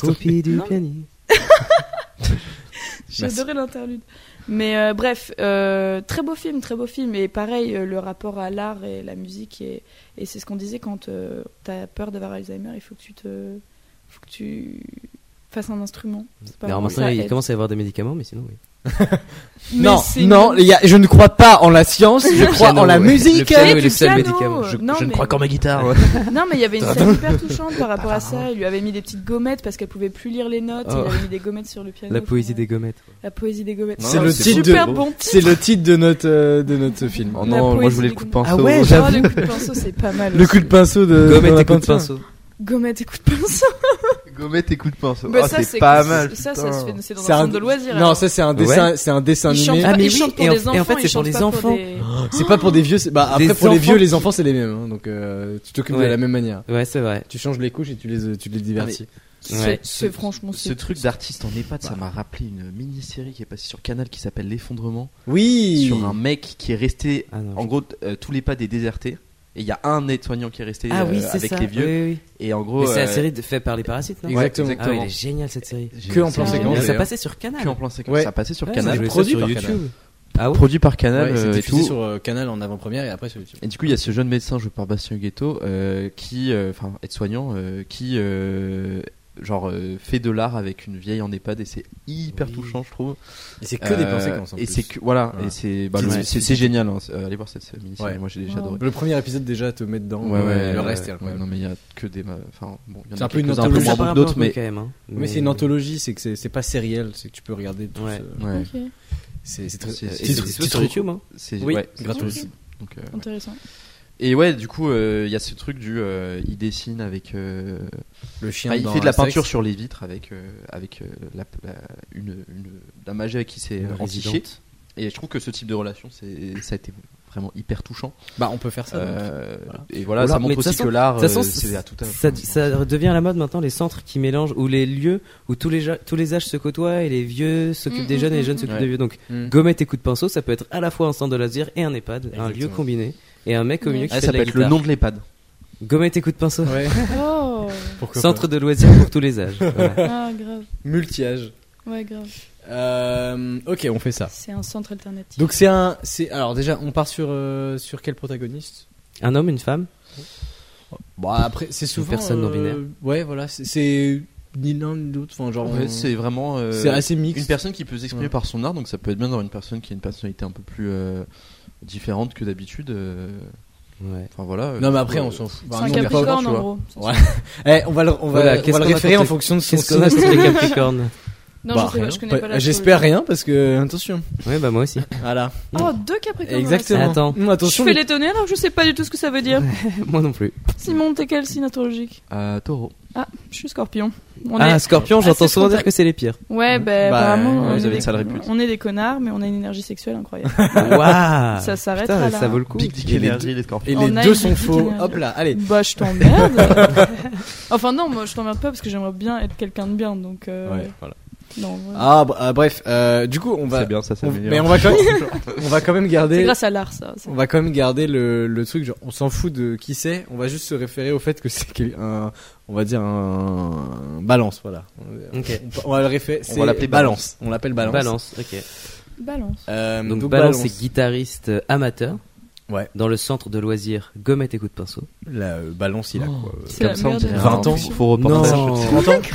F: Copie du pianiste.
G: J'ai adoré l'interlude. Mais euh, bref, euh, très beau film, très beau film. Et pareil, euh, le rapport à l'art et la musique. Et, et c'est ce qu'on disait quand euh, t'as peur d'avoir Alzheimer, il faut que tu te. faut que tu fasses un instrument. C'est pas
F: Mais alors
G: vraiment
F: maintenant,
G: ça
F: il
G: aide.
F: commence à y avoir des médicaments, mais sinon, oui.
G: Mais
E: non,
G: c'est-
E: non, les gars, je ne crois pas en la science, je crois
F: piano,
E: en la
F: ouais.
E: musique.
F: Le piano
G: Ouais,
F: est
G: du
F: le seul
G: piano.
F: médicament. Je-
G: Non,
H: je ne
G: mais-
H: crois qu'en ma guitare.
G: Non, mais il y avait une
E: *laughs*
G: scène hyper touchante par rapport à ça. Il lui avait mis des petites gommettes parce qu'elle pouvait plus lire les notes. et
F: Oh.
G: Il avait mis des gommettes sur le piano.
F: La poésie
G: Enfin,
F: des gommettes.
G: La poésie des gommettes.
E: C'est
H: Non,
E: le
H: c'est
E: titre
G: Super
E: de,
G: bon titre.
E: c'est le titre de notre euh, de notre film.
H: Oh
G: La
H: non, moi
G: poésie
H: je voulais
G: des
H: le coup de
G: gommettes.
H: pinceau.
E: Ah ouais,
G: Oh,
E: j'avoue.
G: le coup de pinceau, c'est pas mal.
E: Le coup de pinceau de dans
F: Gommettes
E: la
F: et coups de
E: peinture.
F: pinceau.
G: Gommette et coup de pinceau.
H: Gommette et coup de pinceau.
G: Bah,
H: Ah,
G: ça,
H: c'est pas
G: c'est-
H: mal.
G: Ça, ça se fait c'est dans
E: C'est
G: un
E: un-
G: centre de loisirs.
E: Non,
G: alors.
E: ça c'est un dessin, c'est un dessin
G: Ils chantent
E: animé.
G: pas-
F: Ah, mais
G: ils
F: oui,
G: chantent pour
F: et en-
G: des
F: et en
G: enfants.
F: fait, c'est
G: ils
F: pour
G: chantent
F: les
G: pas pour
F: enfants.
G: des-
E: *gasps* C'est pas pour des vieux. c'est- Bah après
F: Des
E: pour les vieux,
F: enfants
E: les
F: qui-
E: enfants c'est les mêmes. hein, donc euh, tu t'occupes de
F: Ouais.
E: la même manière.
F: Ouais, c'est vrai.
E: Tu changes les couches et tu les euh,
H: Ah,
E: tu les divertis.
G: C'est-
F: Ouais.
G: C'est franchement.
H: Ce truc d'artiste en EHPAD, ça m'a rappelé une mini-série qui est passée sur Canal qui s'appelle L'effondrement.
E: Oui.
H: Sur un mec qui est resté.
F: Ah, non.
H: En gros, euh, tous les pas des désertés. Et il y a un aide-soignant qui est resté
F: Ah
H: euh,
F: oui, c'est
H: avec
F: ça.
H: les vieux.
F: Oui, oui.
H: Et en gros.
F: Mais c'est la
H: euh,
F: série de- faite par les parasites, non
E: Ouais, Exactement.
F: Ah oui, elle est géniale cette série.
H: J'ai-
E: Que en
H: c'est
E: plan
H: génial.
E: séquence,
F: ça
E: d'ailleurs.
F: passait sur Canal.
H: Que en plan séquence.
E: Ouais.
H: Ça passait sur
F: Ouais,
H: Canal.
F: ça
E: jouait
F: jouait
E: produit
F: sur
E: par
F: YouTube. Ah ouais.
H: Produit par Canal
E: Ouais, c'est
H: euh, et
E: diffusé
H: tout.
E: sur euh, Canal en avant-première et après sur YouTube.
H: Et du coup, il y a ce jeune médecin joué par Bastien Ghetto euh, qui, euh, enfin, aide-soignant, euh, qui, euh, genre, euh, fait de l'art avec une vieille en EHPAD et c'est hyper
F: Oui.
H: touchant, je trouve.
E: Et c'est que des plans
H: Euh,
E: séquences. en
H: Et
E: plus.
H: c'est que, voilà,
E: Voilà.
H: et c'est, bah,
E: Qui
H: le-
E: te-
H: c'est c'est génial. hein. Euh, Allez voir cette euh, mini-série,
E: Ouais.
H: moi j'ai déjà
G: Wow.
H: adoré.
E: le premier épisode déjà te met dedans.
H: Ouais, ouais,
E: Le
H: euh,
E: reste est
H: ouais,
E: incroyable.
H: non mais il y a que des, ma- enfin, bon, il y en
E: C'est
H: a
E: un peu une
H: quelques-uns un peu
E: anthologie. Ça
H: moins bons que
F: Ah, parle
H: d'autres,
F: un peu
H: mais
F: quand même, hein.
E: Mais c'est une anthologie, c'est que c'est c'est pas sériel, c'est que tu peux regarder tout.
F: Ouais.
E: ce-
H: ouais,
G: Ok,
E: C'est c'est très
H: C'est-
F: Et c'est dispo sur YouTube, hein.
H: c'est
E: Oui,
H: ouais, c'est
E: gratuit.
H: gratuit. Donc, euh,
G: intéressant.
H: Et ouais, du coup, euh, il y a ce truc du, euh, il dessine avec. euh,
E: Le chien.
H: Enfin, il
E: dans
H: fait de la
E: Astérix.
H: peinture sur les vitres avec, euh, avec euh, la, la- une, une, la magie avec qui s'est
F: Une
H: entichée.
F: résidente.
H: Et je trouve que ce type de relation, c'est- ça a été vraiment hyper touchant.
E: Bah on peut faire ça. donc.
H: Euh, Et voilà,
F: Voilà,
H: ça
F: mais
H: montre
F: de
H: aussi
F: toute façon-
H: que l'art,
F: de toute façon,
H: euh,
F: ça-
H: c'est à tout âge.
F: Ça, ça devient à la mode maintenant les centres qui mélangent ou les lieux où tous les, ja- tous les âges se côtoient et les vieux s'occupent
G: Mm,
F: des
G: mm,
F: jeunes et les
G: mm,
F: jeunes
G: mm.
F: s'occupent
H: Ouais.
F: des vieux. Donc
E: Mm.
F: gommette et coup de pinceau, ça peut être à la fois un centre de loisirs et un EHPAD, un lieu
E: Exactement.
F: combiné et un mec au milieu qui
H: Ouais, Ah, ça
F: fait
H: peut
F: de la
H: être le
F: guitare.
H: nom de l'EHPAD.
F: Gommette et coup de pinceau.
E: Ouais.
G: Oh,
E: Pourquoi
F: Centre de loisirs pour tous les âges. Voilà.
G: ah, grave.
E: pas. multi-âge.
G: Ouais, grave.
E: Euh, ok, on fait
F: Ah.
E: ça.
G: C'est un centre alternatif.
E: Donc c'est un, c'est alors déjà on part sur euh, sur quel protagoniste
F: Un homme, une femme.
E: Bon après c'est souvent euh,
F: personne non binaire.
E: Ouais voilà c'est- c'est ni l'un ni l'autre. Enfin genre
H: Ouais,
E: on-
H: c'est vraiment euh,
E: c'est assez
H: une
E: mixte.
H: personne qui peut s'exprimer
E: Ouais.
H: par son art, donc ça peut être bien d'avoir une personne qui a une personnalité un peu plus euh, différente que d'habitude. euh,
F: Ouais.
H: Enfin voilà.
E: bah, Non mais après
H: Euh,
E: on s'en fout.
G: C'est
E: Enfin,
G: un
E: nous, on est pas-
G: capricorne en
H: tu
G: gros.
E: Ouais. Eh, on va le, on va,
F: Voilà,
E: on
F: qu'est-ce
E: va le
F: qu'on
E: référer en
F: raconte-
E: fonction de son
F: Qu'est-ce qu'on a sur les Capricornes
G: Non,
E: Bah,
G: je sais
E: rien.
G: pas, je connais pas
E: Bah,
G: la
E: J'espère rien parce que attention.
F: Ouais, bah moi aussi.
E: Voilà.
G: Oh, deux capricornes.
E: Exactement.
F: Attends.
E: Mm,
G: Je
E: attention.
G: fais
E: les-
G: l'étonner alors que je sais pas du tout ce que ça veut dire.
F: moi non plus.
G: Simon, t'es quel signe astrologique
H: euh, taureau.
G: Ah, je suis scorpion. On
F: Ah,
G: est-
F: Scorpion,
G: assez
F: j'entends souvent dire
G: frontal.
F: que c'est les pires.
G: Ouais, bah,
E: Bah,
G: apparemment,
E: ouais,
G: on,
E: vous
G: est
H: avez
G: des...
H: une sale répute.
G: on est des connards, mais on a une énergie sexuelle incroyable.
F: Waouh
E: Ah.
G: ça s'arrête
F: Putain,
G: là. hein.
F: ça vaut le coup.
H: Pic
E: Et les
H: d'énergie, les scorpions.
E: Et
G: On
E: les
G: a
E: deux
G: une
E: sont
G: petite
E: faux.
G: *laughs* énergie.
E: Hop là, allez.
G: Bah, je t'emmerde. enfin, non, moi, je t'emmerde pas parce que j'aimerais bien être quelqu'un de bien, donc. euh,
E: Ouais, voilà.
G: non, ouais.
E: Ah br- ah, bref, euh, du coup on va
H: C'est bien, ça
E: on-
H: s'améliore.
E: mais on va quand même, *laughs* on va quand même
G: C'est
E: garder
G: grâce à l'art, ça. c'est-
E: On va quand même garder le, le truc, genre, on s'en fout de qui c'est, on va juste se référer au fait que c'est quel- un, on va dire un, un balance, voilà.
F: Ok.
E: On, on va le référer, c'est
H: l'appeler
E: balance. On l'appelle balance.
F: Balance, ok.
G: Balance.
E: Euh,
F: Donc, Balance,
E: Balance.
F: est guitariste euh, amateur.
E: Ouais.
F: Dans le centre de loisirs Gommette et Coup de Pinceau.
E: La, euh, balance, il a quoi euh,
G: C'est la merde. de la
E: 20 ans.
G: profession.
H: Faut reportage.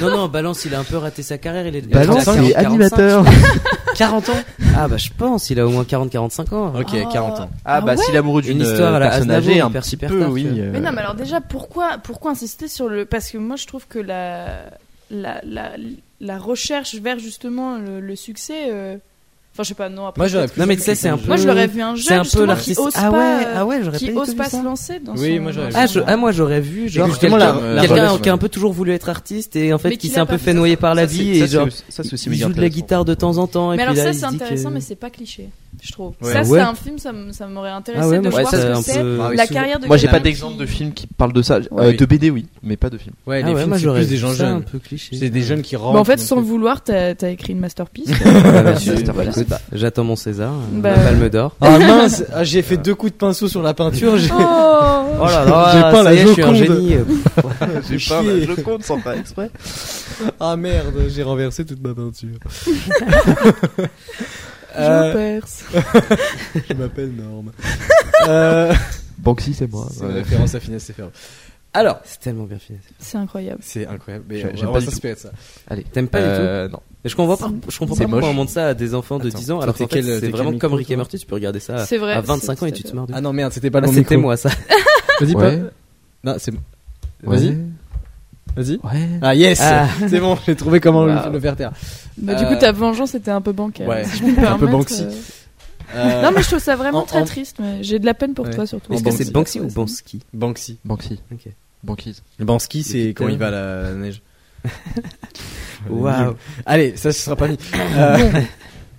F: non, non, Balance, il a un peu raté sa carrière. Il est
H: Balance,
F: il a
H: il est
F: 40, 45,
H: animateur.
F: je crois. *laughs* 40 ans Ah, bah je pense, il a au moins 40-45 ans.
E: Ok,
G: Ah.
E: 40 ans.
H: Ah,
G: Ah
H: bah
G: ouais
H: s'il est amoureux d'une
F: Une histoire à
H: euh,
F: la
H: personne
F: Aznavour,
H: âgée, un
F: hyper
H: petit
F: super
H: peu,
F: tard,
H: oui. euh,
F: tu vois.
G: Mais non, mais alors déjà, pourquoi, pourquoi insister sur le. Parce que moi, je trouve que la, la, la, la recherche vers justement le, le succès. euh, Enfin, je sais pas, non, après.
E: Moi, j'aurais
G: peut-être
E: plus-
F: Non, mais tu sais, c'est un
E: Moi,
F: peu.
G: Moi, je l'aurais vu un
F: C'est
G: jeune
F: un peu
G: justement qui
F: l'artiste.
G: ose
F: Ah
G: pas,
F: ouais, ah ouais, j'aurais
G: qui
F: pas du
G: ose
F: tout
G: pas
F: vu ça.
G: se lancer dans
E: Oui,
G: son-
E: moi, j'aurais
G: dans
E: vu
F: Ah,
G: son-
F: je- ah, moi j'aurais vu genre
E: justement,
F: quelqu'un,
E: la- la
F: quelqu'un
H: relation,
F: qui a un
H: ouais.
F: peu toujours voulu être artiste et en fait
G: Mais
F: qui
G: qui
F: s'est
G: l'a
F: un peu
G: pas
F: fait
G: fait,
F: noyer par la vie et genre
H: ça c'est aussi
F: il joue de la guitare de temps en temps et
G: Mais
F: puis
G: alors
F: là
G: ça,
F: il
G: c'est
F: se dit que-
G: intéressant, mais c'est pas cliché, je trouve.
E: Ouais.
G: Ça,
F: Ouais.
G: c'est un film, ça, m- ça m'aurait intéressé
F: Ah ouais,
G: de
F: moi,
G: voir
F: ça,
G: ce que
F: un
G: c'est.
F: peu-
E: Ah oui,
G: La
E: souvent.
G: carrière de
H: Moi j'ai
G: quelqu'un
H: pas d'exemple
G: qui-
H: de film qui parle de ça,
E: Ouais,
H: Euh,
E: oui.
H: de BD oui, mais pas *laughs* de film.
E: Ouais,
F: Ah
E: les
F: ouais,
E: films,
F: moi
E: c'est
F: j'aurais
E: plus des
F: vu
E: gens
F: ça un
E: jeunes.
F: peu cliché.
E: C'est des jeunes qui rentrent.
G: Bah, en fait,
E: dans le
G: sans le
E: truc.
H: *laughs*
G: vouloir, t'as t'as écrit une masterpiece.
F: Ah bah,
H: C'est-
F: c'est-
H: voilà.
F: écoute, pas. J'attends mon César, euh,
G: Bah,
F: ma palme d'or.
E: Ah mince, ah, j'ai fait deux coups de pinceau sur la peinture. J'ai
G: Oh
F: Oh là
E: J'ai
F: là,
E: peint
F: ça
E: la
F: y est, je suis un
E: Joconde.
F: génie.
H: Ah, J'ai
E: Chier.
H: pas je le compte sans faire exprès.
E: Ah merde, j'ai renversé toute ma peinture.
G: Je
E: Euh,
G: perce.
E: je m'appelle Norme. Euh,
H: Banksy, c'est moi.
E: c'est une référence à Finesse Ferb. Alors,
F: C'est tellement bien fini.
G: C'est incroyable.
E: c'est incroyable. Mais
H: J'ai-
E: on va-
H: j'aime
E: on va
H: pas du tout.
E: s'inspirer de ça.
H: Allez.
F: T'aimes pas du tout
H: euh, Non.
F: Je comprends pas, je comprends
H: C'est
F: pas pourquoi
H: moche.
F: on montre ça à des enfants de
H: Attends,
F: 10 ans
E: toi,
F: alors
E: t'es
F: qu'en fait,
E: quel-
F: c'est
E: t'es
F: vraiment
E: quel
F: comme
E: micro,
F: Rick et
E: toi
F: Morty, tu peux regarder ça
G: C'est vrai,
F: à
G: c'est
F: 25 ans et
G: tout
F: tu
G: à
F: te
G: fait.
F: marres de
E: Ah non merde, c'était pas
F: Ah,
E: le
F: C'était moi ça.
E: Vas-y
H: Ouais.
E: pas. Non, c'est Vas-y, vas-y.
H: Ouais.
E: Ah yes,
F: Ah.
E: *laughs* c'est bon, j'ai trouvé comment le-
H: Wow.
E: le faire taire.
G: Bah, du
E: Euh,
G: coup, ta vengeance était un peu bancale.
E: ouais,
F: *laughs*
G: si je peux me
E: un peu
G: permettre,
E: Banksy.
G: euh.
E: Euh,
G: Non, mais je trouve ça vraiment
E: en-
G: très
E: en-
G: triste. Mais j'ai de la peine pour
E: Ouais.
G: toi surtout.
E: En
F: Est-ce que c'est
E: Banksy.
F: Banksy ou Bansky
E: Banksy.
H: Banksy.
F: Ok.
H: Banquise.
E: Banksy, c'est
F: Depuis
E: quand il
F: tout à
E: va à la la neige.
F: Waouh.
E: Allez, ça ce sera pas mis. Euh,
F: *coughs*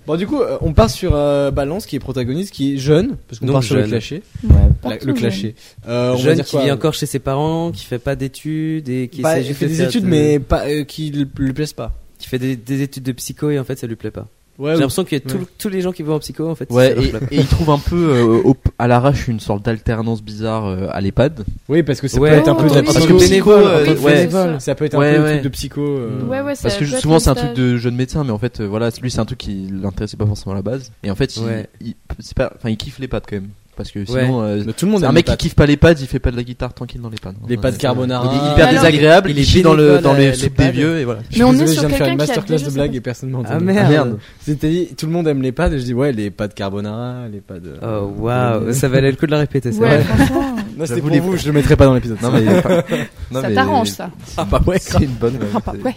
E: bon, du coup, euh, on part sur euh, Balance qui est protagoniste, qui est jeune, parce qu'on
F: Donc
E: part sur le
F: jeune.
E: clashé.
G: Ouais,
E: La-
G: partout,
E: le
G: mais-
E: clashé. Euh, on va
F: Jeune
E: dire
F: qui
E: quoi
F: vit encore chez ses parents, qui fait pas d'études et qui
E: Bah,
F: essaie
E: il
F: juste
E: fait
F: de
E: des
F: faire
E: études,
F: de-
E: mais pas, euh, qui ne lui plaisent pas.
F: qui fait des, des études de psycho et en fait ça lui plaît pas.
E: Ouais,
F: J'ai
E: ou-
F: l'impression que tout-
E: Ouais.
F: tous les gens qui vont en psycho en fait ça
H: Ouais,
F: leur
H: et,
F: plaît pas.
H: et il trouve un peu euh, au- à l'arrache une sorte d'alternance bizarre euh, à l'EHPAD.
E: oui, parce que ça
F: Ouais,
E: peut être un
G: oh,
E: peu de
G: oui.
E: la
G: Parce
E: psycho.
G: que
F: bénévole,
E: euh,
G: Oui,
H: euh,
G: c'est
H: ouais.
G: ça.
E: Ça peut être un
H: Ouais,
E: peu
H: ouais.
E: un truc de psycho. euh,
G: Ouais, ouais, ça
H: Parce que
G: doit être
H: souvent c'est un
G: stage.
H: truc de jeune médecin, mais en fait, euh, voilà, lui c'est un truc qui l'intéressait pas forcément à la base. Et en fait, il-
F: Ouais.
H: il, c'est pas, enfin, il kiffe les pads quand même. Parce que
F: Ouais.
H: sinon, euh,
E: mais tout le monde
H: c'est
E: aime
H: un
E: les
H: mec qui
E: pâtes.
H: kiffe pas les pads, il fait pas de la guitare tranquille dans les pads.
E: Les pâtes carbonara.
H: Il est hyper
G: Alors,
H: désagréable,
F: il
H: il
F: est
H: est chill dans le,
F: bénévole
H: dans
F: à
H: les
F: la-
H: soupes
F: les
H: des
F: pads.
H: vieux et voilà.
E: Je
G: Mais
E: suis
G: on est
E: désolé,
G: sur
E: je viens de faire
G: quelqu'un
E: une
G: qui a
E: masterclass
G: déjà
E: de
G: sa
E: blague
G: place.
E: et personne m'a
F: Ah,
E: entendu.
F: merde.
E: C'était tout le monde aime les pâtes. et Je dis ouais les pâtes carbonara, les pâtes. euh,
F: Oh waouh, ça valait le coup de la répéter. c'est
G: Ouais,
H: *laughs*
F: vrai.
G: franchement. euh,
E: Non, c'était
H: J'avoue,
E: pour
H: les-
E: vous, je le mettrai pas dans l'épisode.
H: Non,
E: ça.
H: mais, non,
K: Ça
H: mais-
K: t'arrange ça.
E: Ah, bah ouais,
H: C'est une bonne.
G: Ah bah ouais.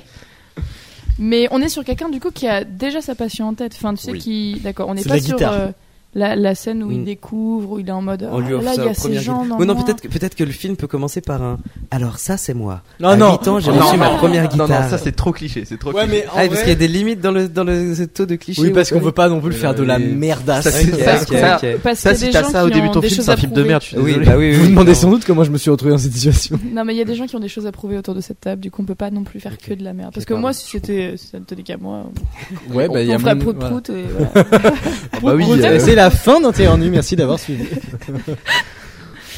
G: Mais on est sur quelqu'un du coup qui a déjà sa passion en tête. Enfin, tu sais
E: Oui.
G: qui, d'accord, on n'est
E: C'est
G: pas
E: la
G: sur
E: guitare.
G: euh, la, la scène où
F: Mm.
G: il découvre, où il est en mode.
F: On lui
G: ah,
F: offre
G: là,
F: ça
G: il y
F: au
G: a
F: premier
G: ces gens.
F: guide.
G: dans
F: Oui, non,
G: moi.
F: peut-être que, peut que le film peut commencer par un. Alors, ça, c'est moi.
E: Non,
F: à
E: non.
F: 8 ans, j'ai
E: Non,
F: reçu
E: non,
F: ma
G: Ah.
E: non,
F: première
H: Non,
F: guitare.
H: non, ça c'est trop cliché, c'est trop
E: Ouais,
H: cliché.
E: mais en
F: Ah, parce
E: vrai-
F: qu'il y a des limites dans le, dans le ce taux de clichés.
E: Oui,
F: ou
E: parce qu'on
F: quoi.
E: veut pas non plus le faire de la merdasse.
H: Ça, c'est-
F: Ok,
H: ça, ça-
F: ok, ok.
G: Parce
H: Ça,
G: qu'il y a
H: si
G: des
H: t'as
G: gens
H: ça au
G: qui
H: début
G: ont
H: de ton
G: des
H: film,
G: choses
H: c'est un
G: à
H: film de
G: prouver.
H: merde. je suis
F: Oui,
H: désolé.
F: bah oui, oui,
E: Vous vous
F: oui,
E: demandez
F: non.
E: sans doute comment je me suis retrouvé dans cette situation.
G: Non, mais il y a des gens qui ont des choses à prouver autour de cette table, du coup on peut pas non plus faire
F: Ok.
G: que de la merde. Parce
F: Ok,
G: que
F: pardon.
G: moi, si c'était, si ça ne tenait qu'à moi,
E: Ouais,
G: on, on ferait prout prout. et voilà.
H: bah oui, euh,
E: C'est la fin d'Intérieur Nu, merci d'avoir suivi.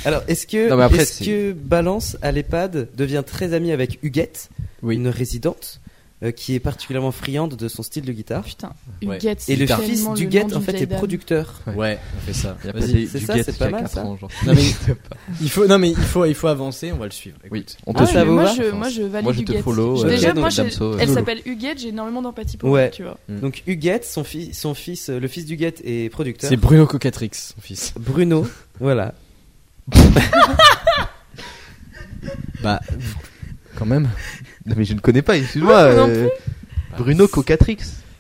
F: Alors, est-ce que,
H: Non, mais après,
F: est-ce
H: c'est-
F: que Balance à l'EHPAD devient très amie avec Huguette,
E: Oui.
F: une résidente euh, qui est particulièrement friande de son style de guitare
G: Putain,
E: Ouais.
G: Huguette, c'est
F: Et le
G: tellement
F: fils
G: nom
F: d'Huguette,
G: d'une
F: en fait,
G: vieille
F: est
G: dame.
F: producteur.
E: Ouais, on fait ça.
H: Il y a
E: Vas-y.
H: pas des-
F: c'est
H: du
F: ça,
H: guette
F: c'est
H: qui
F: pas
H: a
F: mal,
H: 4
F: ça.
H: ans, genre.
E: Non, mais, il faut, non, mais il faut, il faut avancer, on va le suivre.
H: Oui,
E: Écoute.
H: on te
G: Ah ouais,
H: suit.
F: ça
G: mais
F: vous
G: moi,
F: va,
G: je,
H: je
G: moi,
H: pense.
G: je valide
H: Moi, je te
G: Huguette.
H: follow,
G: Je-
F: euh,
G: Déjà,
F: Huguette,
G: moi,
H: donc,
G: je-
H: Damso, euh,
G: elle
F: Lolo.
G: s'appelle Huguette, j'ai énormément d'empathie pour
F: Ouais.
G: elle, tu vois.
F: Donc Huguette, son, fi- son fils, euh, le fils d'Huguette est producteur.
E: C'est Bruno Cocatrix, son fils.
F: Bruno, voilà.
E: Bah, quand même.
H: Non, mais je ne connais pas, excuse-moi. euh, Bruno Cocatrix.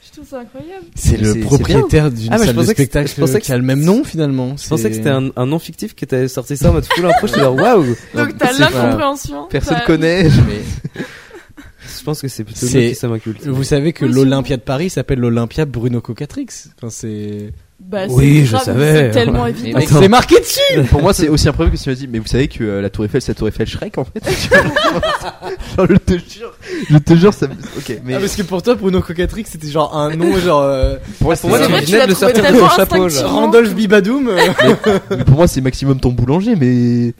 G: Je trouve ça incroyable.
E: C'est
F: C'est-
E: le
F: c'est
E: propriétaire d'une
F: Ah, mais je
E: salle de
F: pensais que-
E: spectacle
F: je pensais que
E: qui a le même nom finalement.
F: Je pensais que c'était un, un nom fictif que t'avais sorti ça en mode full impro. Je suis genre waouh.
G: Donc t'as
E: c'est pas-
G: l'incompréhension.
H: Personne
G: t'as-
H: connaît.
F: Je pense que c'est plutôt
E: C'est-
F: nous qui sommes incultes.
E: Vous savez que
G: Oui, c'est
E: l'Olympia de Paris s'appelle l'Olympia Bruno Cocatrix. Enfin, c'est.
G: Bah, c'est
F: Oui, je
G: grave,
F: savais.
G: C'est tellement
F: Mais
G: évident.
F: mec,
E: Mec, c'est marqué dessus.
H: *laughs* Pour moi, c'est aussi improbable que si tu m'as dit, mais vous savez que euh, la Tour Eiffel, c'est la Tour Eiffel Shrek en fait. *laughs* Genre, je te jure, je te jure, ça. me- Ok, mais
E: Ah, parce que pour toi, Bruno Cocatrix, c'était genre un nom genre. euh,
H: pour moi,
F: Pour moi,
G: C'est
H: c'est-
G: vrai, tu
F: t'imagines
G: l'as
F: le
G: trouvé
F: sortir de
G: tellement
F: ton chapeau,
G: instinctif.
F: genre.
E: Randolph Bibadoum. euh,
H: mais pour moi, c'est maximum ton boulanger, mais.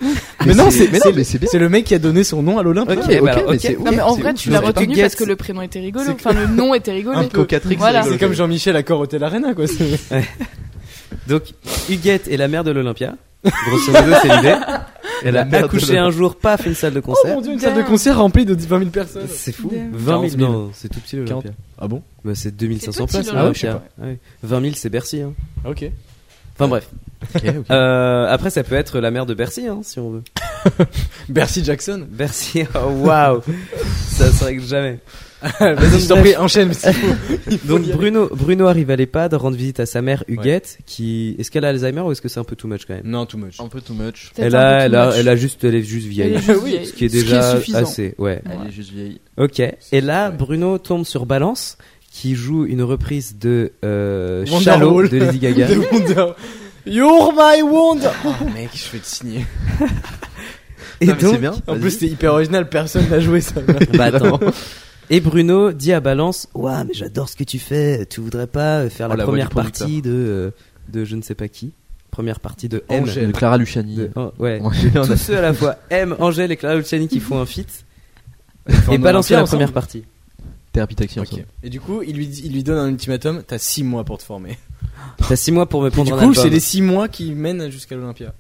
E: Mais non, c'est
H: mais
E: c'est
H: non,
E: le-
H: mais c'est bien.
E: c'est le mec qui a donné son nom à l'Olympia.
F: Ok,
H: Ouais,
F: bah alors,
H: mais
F: ok.
H: c'est
G: Non, mais en
H: c'est
G: vrai,
H: ouf.
G: tu l'as
F: Parce que
G: retenu
F: Huguette-
G: parce que le prénom était rigolo.
E: C'est
G: Enfin, le nom était rigolo.
E: Un peu
H: Cocatrix, euh,
G: Voilà.
H: rigolo.
E: C'est comme Jean-Michel à Corotel Arena, quoi. c'est-
F: Donc Huguette est la mère de l'Olympia. Grosso modo, c'est l'idée. Elle a
H: La mère de
F: accouché
H: l'Olympia.
F: un jour, paf, une salle de
E: Oh
F: concert.
E: mon dieu, une salle de concert remplie de 20 000 personnes.
F: c'est fou.
G: Damn.
F: 20 000.
E: 40 000.
F: Non, c'est tout petit l'Olympia.
E: Ah bon
F: Bah, c'est 2500
G: C'est petit,
F: places.
G: l'Olympia.
F: Ah ouais, je sais pas. Ah ouais. 20 000, c'est Bercy. Hein.
E: Ah, Ok.
F: Enfin bref. Euh, après, ça peut être la mère de Bercy, hein, si on veut.
E: *laughs* Bercy Jackson.
F: Bercy, *laughs* oh, waouh. ça serait que jamais.
E: *laughs* Vas-y, je t'en prie, enchaîne.
F: Donc Bruno, Bruno arrive à l'EHPAD, rendre visite à sa mère Huguette, qui est-ce qu'elle a Alzheimer ou est-ce que c'est un peu too much quand même
E: Non, too much.
H: Un peu too much.
G: Peut-être
F: Elle
G: un peu
F: a,
G: too
F: elle a,
G: much.
F: elle a juste, elle est juste vieille.
G: Elle est juste
E: Oui.
G: vieille.
F: Ce qui est
G: Ce qui est
F: déjà
G: suffisant.
F: assez, ouais.
H: Elle est juste vieille.
F: Ok. Et là,
E: Ouais.
F: Bruno tombe sur Balance, qui joue une reprise de euh,
E: Wonderwall.
F: Shallow de
E: *laughs*
F: Lady
H: *laughs*
F: Gaga.
E: The Wonder. You're my wonder. Oh mec, je vais te signer.
F: Et
H: Non, mais c'est
F: donc,
H: bien.
E: En
H: vas-y.
E: plus, c'était hyper original, personne n'a joué ça.
F: bah attends. Et Bruno dit à Balance Ouah, mais j'adore ce que tu fais, tu voudrais pas euh, faire la,
H: Oh, la voix
F: première
H: du producteur.
F: partie de, euh, de je ne sais pas qui Première partie de M.
H: Angèle, Clara Luciani.
F: De- oh, ouais.
H: Ouais, on a-
F: Tous ceux à la *laughs* fois, M, Angèle et Clara Luciani qui font un feat et
E: Enfin,
F: Balance fait la
E: ensemble.
F: première partie.
H: *laughs* Thérapie taxi
E: Ok.
H: *laughs* ensemble.
E: Et du coup, il lui, dit- il lui donne un ultimatum t'as 6 mois pour te former.
F: T'as 6 mois pour me
E: Et du
F: prendre un
E: coup,
F: album.
E: c'est les 6 mois qui mènent jusqu'à l'Olympia.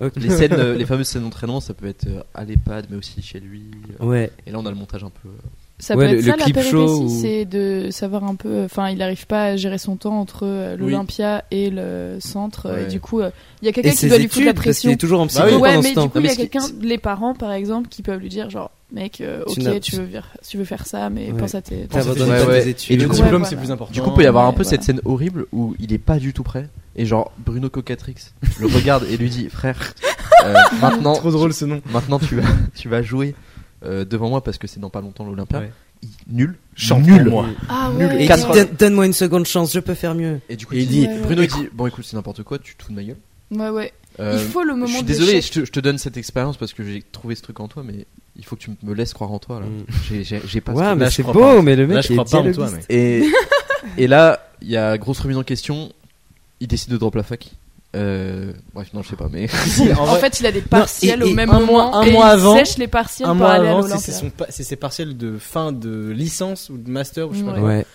F: Ok.
H: Les scènes, euh, les fameuses scènes d'entraînement, ça peut être euh, à l'EHPAD, mais aussi chez lui. euh,
F: *laughs* Ouais.
H: Et là, on a le montage un peu. euh,
G: Ça
F: Ouais,
G: peut être
F: le-
G: ça
F: le
G: la
F: clip
G: péripétie,
F: show ou-
G: c'est de savoir un peu. Enfin, il n'arrive pas à gérer son temps entre euh, l'Olympia et le centre, euh,
H: Ouais.
G: et du coup, euh, il y a
F: Et
G: quelqu'un qui
F: ses
G: doit lui foutre la
F: études, parce qu'il
G: pression.
F: est toujours en psycho
E: Bah oui.
G: ouais,
F: pendant
G: mais
F: ce temps.
G: du coup, il y a
H: ce qui-
G: quelqu'un, les parents par exemple, qui peuvent lui dire genre, mec, euh,
F: Tu n'as-
G: ok, tu veux, faire- tu veux faire ça, mais
F: Ouais.
G: pense à tes.
F: T'as
E: Ouais,
F: abandonné
H: ouais.
F: pas tes
H: Et
F: études.
E: le
G: Ouais,
E: diplôme,
G: voilà.
E: c'est plus important.
H: Du coup, il peut y avoir un
G: ouais,
H: peu cette
G: voilà.
H: scène horrible où il est pas du tout prêt. Et genre, Bruno Cocatrix le regarde et lui dit Frère, *laughs* euh, maintenant,
E: Trop drôle ce nom.
H: maintenant tu, vas, tu vas jouer euh, devant moi parce que c'est dans pas longtemps l'Olympia.
E: Ouais.
H: Il- Nul.
E: Chante
H: nul.
E: pour moi.
G: Ah
H: Nul.
G: ouais.
F: Et il
H: Quatre-
F: dit, Donne- Donne-moi une seconde chance, je peux faire mieux.
H: Et du coup,
E: Et
H: il
E: il
H: dit,
E: dit
G: Ouais,
H: Bruno il dit Bon, écoute, c'est n'importe quoi, tu te fous de ma gueule.
G: Ouais, ouais.
H: Euh,
G: il faut le moment
H: je suis
G: de
H: désolé,
G: l'échec.
H: je te, je te donne cette expérience parce que j'ai trouvé ce truc en toi, mais il faut que tu me laisses croire en toi. là.
F: Mm.
H: J'ai- J'ai j'ai pas ce
F: Ouais,
H: truc.
E: Là,
F: mais
E: je
F: c'est
E: crois
F: beau,
E: pas.
F: mais le mec
E: Là, je
F: il
E: crois
F: est
E: pas en
F: dialoguiste.
E: toi, mec.
H: Et, et là, il y a grosse remise en question. Il décide de drop la fac. Euh, bref, non, je sais pas, mais. *laughs*
G: En,
E: vrai-
G: fait, il a des partiels
E: Non, et-
G: au
E: et
G: même
E: un
G: moment.
E: mois- un
G: et
E: mois
G: il
E: avant-
G: sèche les partiels
E: Un
G: pour
E: mois
G: aller à
E: avant, c'est c'est
G: l'Olympia.
E: son pa- c'est ses partiels de fin de licence ou de master ou je sais pas
G: Ouais.
E: quoi.
F: Ouais.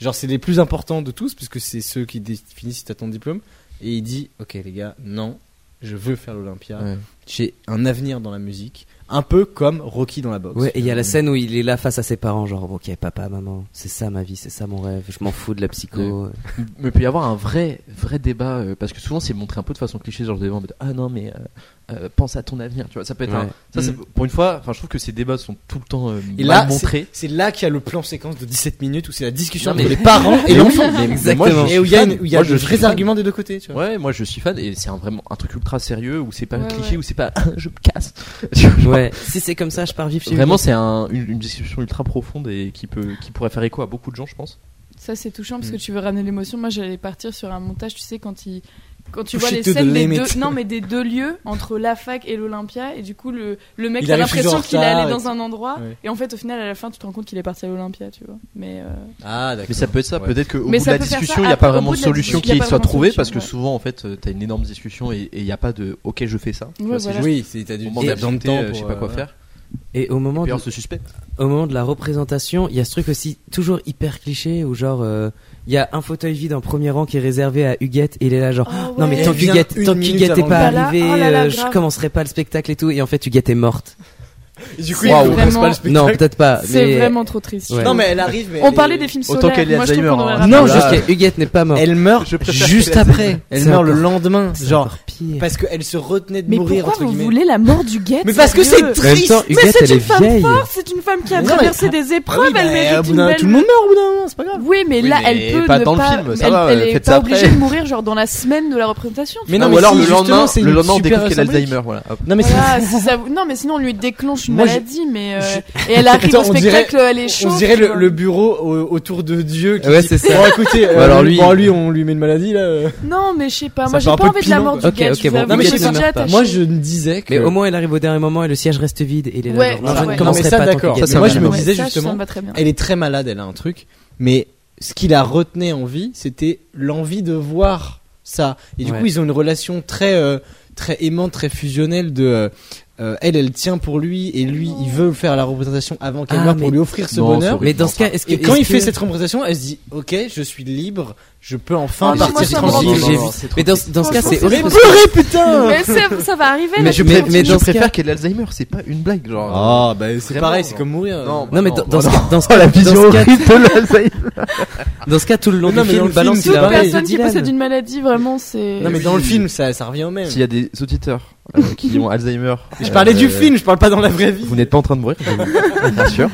E: Genre, c'est les plus importants de tous, puisque c'est ceux qui définissent si t'as ton diplôme. Et il dit Ok, les gars, non, je veux faire l'Olympia.
H: Ouais.
E: J'ai un avenir dans la musique. Un peu comme Rocky dans la boxe. Euh,
F: Ouais, et il y a la scène où il est là face à ses parents, genre, ok, papa, maman, c'est ça ma vie, c'est ça mon rêve, je m'en fous de la psycho.
H: mais il peut y avoir un vrai, vrai débat. euh, parce que souvent, c'est montré un peu de façon cliché, genre le débat en mode Ah non, mais euh, euh, pense à ton avenir. Tu vois, ça peut être un-
F: Ouais.
H: ça, c'est- Pour une fois, enfin, je trouve que ces débats sont tout le temps euh,
E: Et là,
H: mal montrés.
E: c'est là qu'il y a le plan séquence de 17 minutes où c'est la discussion
H: Non, mais-
E: entre les
H: *laughs*
E: parents et
H: Mais oui,
E: l'enfant.
H: mais- mais
F: Exactement.
H: moi, je suis
E: Et où il y a,
H: fan.
E: une, où il y a
H: Moi,
E: de
H: je suis
E: vrais
H: fan.
E: arguments des deux côtés, tu vois.
H: Ouais, moi je suis fan et c'est un, vraiment un truc ultra sérieux où c'est pas
G: Ouais,
H: cliché,
G: ouais.
H: où c'est pas *laughs* je me casse. Tu vois, genre,
F: Ouais, si c'est comme ça, je pars vivre chez
H: Vraiment,
F: lui.
H: c'est un- une, une discussion ultra profonde et qui, peut, qui pourrait faire écho à beaucoup de gens, je pense.
G: Ça, c'est touchant parce que
H: Mm.
G: tu veux ramener l'émotion. Moi, j'allais partir sur un montage, tu sais, quand il. Quand tu
E: Push
G: vois
E: it
G: les
E: to the
G: scènes des
E: limit.
G: deux, non mais des deux lieux entre la fac et l'Olympia et du coup le, le mec
E: Il
G: t'as
E: arrive toujours
G: l'impression
E: en
G: qu'il est allé
E: retard et
G: dans un endroit
E: Ouais.
G: et en fait au final à la fin tu te rends compte qu'il est parti à l'Olympia tu vois mais euh,
E: Ah, d'accord.
H: Mais ça peut être ça,
E: Ouais.
H: peut-être qu'au bout
G: Mais
H: de
G: ça
H: la
G: peut faire
H: discussion,
G: ça,
H: il n'y a
G: après,
H: pas
G: au
H: vraiment
G: bout
H: de
G: de la discussion,
H: solution
G: il
H: qui
G: y a pas
H: soit
G: vraiment de
H: trouvée
G: solution,
H: parce que
G: ouais.
H: souvent, en fait, euh, t'as une énorme discussion et il n'y a pas de ok, je fais ça. Tu vois,
G: ouais,
H: c'est
G: voilà.
E: Oui, c'est- t'as
H: juste
E: du
H: Au moment de
E: t'as besoin de temps.
H: je sais
E: pour,
H: pas quoi
E: euh,
H: faire.
F: Et au moment,
H: Puis
F: de,
H: alors, ce suspect.
F: au moment de la représentation, il y a ce truc aussi toujours hyper cliché où genre, euh, il y a un fauteuil vide en premier rang qui est réservé à Huguette et il est là genre,
G: Ah
F: non mais
G: ouais.
F: tant
E: Elle vient
F: qu'Huguette
E: une
F: tant
E: minute
F: qu'Huguette est
E: avant
F: pas
G: de- Voilà,
F: arrivée,
G: oh là là,
F: euh, je
G: grave.
F: commencerai pas le spectacle et tout. Et en fait, Huguette est morte.
E: Et Du coup, il
H: Waouh.
E: ne comprend pas le
F: Non,
E: spectacle.
F: peut-être pas.
G: c'est
F: mais-
G: vraiment trop triste
F: Ouais.
E: Non, mais elle arrive. mais
G: on
E: elle
G: parlait
E: est-
G: des films
H: Autant
G: solaires
H: qu'elle ait
G: moi je trouve
H: Alzheimer,
G: qu'on aurait
H: hein.
G: raté-
E: Non,
F: Parce
E: Voilà.
F: que Huguette n'est pas morte.
E: Elle meurt
H: Je préfère
E: juste
H: qu'elle
E: après. Elle
F: C'est
E: meurt le
F: encore-
E: lendemain.
F: C'est
E: Genre,
F: encore pire.
E: parce qu'elle se retenait de
G: mais
E: mourir,
G: pourquoi
E: entre
G: vous
E: guillemets.
G: voulez la mort du guet
E: Mais parce que c'est
F: En même
E: triste!
F: temps, Huguette,
G: c'est
F: elle
G: une
F: est
G: femme
F: vieille.
G: c'est une femme qui
E: Non,
G: a
E: mais-
G: traversé des épreuves
E: Oui,
G: elle
E: bah,
G: mérite
E: au bout
G: une
E: d'un-
G: belle
E: Tout le monde meurt au bout d'un moment, c'est pas grave.
G: Oui, mais
H: Oui,
G: là,
H: mais
G: elle peut
H: pas
G: ne
H: dans le
G: pas...
H: film, ça
G: elle,
H: va,
G: elle est
H: faites
G: pas
H: ça
G: obligée
H: après.
G: de mourir genre dans la semaine de la représentation. tu
E: Mais
H: Ah,
E: non,
H: ou alors
E: si,
H: le
E: justement,
H: lendemain,
E: c'est
H: le
E: une
H: lendemain, on
E: super
H: découvre qu'elle a
E: symbolique.
H: Alzheimer. Voilà. hop.
E: Non, mais c'est-
G: Voilà, si ça vous- Non, mais sinon on lui déclenche une
E: Moi, j'ai-
G: maladie, mais euh, et elle arrive
E: Attends,
G: au
E: on dirait-
G: spectacle, elle hein. est chaude.
E: On dirait
G: tu
E: le,
G: vois.
E: le bureau au- autour de Dieu qui
F: Ouais,
E: dit,
F: c'est ça.
E: Bon, écoutez, euh,
F: alors lui-
E: lui... lui, on lui met une maladie là. euh.
G: Non, mais je sais pas.
E: Ça
G: Moi,
E: fait
G: j'ai
E: un
G: pas
E: peu
G: envie de la
E: pilant,
G: mort du
F: quoi.
G: gars.
F: Ok,
G: je
F: ok,
G: vous
F: bon,
G: avoue,
E: Non, mais
G: j'ai
E: je sais
G: déjà
F: pas.
G: attaché.
E: Moi, je me disais que.
F: Mais au moins, elle arrive au dernier moment et le siège reste vide. Et il est là,
G: Ouais,
F: genre, non,
G: ça,
F: je ne
G: ouais.
F: commencerai
E: Non, mais ça,
F: pas tant
E: d'accord.
F: qu'Huguette
E: Mais
F: est
E: moi,
F: morte.
E: je me
G: Ouais,
E: disais
G: ça,
E: justement,
G: Ça me va très bien.
E: Elle est très malade, elle a un truc, mais ce qui la retenait en vie, c'était l'envie de voir ça. Et du
F: Ouais.
E: coup, ils ont une relation très, euh, très aimante, très fusionnelle de. euh, euh, elle, elle tient pour lui et lui, il veut faire la représentation avant qu'elle
F: Ah,
E: meure pour
F: mais-
E: lui offrir ce
H: Non, c'est
E: bonheur.
H: horrible.
F: Mais dans ce cas, est-ce que.
E: Et quand
F: est-ce
E: il fait
F: que-
E: cette représentation, elle se dit Ok, je suis libre, je peux enfin
G: Ah, non, moi,
E: partir
G: ça me rend
E: tranquille.
G: triste.
F: j'ai
H: non,
F: vu-
H: non, c'est trop
F: Mais dans,
H: triste.
F: dans ce cas, c'est
G: Franchement,
F: horrible.
G: c'est
F: parce que-
E: Pleurer, Ah, putain
G: Mais ça, ça va arriver.
H: Mais
G: là,
H: je
G: tu
H: pré-
G: vois.
H: mais je
F: dans ce cas-
H: préfère qu'elle ait l'Alzheimer, c'est pas une blague. Genre.
E: Ah, bah c'est
H: Vraiment,
E: pareil, c'est
H: genre.
E: comme mourir.
H: Non,
F: Non, mais
H: Bah
F: dans,
E: Oh,
F: dans,
H: non,
F: ce cas- dans ce
H: la
F: cas, dans
H: vision
F: ce cas,
H: horrible
G: *laughs*
H: de l'Alzheimer.
F: dans ce cas, tout le long
E: Non,
F: du
E: mais dans
F: film,
E: le
F: balance
E: film,
F: il
E: toute
F: a
G: Personne qui
F: Dylan.
G: possède une maladie, vraiment, c'est.
E: Non, mais dans le film, ça, ça revient au même.
H: S'il y a des auditeurs euh, qui
G: *laughs*
H: ont Alzheimer.
E: Je parlais
H: euh,
E: du film, je parle pas dans la vraie vie.
H: Vous n'êtes pas en train de mourir, je vous
G: *laughs*
H: bien sûr.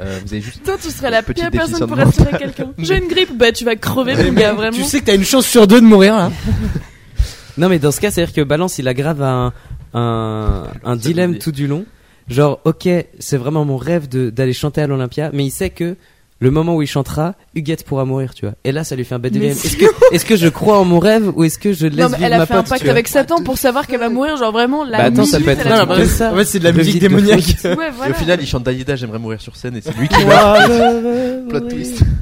H: Euh, vous avez juste.
G: Toi, tu serais la pire
H: Petite
G: personne pour
H: définition de
G: rassurer quelqu'un. J'ai une grippe, bah tu vas crever, mon gars, vraiment.
E: Tu sais que t'as une chance sur deux de mourir là.
F: Non, mais dans ce cas, c'est-à-dire que balance, il aggrave un, un, un dilemme
H: idée.
F: tout du long. Genre, ok, c'est vraiment mon rêve de- d'aller chanter à l'Olympia, mais il sait que le moment où il chantera, Huguette pourra mourir, tu vois. Et là, ça lui fait un bad
G: Mais
F: délire.
G: *laughs*
F: Est-ce que, est-ce que je crois en mon rêve ou est-ce que je laisse
G: Non, mais
F: vivre
G: elle a
F: ma
G: fait un
F: pote, tu
G: pacte
F: vois
G: avec Satan pour savoir qu'elle va mourir, genre vraiment la
F: Bah attends, ça
G: minute,
F: peut être
G: elle a
F: un
G: tout
F: truc comme ça.
E: En fait, c'est de la
F: Le
E: musique
F: beat de *laughs* fou.
E: *laughs* démoniaque.
G: fait. Ouais, voilà.
H: Et au final, il chante Dalida, j'aimerais mourir sur scène, et c'est lui qui meurt. Plot twist. *laughs*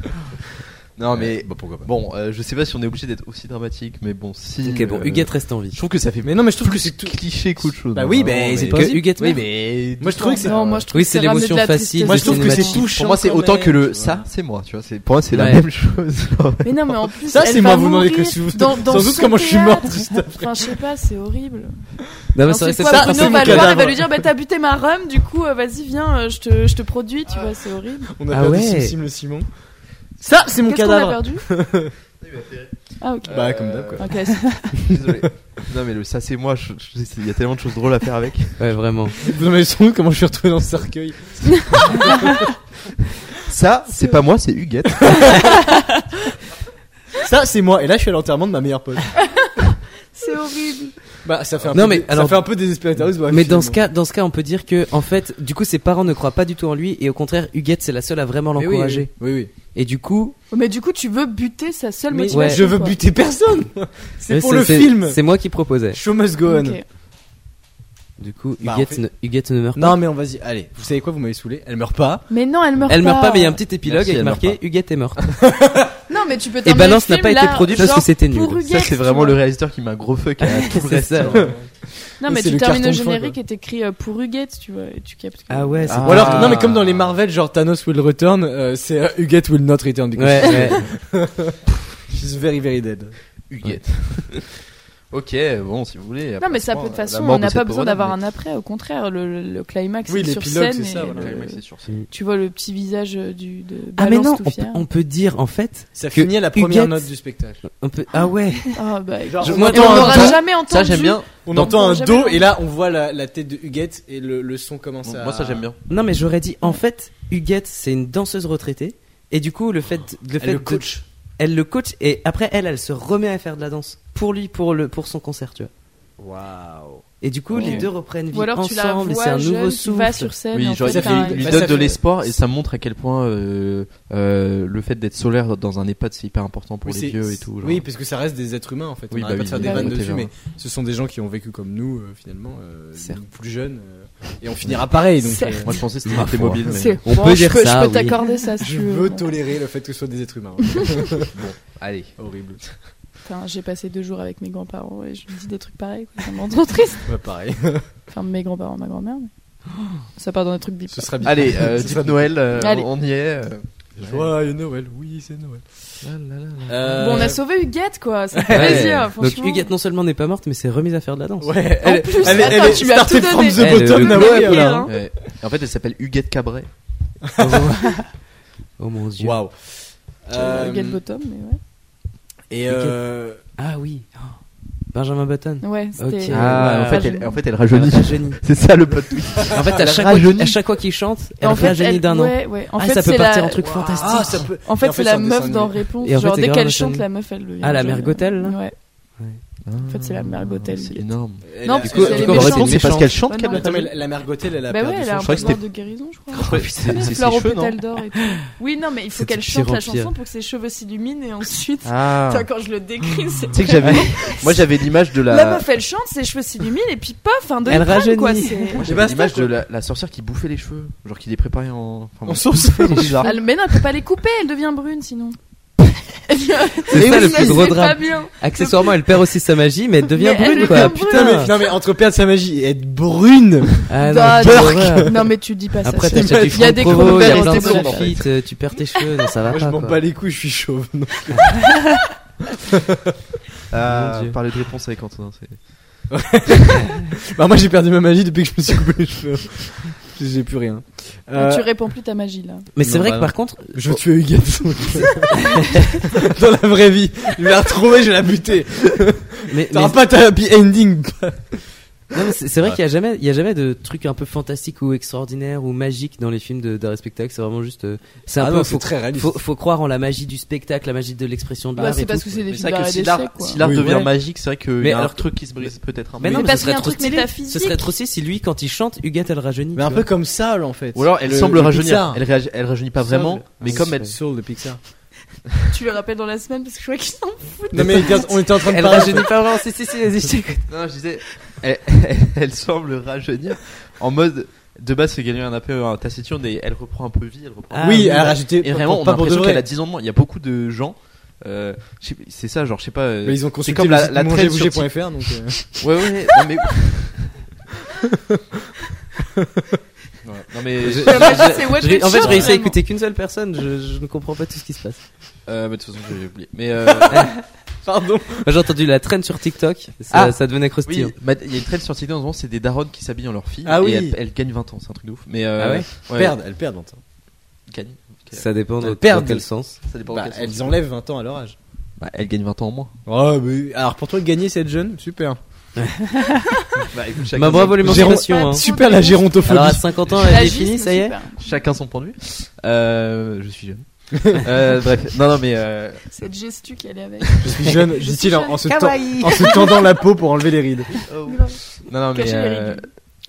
H: Non, mais
E: Bah, pourquoi pas.
H: bon, euh, je sais pas si on est obligé d'être aussi dramatique, mais bon, si.
F: Ok, bon,
H: euh,
F: Huguette reste en vie.
H: Je trouve que ça fait
E: Mais non, mais je trouve que
H: plus
E: c'est tout.
H: cliché qu'autre chose.
E: Bah oui,
H: hein, vraiment,
E: mais c'est
H: mais-
E: pas
F: que
E: possible.
F: Huguette
E: Oui,
F: meurt.
E: mais moi je trouvais que c'est.
G: Non, moi je trouve
F: Oui,
G: que
F: c'est
G: ramener
F: l'émotion
G: de la tristesse.
F: facile,
E: Moi je trouve que c'est
F: cinématique.
E: touchant.
H: Pour moi, c'est
E: quand
H: autant
E: même.
H: que le ça, c'est moi, tu vois. c'est- Pour moi, c'est la
F: Ouais.
H: même chose. *laughs*
G: Mais non, mais en plus,
E: Ça,
G: elle
E: c'est
G: va
E: moi, vous demandez
G: mourir
E: que si vous-
G: dans, dans
E: sans doute
G: son
E: comment je suis mort,
G: théâtre.
E: juste
G: Enfin, je sais pas, c'est horrible.
F: Non, mais c'est vrai,
G: Ensuite,
F: ça,
G: quoi,
F: c'est-
E: c'est
G: Bruno
E: mon
G: va le voir, il va
E: cadavre.
G: lui dire Bah, t'as buté ma rhum, du coup, euh, vas-y, viens, euh, je te, je te produis, tu vois, c'est horrible.
E: On a
F: Ah
E: perdu Sim
F: ouais.
E: Sim le Simon. Ça, c'est mon
G: Qu'est-ce qu'on a
E: cadavre.
G: *laughs* perdu Ah, ok.
E: Bah, comme d'hab, quoi.
G: Ok, *laughs* c'est-
H: Désolé. Non, mais le ça, c'est moi, je- je- il y a tellement de choses drôles à faire avec.
F: Ouais, vraiment.
E: Vous en avez sans doute comment je suis retrouvé dans ce cercueil.
H: Ça, c'est pas moi, c'est Huguette.
E: Ça, c'est moi. Et là, je suis à l'enterrement de ma meilleure pote.
G: c'est horrible.
E: Bah, ça fait un
F: Non,
E: peu.
F: mais
E: ça
F: alors-
E: fait un peu désespéré. t'as raison, ouais,
F: Mais dans ce
E: finalement.
F: cas, dans ce cas, on peut dire que en fait, du coup, ses parents ne croient pas du tout en lui et au contraire, Huguette, c'est la seule à vraiment
E: Mais oui,
F: l'encourager.
E: Oui, oui.
F: Et du coup,
G: Oh, Mais du coup, tu veux buter sa seule
E: Mais
G: motivation.
E: je veux
G: quoi.
E: buter
G: *laughs*
E: personne. C'est
F: mais
E: pour le film.
F: euh, C'est moi qui proposais.
E: Show must go on.
G: Ok.
F: Du coup,
E: Bah, en
F: Huguette,
E: fait-
F: ne, Huguette ne meurt pas.
E: Non, mais on vas-y. Allez, vous savez quoi Vous m'avez saoulé. Elle meurt pas.
G: Mais non, elle meurt
F: Elle
G: pas.
F: meurt pas, mais il y a un petit épilogue
H: Merci,
F: avec
H: elle meurt
F: marqué Huguette est morte.
G: Non, mais tu peux
F: Et
G: terminer
F: Balance
G: le
F: n'a
G: film,
F: pas été
G: là,
F: produit parce
G: genre,
F: que c'était nul.
G: pour
H: Ça,
G: Huguette,
H: c'est
G: tu
H: vraiment
G: vois.
H: le réalistateur qui met un gros fuck
F: *laughs*
H: à tout le
F: C'est
H: reste.
F: ça.
H: genre.
G: Non,
E: Et
G: mais
E: c'est
G: tu
E: le
G: termines
E: carton
G: le
E: de fin,
G: générique et t'écris euh, pour Huguette, tu vois, et tu captes. que-
F: Ah ouais, c'est
H: Ah.
E: Ou alors, non, mais comme dans les Marvel, genre Thanos will return, euh, c'est euh, Huguette will not return. Du coup,
F: Ah, Ouais, ouais.
E: *laughs* she's very very dead.
H: Huguette. *laughs* ok, bon, si vous voulez.
G: Non,
H: après
G: mais ça
H: ce
G: peut de
H: point,
G: toute
F: euh,
H: la
G: façon,
H: mort
G: on n'a
H: de cette
G: pas besoin
H: Coronne,
G: d'avoir
H: mais-
G: un après. Au contraire, le, le- le climax
E: Oui,
G: c'est sur
E: l'épilogue,
G: scène.
E: c'est ça,
G: et
E: voilà.
G: le-
H: Le mec, c'est sur scène.
G: Tu vois le petit visage euh, du de
F: Ah mais
G: Balance
F: non,
G: tout
F: on,
G: fier.
F: on peut dire en fait.
E: Ça
F: Que
E: finit à la première
F: Huguette-
E: note du spectacle.
F: On peut... Ah ouais.
G: Ah, bah,
E: Genre,
H: Je-
E: on
H: moi,
G: et on
E: entend un
G: n'aura
E: do-
G: jamais entendu.
H: Ça, j'aime bien.
E: on
H: Non,
E: entend un
G: jamais
E: do
G: entendu.
E: et là on voit la, la tête de Huguette et le, le son commence à.
H: Moi, ça, j'aime bien.
F: Non mais j'aurais dit en fait, Huguette c'est une danseuse retraitée et du coup le fait le
E: Elle
F: fait
E: le
F: de-
E: coach.
F: elle le coach et après elle elle se remet à faire de la danse pour lui pour le pour son concert, tu vois.
E: Waouh.
F: Et du coup
G: Ouais.
F: les deux reprennent vie
G: Ou alors tu la
F: ensemble et
G: vois
F: c'est un nouveau
G: jeune, qui
F: souffle.
G: va sur scène.
H: Oui,
G: et en
H: genre,
G: fait,
E: ça
G: t'as
H: Il
E: fait-
H: lui
E: Bah,
H: donne
E: ça
H: de
E: fait-
H: l'espoir et ça montre à quel point euh, euh, le fait d'être solaire dans un EHPAD c'est hyper important pour
E: Oui,
H: les
E: c'est-
H: vieux et tout. genre.
E: Oui, parce que ça reste des êtres humains en fait.
H: Oui,
E: on
H: bah
E: arrête pas
H: oui,
E: de faire des
G: bah
E: vannes
H: oui.
E: dessus,
H: Terrain.
E: mais ce sont des gens qui ont vécu comme nous euh, finalement, euh,
F: Certes.
E: plus jeunes, euh, et on finira pareil. Donc,
G: Certes.
E: euh,
H: Moi je pensais que
F: Ma
H: c'était
F: foi.
H: mobile.
G: C'est-
F: On
G: Bon,
F: peut
G: je
F: dire
G: peux-
F: ça,
G: Je
F: oui.
G: peux t'accorder ça si
E: je
G: tu veux.
E: veux
G: Bon.
E: tolérer le fait que ce soit des êtres
H: *laughs*
E: humains.
H: Allez.
E: Horrible.
G: Putain, J'ai passé deux jours avec mes grands-parents et je me dis des trucs pareils. quoi. Ça me rend trop triste.
E: Ouais, pareil. *laughs*
G: Enfin, mes grands-parents, ma grand-mère. mais- Ça part dans des trucs bip.
E: Ce sera bien.
H: Allez, euh,
E: Ce
H: dites
E: sera-
H: Noël, euh,
G: Allez.
H: on y est. euh.
E: Joyeux Noël. Oui, c'est Noël.
G: Bon, on
E: Euh,
G: a sauvé Huguette, quoi. Ça fait
F: Ouais.
G: plaisir,
F: Donc
G: hein, franchement.
F: Huguette non seulement n'est pas morte mais s'est remise à faire de la danse.
E: Ouais, elle, est-
G: plus,
E: elle, est-
G: attends,
E: elle est
G: tu lui as
E: started
G: tout
E: from
G: donné.
E: the
F: Elle,
E: bottom
F: euh,
E: now,
G: Ouais,
E: voilà.
G: hein.
H: Ouais. En fait, elle s'appelle Huguette Cabret.
F: *laughs* oh oh mon dieu.
E: Waouh.
G: Euh,
E: Euh,
G: Huguette Bottom, mais
E: et euh,
F: Ah oui. Oh. Benjamin Button.
G: ouais. Ouais, c'était.
F: Ok. Ah,
H: en, fait, elle, en fait, elle rajeunit.
F: Elle rajeunit.
H: *laughs* C'est ça le plot twist.
F: En fait à chaque
H: rajeunit.
F: fois à chaque fois qu'il chante, elle
G: en fait,
F: rajeunit
G: elle-
F: d'un an.
G: ouais, ouais. En
F: ah
G: fait,
F: ça peut
G: c'est
F: partir
G: la-
F: en truc fantastique.
E: ah, ça peut.
G: En
E: Et
G: fait,
E: en fait,
G: c'est
E: c'est un
G: la
E: dessin
G: meuf dans
E: animé.
G: Réponse.
F: Et en fait,
G: genre,
F: c'est
G: dès
F: grave
G: qu'elle
F: un
G: chante,
F: dessin
G: la meuf, elle devient.
F: Ah, la
G: genre-
F: mergotelle, là
G: Ouais. En fait, c'est la mère Gothel.
H: C'est énorme.
G: Non,
E: Elle
G: parce
E: a-
G: que
E: euh,
G: c'est
H: Du
G: les
H: coup, en
G: méchants.
H: réponse, c'est parce qu'elle chante
G: Ouais,
H: qu'elle
G: non,
E: Attends, mais la, la mère Gothel, elle a
G: Bah
E: perdu
G: ouais, elle
E: son
G: a un
H: Je crois que
G: pouvoir
H: c'était-
G: de guérison, je crois.
H: rajeunit. C'est c'est
G: Fleur
H: ses
G: au
H: cheveux, non
G: pétale d'or et tout. Oui, non, mais il faut
F: C'était
G: qu'elle
F: petit
G: chante la
F: vampire.
G: chanson pour que ses cheveux s'illuminent et ensuite. *laughs*
H: Ah.
G: Putain, Quand je le décris, c'est.
H: Tu sais que j'avais. Moi, j'avais l'image de
G: *laughs*
H: la.
G: La meuf, elle chante, ses cheveux s'illuminent et puis pof, un
F: Elle
G: demi quoi.
F: rajeunit.
G: c'est-
H: Moi, j'avais l'image de la, la sorcière qui bouffait les cheveux, genre qui les préparait en. Enfin,
E: En
H: bon.
E: sauce.
H: Bizarre.
G: Elle- Mais non, elle peut pas les couper, elle devient brune sinon. c'est *laughs*
F: C'est ça le plus gros
G: pas
F: drame.
G: bien.
F: Accessoirement, elle perd aussi sa magie, mais elle devient
G: Mais elle
F: brune, quoi.
G: devient brune.
F: Putain.
E: Non mais entre perdre sa magie et être brune,
F: Ah,
G: Ah,
F: quelle
G: non.
F: horreur.
G: Non, mais tu dis pas ça.
F: Après,
G: c'est-
F: t'achètes du
G: Il y a des
F: franc-provo, il y a
G: chronomètres,
F: plein de
G: c'est bon, en
F: sulfites, euh, tu perds tes cheveux, non, ça va
E: moi je
F: pas.
E: m'en
F: quoi.
E: bats les couilles, je suis chauve. *laughs* non.
H: Ah,
F: Mon Dieu.
H: parler de réponse avec Antonin. c'est-
E: Bah moi j'ai perdu ma magie depuis que je me suis coupé les cheveux. J'ai plus rien. Euh,
G: Tu répands plus ta magie là.
F: Mais c'est
E: Non,
F: vrai
E: bah
F: que
E: non.
F: par contre,
E: Je veux tuer Huguette. *laughs* Dans la vraie vie, je vais la retrouver, je vais la buter.
F: mais, mais-
E: T'auras pas ta happy ending.
F: Non, mais c'est c'est vrai
E: Ouais.
F: qu'il n'y a, jamais- il y a jamais de truc un peu fantastique ou extraordinaire ou magique dans les films de- d'art et spectacle. C'est vraiment juste. euh, C'est un
E: Ah
F: peu.
E: non, c'est
F: faut,
E: très réaliste.
F: faut, faut croire en la magie du spectacle, la magie de l'expression de
J: Bah,
F: l'art. et
J: c'est parce
F: tout.
J: que c'est des
H: Mais
J: films
H: c'est
J: d'art
H: vrai que
J: et
H: si
J: d'essai,
H: l'art,
J: quoi.
H: si l'art
E: Oui,
H: devient
E: ouais.
H: magique, c'est vrai qu'il y
F: Mais
H: a un
F: alors-
H: truc qui se brise peut-être un peu.
F: Mais non, mais
J: parce
F: ce
J: qu'il y
F: serait
J: a un
F: trop
J: truc
F: stylé.
J: métaphysique.
F: Ce serait trop stylé si lui, quand il chante, Huguette, elle rajeunit.
E: Mais un
F: tu
E: peu
F: vois.
E: comme Saul en fait.
H: Ou alors elle
E: Le-
H: semble
E: le
H: rajeunir.
E: Pixar.
H: Elle, réagi- elle rajeunit pas
E: Saul.
H: vraiment,
E: Ah,
H: mais
E: c'est
H: comme elle.
E: Saul de Pixar.
I: Tu le rappelles dans la semaine parce que je crois qu'il s'en
E: Non mais on était en train de
F: Elle
E: parler.
F: *laughs* rajeunit pas vraiment. Si, si, si, vas-y, je t'écoute.
H: Non, je disais, *laughs* elle, elle semble rajeunir en mode. De base, c'est quelqu'un un peu un taciturne et elle reprend un peu vie. Elle reprend
F: Ah,
E: oui,
F: oui,
E: elle a rajouté.
H: bah, Et
E: pas-
H: vraiment, on a
E: pas pour de
H: l'impression
E: vrai.
H: qu'elle a 10 ans de moins. Il y a beaucoup de gens. euh, je sais- c'est ça, genre, je sais pas. euh,
E: Mais ils ont consulté
H: comme
E: le
H: la-
E: site
H: la traîne sur
E: mangerbouger.fr, donc. euh,
H: Ouais, ouais, ouais,
E: *laughs*
H: non mais. Ouais, non mais.
F: Je-
I: Ouais, mais
F: je-
I: ça,
F: je-
I: c'est Web
F: je- en fait, je
I: Shop,
F: réussis à
I: vraiment.
F: écouter qu'une seule personne. Je, je ne comprends pas tout ce qui se passe.
H: Euh, bah, de toute façon, j'ai oublié. Mais euh,
E: *laughs*
F: Pardon. Moi, j'ai entendu la traîne sur TikTok. Ça,
H: Ah.
F: ça devenait
H: oui,
F: croustillant.
H: bah, il y a une traîne sur TikTok en ce moment, c'est des daronnes qui s'habillent en leur fille.
E: Ah oui.
H: Et elles, elles gagnent 20 ans, c'est un truc de ouf. Mais euh,
F: Ah ouais
E: Perdent, elles perdent. longtemps.
H: gagnent.
F: Ça dépend de
E: Elles perdent.
F: dans quel sens.
H: Ça dépend
E: Bah,
H: de quel sens.
E: elles enlèvent 20 ans à leur âge.
H: Bah, elles gagnent 20 ans en moins.
E: Oh, mais alors pour toi, gagner cette jeune, super.
H: *laughs* Bah, écoute, chacun,
F: Bah, bravo
H: son,
F: l'émancipation. Hein.
E: Super la gérontophobie.
F: Alors à 50 ans,
I: La
H: Ah,
F: elle est
I: gifle,
F: finie,
I: c'est
F: ça y est.
I: super.
H: chacun son point de vue. Euh, je suis jeune. *laughs* euh, bref, non, non, mais. Euh,
J: Cette gestu qu'elle est avec.
E: Je suis jeune, dit-il en, en se ten-
F: Kawaii.
E: en se tendant la peau pour enlever les rides.
H: non, non, mais.
I: Cacher les
H: euh,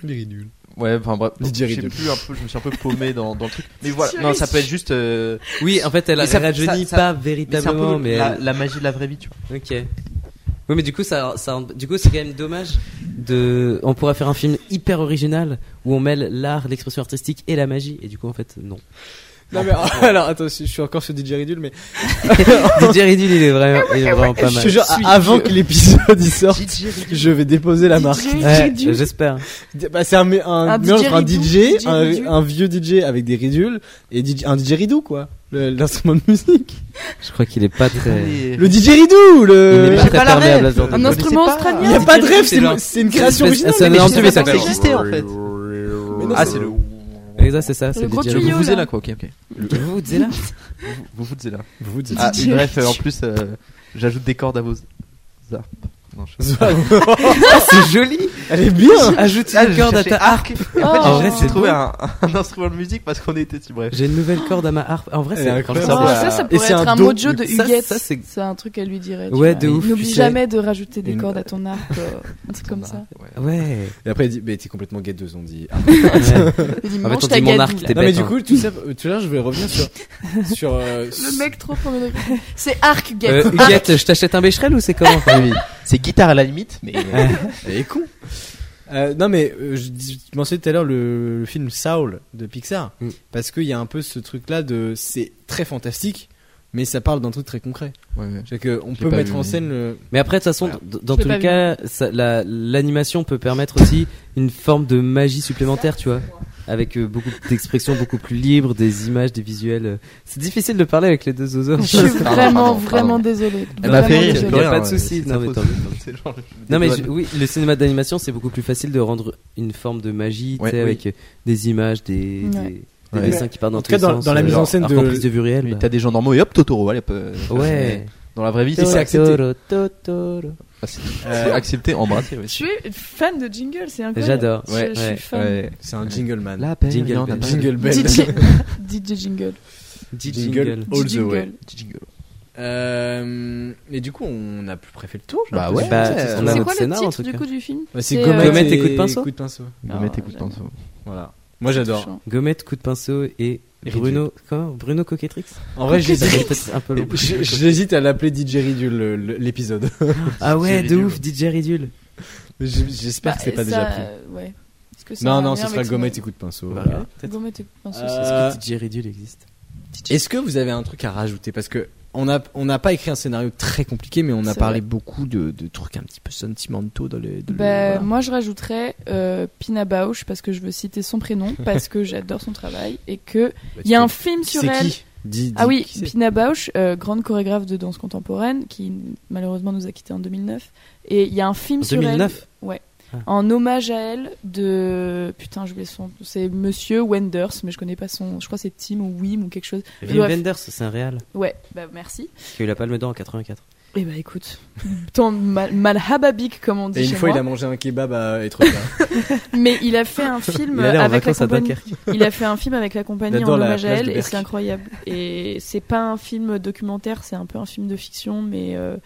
E: Les ridules.
H: Ouais, enfin bref,
E: Les
H: je sais
E: diridules.
H: plus un peu, je me suis un peu paumé dans, dans le truc. Mais voilà,
I: Tu
H: non, ça
I: risques.
H: peut être juste. euh,
F: Oui, en fait, elle a
H: Mais ça-
F: rajeunit
H: ça- ça- mais c'est un
F: pas véritablement,
H: peu
F: mais.
H: la,
F: elle-
H: la magie de la vraie vie, tu vois.
F: Ok. Oui, mais du coup, ça, ça- du coup, c'est quand même dommage de. On pourrait faire un film hyper original où on mêle l'art, l'expression artistique et la magie. Et du coup, en fait, non.
E: Non mais alors attends, je suis encore sur DJ Ridule, mais
F: DJ Ridul, il est vraiment, il est vraiment pas
E: je te
F: mal.
E: jure,
H: suis
E: avant
H: vieux.
E: que l'épisode il sorte, je vais déposer la marque.
F: Ouais,
I: Didgeridoo.
F: J'espère.
E: Bah, c'est un, mé- un,
I: Un
E: mélange entre un
I: didgeridoo,
E: DJ, un,
I: didgeridoo.
E: un vieux DJ avec des ridules et DJ, un DJ ridou quoi, le- l'instrument de musique.
F: Je crois qu'il est pas très.
H: Et-
E: Le DJ ridou,
F: Il
E: le.
F: est pas très perméable à ce genre
G: Ah
F: de
I: Un
F: truc.
I: instrument
E: Il n'y a
I: australien.
E: pas de rêve, c'est
F: leur-
E: c'est une création
F: c'est-
E: originale.
F: c'est un
E: mais
F: énorme
E: je sais
F: mais
E: pas
F: ça
E: comment
F: fait-
E: existait, en fait. non,
H: Ah,
E: c'est-
H: c'est le.
F: Et ça, c'est ça, c'est
I: Le gros
F: DJ
H: Le
I: tuyau.
H: vous
F: Ridul.
H: vous là, quoi, ok, ok.
F: Vous, vous êtes là
H: Vous vous là.
E: Vous dites-
H: Ah, et bref, euh, en plus, euh, j'ajoute des cordes à vos. Zarp. Non, je sais pas.
F: Ah, c'est joli
E: *laughs* Elle est bien.
F: Ajoute
H: Ah,
F: une
H: je
F: corde à
H: cherchais
F: ta harpe.
H: Et en fait,
I: Oh.
H: j'ai-
I: En vrai,
H: j'ai
F: c'est
H: trouvé
F: beau.
H: *laughs* un, un instrument de musique parce qu'on était si bref.
F: J'ai une nouvelle corde à ma harpe. En vrai,
E: Elle
F: c'est
E: est
F: franchement,
E: incroyable.
J: Ah, ça, ça pourrait
E: c'est
J: être
E: un
J: un
E: dos-
J: mojo de
F: ça-
J: Huguette.
F: ça, c'est-
J: C'est un truc qu'elle lui dirait. tu
F: Ouais,
J: vois.
F: de ouf. tu
J: N'oublie
F: sais.
J: jamais de rajouter des
E: Une-
J: cordes à ton arc, euh, un truc comme ça.
H: Ouais.
F: Ouais.
E: Et après, elle dit, mais t'es complètement guetteuse, on dit. Ah.
F: Ouais.
J: Il dit,
F: En
J: mange
F: fait, on
J: ta
F: dit mon
J: gadoue,
F: arc,
J: là.
F: t'es
E: Non, mais
F: bête.
E: du
F: hein.
E: coup, tout ça, euh, tout à l'heure, je vais revenir *laughs* sur. sur euh,
J: Le mec trop premier degré.
I: C'est arc
F: Euh,
I: gay.
F: Huguette, je t'achète un bécherel ou c'est comment
H: Ah C'est guitare à la limite,
E: *laughs*
H: mais.
E: Elle est con. Euh, non mais euh, je, dis- je mentionnais tout à l'heure le, le film Saul de Pixar
F: Mm.
E: parce qu'il y a un peu ce truc là de c'est très fantastique mais ça parle d'un truc très concret
H: Ouais, ouais.
E: c'est que on
H: J'ai
E: peut
H: pas
E: mettre
H: vu,
E: en
H: mais-
E: scène *laughs* le
F: Mais après, de toute façon, d- dans
J: Je
F: tous
J: l'ai
F: les
J: pas
F: cas, ça- la- l'animation peut permettre aussi une forme de magie supplémentaire, tu vois. Avec euh, beaucoup d'expressions beaucoup plus libres, des images, des visuels. euh. C'est difficile de parler avec les deux oiseaux.
J: Ah, Je suis
H: Pardon,
J: vraiment,
H: pardon, pardon.
J: vraiment désolée.
H: Elle m'a
J: Vraiment
H: fait rire,
F: il y
H: je
F: a
J: désolée.
H: peux
F: pas
H: rien,
F: de
H: ouais,
F: souci.
H: c'est
F: Non,
H: sa
F: mais
H: faute.
F: tant mieux.
H: C'est genre, je me
F: Non mais
H: dédouane.
F: je- oui, le cinéma d'animation c'est beaucoup plus facile de rendre une forme de magie, tu
H: Ouais,
F: sais,
H: oui.
F: avec euh, des images, des, des-
J: Ouais.
F: des
H: Ouais.
F: dessins qui partent dans
E: En tout
F: tous
E: cas,
F: les
E: dans-
F: sens,
E: dans la
F: euh,
E: mise en scène
F: alors qu'en
E: de-
F: prise de vue réelle.
H: Oui,
F: bah,
H: T'as des gens normaux et hop, Totoro, allez, hop, euh,
F: Ouais.
H: Dans la vraie vie,
E: Et *laughs*
H: c'est
E: c'est
H: ça.
E: accepté.
F: Totoro, Totoro.
H: Ah, c'est- c'est
E: euh,
H: accepté, embrassé.
I: Je suis fan de jingle, c'est incroyable.
F: J'adore.
I: Je-
F: Ouais,
I: je
F: ouais,
I: suis fan.
E: c'est un jingle man
H: La paix,
F: Jingle
H: il y en a
F: bell.
H: pas.
E: jingle bell
J: DJ, *laughs* DJ Jingle.
F: Dit
E: jingle
F: jingle.
E: all the
J: Jingle.
E: way
H: Petit jingle.
E: euh, mais du coup on a plus près fait le tour j'ai
H: Bah
E: l'impression.
H: ouais.
F: Bah,
H: C'est
F: on a
J: C'est
F: notre
J: quoi le
F: scénar en
J: titre
F: tout
J: du
F: cas.
J: coup du film
E: Bah, c'est
J: C'est, euh,
E: gommette
F: Gommette et
E: et
F: coup de pinceau
E: coup de pinceau
H: Vous
J: Ah,
H: mettez coup de
J: j'aime.
H: pinceau.
E: voilà moi j'adore
J: Touchant.
F: Gommette, coup de pinceau et
E: Ridule.
F: Bruno, comment Bruno Coquetrix.
E: en vrai
F: Ça fait
E: j'hésite
F: peut-être un peu long.
E: Je- j'hésite à l'appeler DJ Ridule le- le- l'épisode *laughs*
F: Ah ouais, de
H: Ridule.
F: ouf, DJ Ridule.
E: J- j'espère
J: Bah,
E: que c'est pas
J: ça,
E: déjà pris
J: euh, Ouais. Est-ce que ça a
E: non
J: un
E: non
J: lien
E: ce
J: avec
E: sera
J: son-
E: gommette et coup de pinceau
F: Bah,
E: voilà.
J: Gommette et pinceau,
E: Euh,
J: c'est-
F: Est-ce que DJ Ridule existe
E: Est-ce que vous avez un truc à rajouter Parce que on a- on n'a pas écrit un scénario très compliqué, mais on a
J: C'est
E: parlé beaucoup de, de trucs un petit peu sentimentaux dans les. dans le-
J: Bah,
E: voilà.
J: Moi, je rajouterais euh, Pina Bausch parce que je veux citer son
E: *laughs*
J: prénom, parce que j'adore son travail et que
E: Bah,
J: il y a un film sur
E: C'est
J: elle.
E: qui Dis- dis
J: Ah oui,
E: qui c'est.
J: Pina Bausch, euh, grande chorégraphe de danse contemporaine, qui malheureusement nous a quittés en 2009. Et il y a un film
F: En
J: sur
F: 2009?
J: elle. Ouais.
F: Ah.
J: En hommage à elle de putain, j'ai oublié son. C'est Monsieur Wenders, mais je connais pas son. Je crois que c'est Tim ou Wim ou quelque chose.
F: Wim
J: Bref.
F: Wenders, c'est un réal
J: Ouais, bah merci.
F: qui a eu la Palme d'Or en 84.
G: Eh ben *laughs* écoute, tant mal, malhababik, comme on dit
E: Et une
G: chez
E: fois,
G: moi.
E: il a mangé un kebab à
J: *laughs*
E: Etretat.
G: Mais il a
E: *laughs*
G: fait un film
F: Il allait en
G: avec la
F: vacances à
G: compagnie.
F: Dunkerque.
G: Il a fait un film avec la compagnie en
E: J'adore la
G: hommage à
E: plage de
G: elle et
E: Berck.
G: c'est incroyable. Et c'est pas un film documentaire, c'est un peu un film de fiction, mais euh,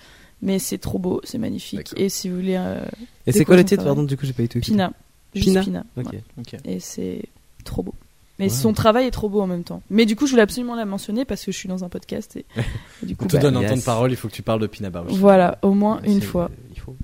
G: mais c'est trop beau, c'est magnifique.
E: D'accord.
G: Et si vous voulez, euh,
F: Et
G: Des
F: c'est quoi le
G: cochons,
F: titre
G: ça va.
F: Pardon, du coup, j'ai pas eu tout. écouté.
G: Pina, juste
F: Pina
G: Pina,
F: Ok.
G: ouais.
H: Ok.
G: Et c'est trop beau. Mais
F: Ouais.
G: son travail est trop beau en même temps. Mais du coup, je voulais absolument la mentionner parce que je suis dans un podcast et, et *laughs* du
E: On
G: coup,
E: te
G: bah,
E: donne un
F: yes.
E: temps de parole, il faut que tu parles de Pina Bausch.
G: voilà, au moins
E: Ouais,
G: une
E: c'est-
G: fois.
E: il faut.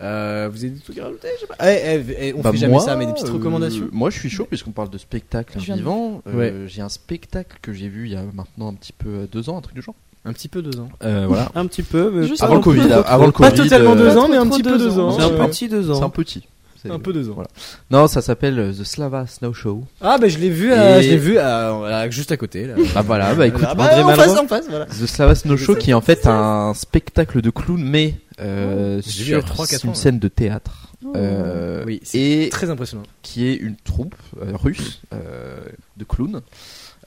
E: Euh, vous avez des trucs à rajouter Je sais pas. Eh, eh, eh, on
H: Bah,
E: fait jamais
H: moi,
E: ça, mais des petites
H: euh,
E: recommandations.
H: Moi, je suis chaud puisqu'on parle de spectacle
G: Je viens de-
H: vivant. Euh, J'ai un spectacle que j'ai vu il y a maintenant un petit peu euh, deux ans, un truc du genre.
E: Un petit peu deux ans.
H: Euh, voilà.
F: Un petit peu, mais
G: Juste
F: pas
H: Avant le
F: non plus
H: Covid,
F: trop,
H: avant le
F: trop.
H: Covid. euh,
G: ans, mais un petit peu deux
F: C'est un petit deux
H: C'est un
F: ans.
H: petit. C'est-
E: Un peu deux ans.
H: Voilà. Non, ça s'appelle euh, The Slava Snow Show.
E: Ah, bah je l'ai vu, à-
H: Et-
E: je l'ai vu à- à- juste à côté. Là.
H: Ah voilà, bah écoute,
E: Ah, bah,
H: André
E: en
H: Malraux.
E: face, en face, voilà.
H: The Slava Snow Show qui est en fait un spectacle de clown mais euh,
E: J'ai vu il y a
H: sur
E: trois, quatre ans,
H: une
E: là.
H: scène de théâtre.
G: Oh.
H: Euh,
E: Oui, c'est
H: et
E: Très impressionnant.
H: qui est une troupe euh, russe euh, de clowns.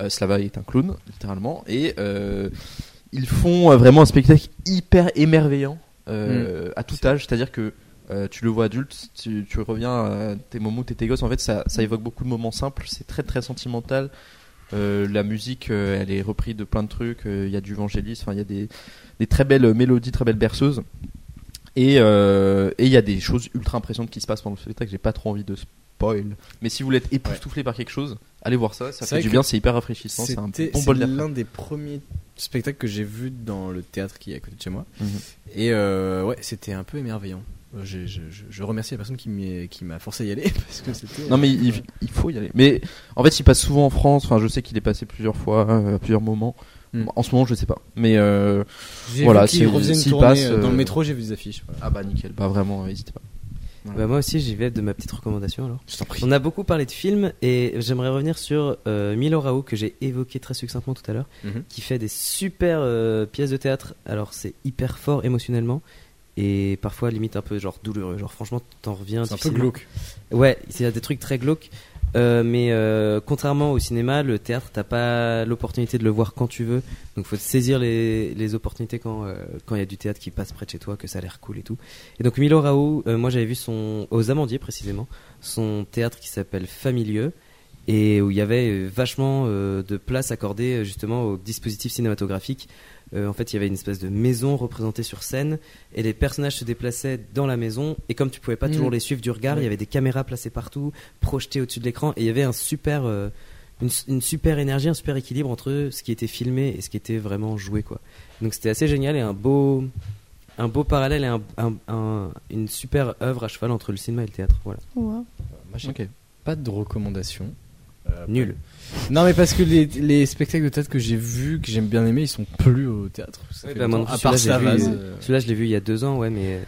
H: Euh, Slava est un clown, littéralement. Et euh, ils font euh, vraiment un spectacle hyper émerveillant
E: Mm.
H: euh, à tout âge. C'est-à-dire que euh, tu le vois adulte, tu, tu reviens à tes moments où t'étais gosse. En fait, ça,
E: Mm.
H: ça évoque beaucoup de moments simples. C'est très très sentimental. Euh, la musique, euh, elle est reprise de plein de trucs. Euh, Il y a du Vangelis, enfin, il y a des, des très belles euh, mélodies, très belles berceuses. Et euh, et il y a des choses ultra impressionnantes qui se passent pendant le spectacle. J'ai pas trop envie de spoil. Mais si vous voulez être époustouflé par quelque chose, allez voir ça. Ça
E: C'est
H: fait
E: vrai
H: du
E: que
H: bien, c'est hyper rafraîchissant. C'est un
E: C'était
H: bon
E: c'est
H: bol d'air.
E: l'un des premiers spectacles que j'ai vu dans le théâtre qui est à côté de chez moi.
H: Mhm.
E: Et euh, ouais, c'était un peu émerveillant. Euh, j'ai- Je, je- je remercie la personne qui m'y est- qui m'a forcé à y aller *laughs* parce que c'était. euh,
H: Non mais il, il faut y aller. Mais en fait, il passe souvent en France. Enfin, je sais qu'il est passé plusieurs fois, euh, à plusieurs moments.
E: Mm.
H: En ce moment, je sais pas. Mais euh,
E: J'ai
H: voilà,
E: vu qu'il
H: c'est-
E: refaisait une
H: s'il
E: tournée
H: passe,
E: euh, dans le
H: euh,
E: métro, j'ai vu des affiches. Voilà.
H: ah bah nickel. Bah vraiment, euh, n'hésitez pas.
F: Bah, moi aussi, j'y vais de ma petite recommandation alors.
E: Je t'en prie.
F: On a beaucoup parlé de films et j'aimerais revenir sur euh, Milo Rao que j'ai évoqué très succinctement tout à l'heure,
E: Mhm.
F: qui fait des super euh, pièces de théâtre. Alors c'est hyper fort émotionnellement et parfois limite un peu genre douloureux. Genre franchement t'en reviens.
E: C'est un peu
F: difficilement.
E: glauque.
F: Ouais, il y a des trucs très glauques. Euh, mais euh, contrairement au cinéma, le théâtre, t'as pas l'opportunité de le voir quand tu veux. Donc faut saisir les, les opportunités quand euh, quand il y a du théâtre qui passe près de chez toi, que ça a l'air cool et tout. Et donc Milo Rao, euh, moi j'avais vu son aux Amandiers précisément, son théâtre qui s'appelle Familieux et où il y avait euh, vachement euh, de place accordée euh, justement au dispositif cinématographique. Euh, en fait, il y avait une espèce de maison représentée sur scène et les personnages se déplaçaient dans la maison et comme tu pouvais pas
G: Mm.
E: Mhm.
F: toujours les suivre du regard, il y avait des caméras placées partout, projetées au-dessus de l'écran et il y avait un super euh, une, une super énergie, un super équilibre entre ce qui était filmé et ce qui était vraiment joué quoi. Donc c'était assez génial et un beau un beau parallèle et un- un- un- une super œuvre à cheval entre le cinéma et le théâtre. Voilà.
G: Wow.
E: Moi, j'ai
H: Ok.
E: pas de recommandation.
F: Nul.
E: Non, mais parce que les, les spectacles de théâtre que j'ai vus, que j'aime bien aimer, ils sont plus au théâtre. Ça
F: Oui,
E: fait
F: bah, moi
E: longtemps.
F: non
E: à
F: plus,
E: part
F: celui-là, j'ai
E: Savaz.
G: bah.
F: vu,
E: euh,
F: Celui-là, je l'ai vu il y a deux ans, ouais, mais euh,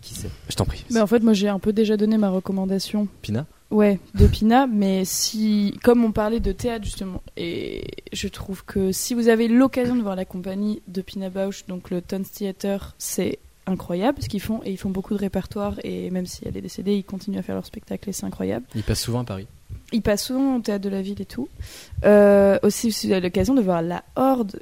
F: qui sait.
E: Je t'en prie.
L: Mais en fait, moi, j'ai un peu déjà donné ma recommandation.
E: Pina
L: Ouais,
G: de Pina, mais si, comme on parlait de théâtre justement, et je trouve que si vous avez l'occasion de voir la compagnie de Pina Bausch, donc le Tons Theater, c'est incroyable ce qu'ils font, et ils font beaucoup de répertoire, et même si elle est décédée, ils continuent à faire leur spectacle, et c'est incroyable.
E: Il passe souvent à Paris.
G: Ils passent souvent au théâtre de la ville et tout. Euh, aussi, si vous avez l'occasion de voir La Horde,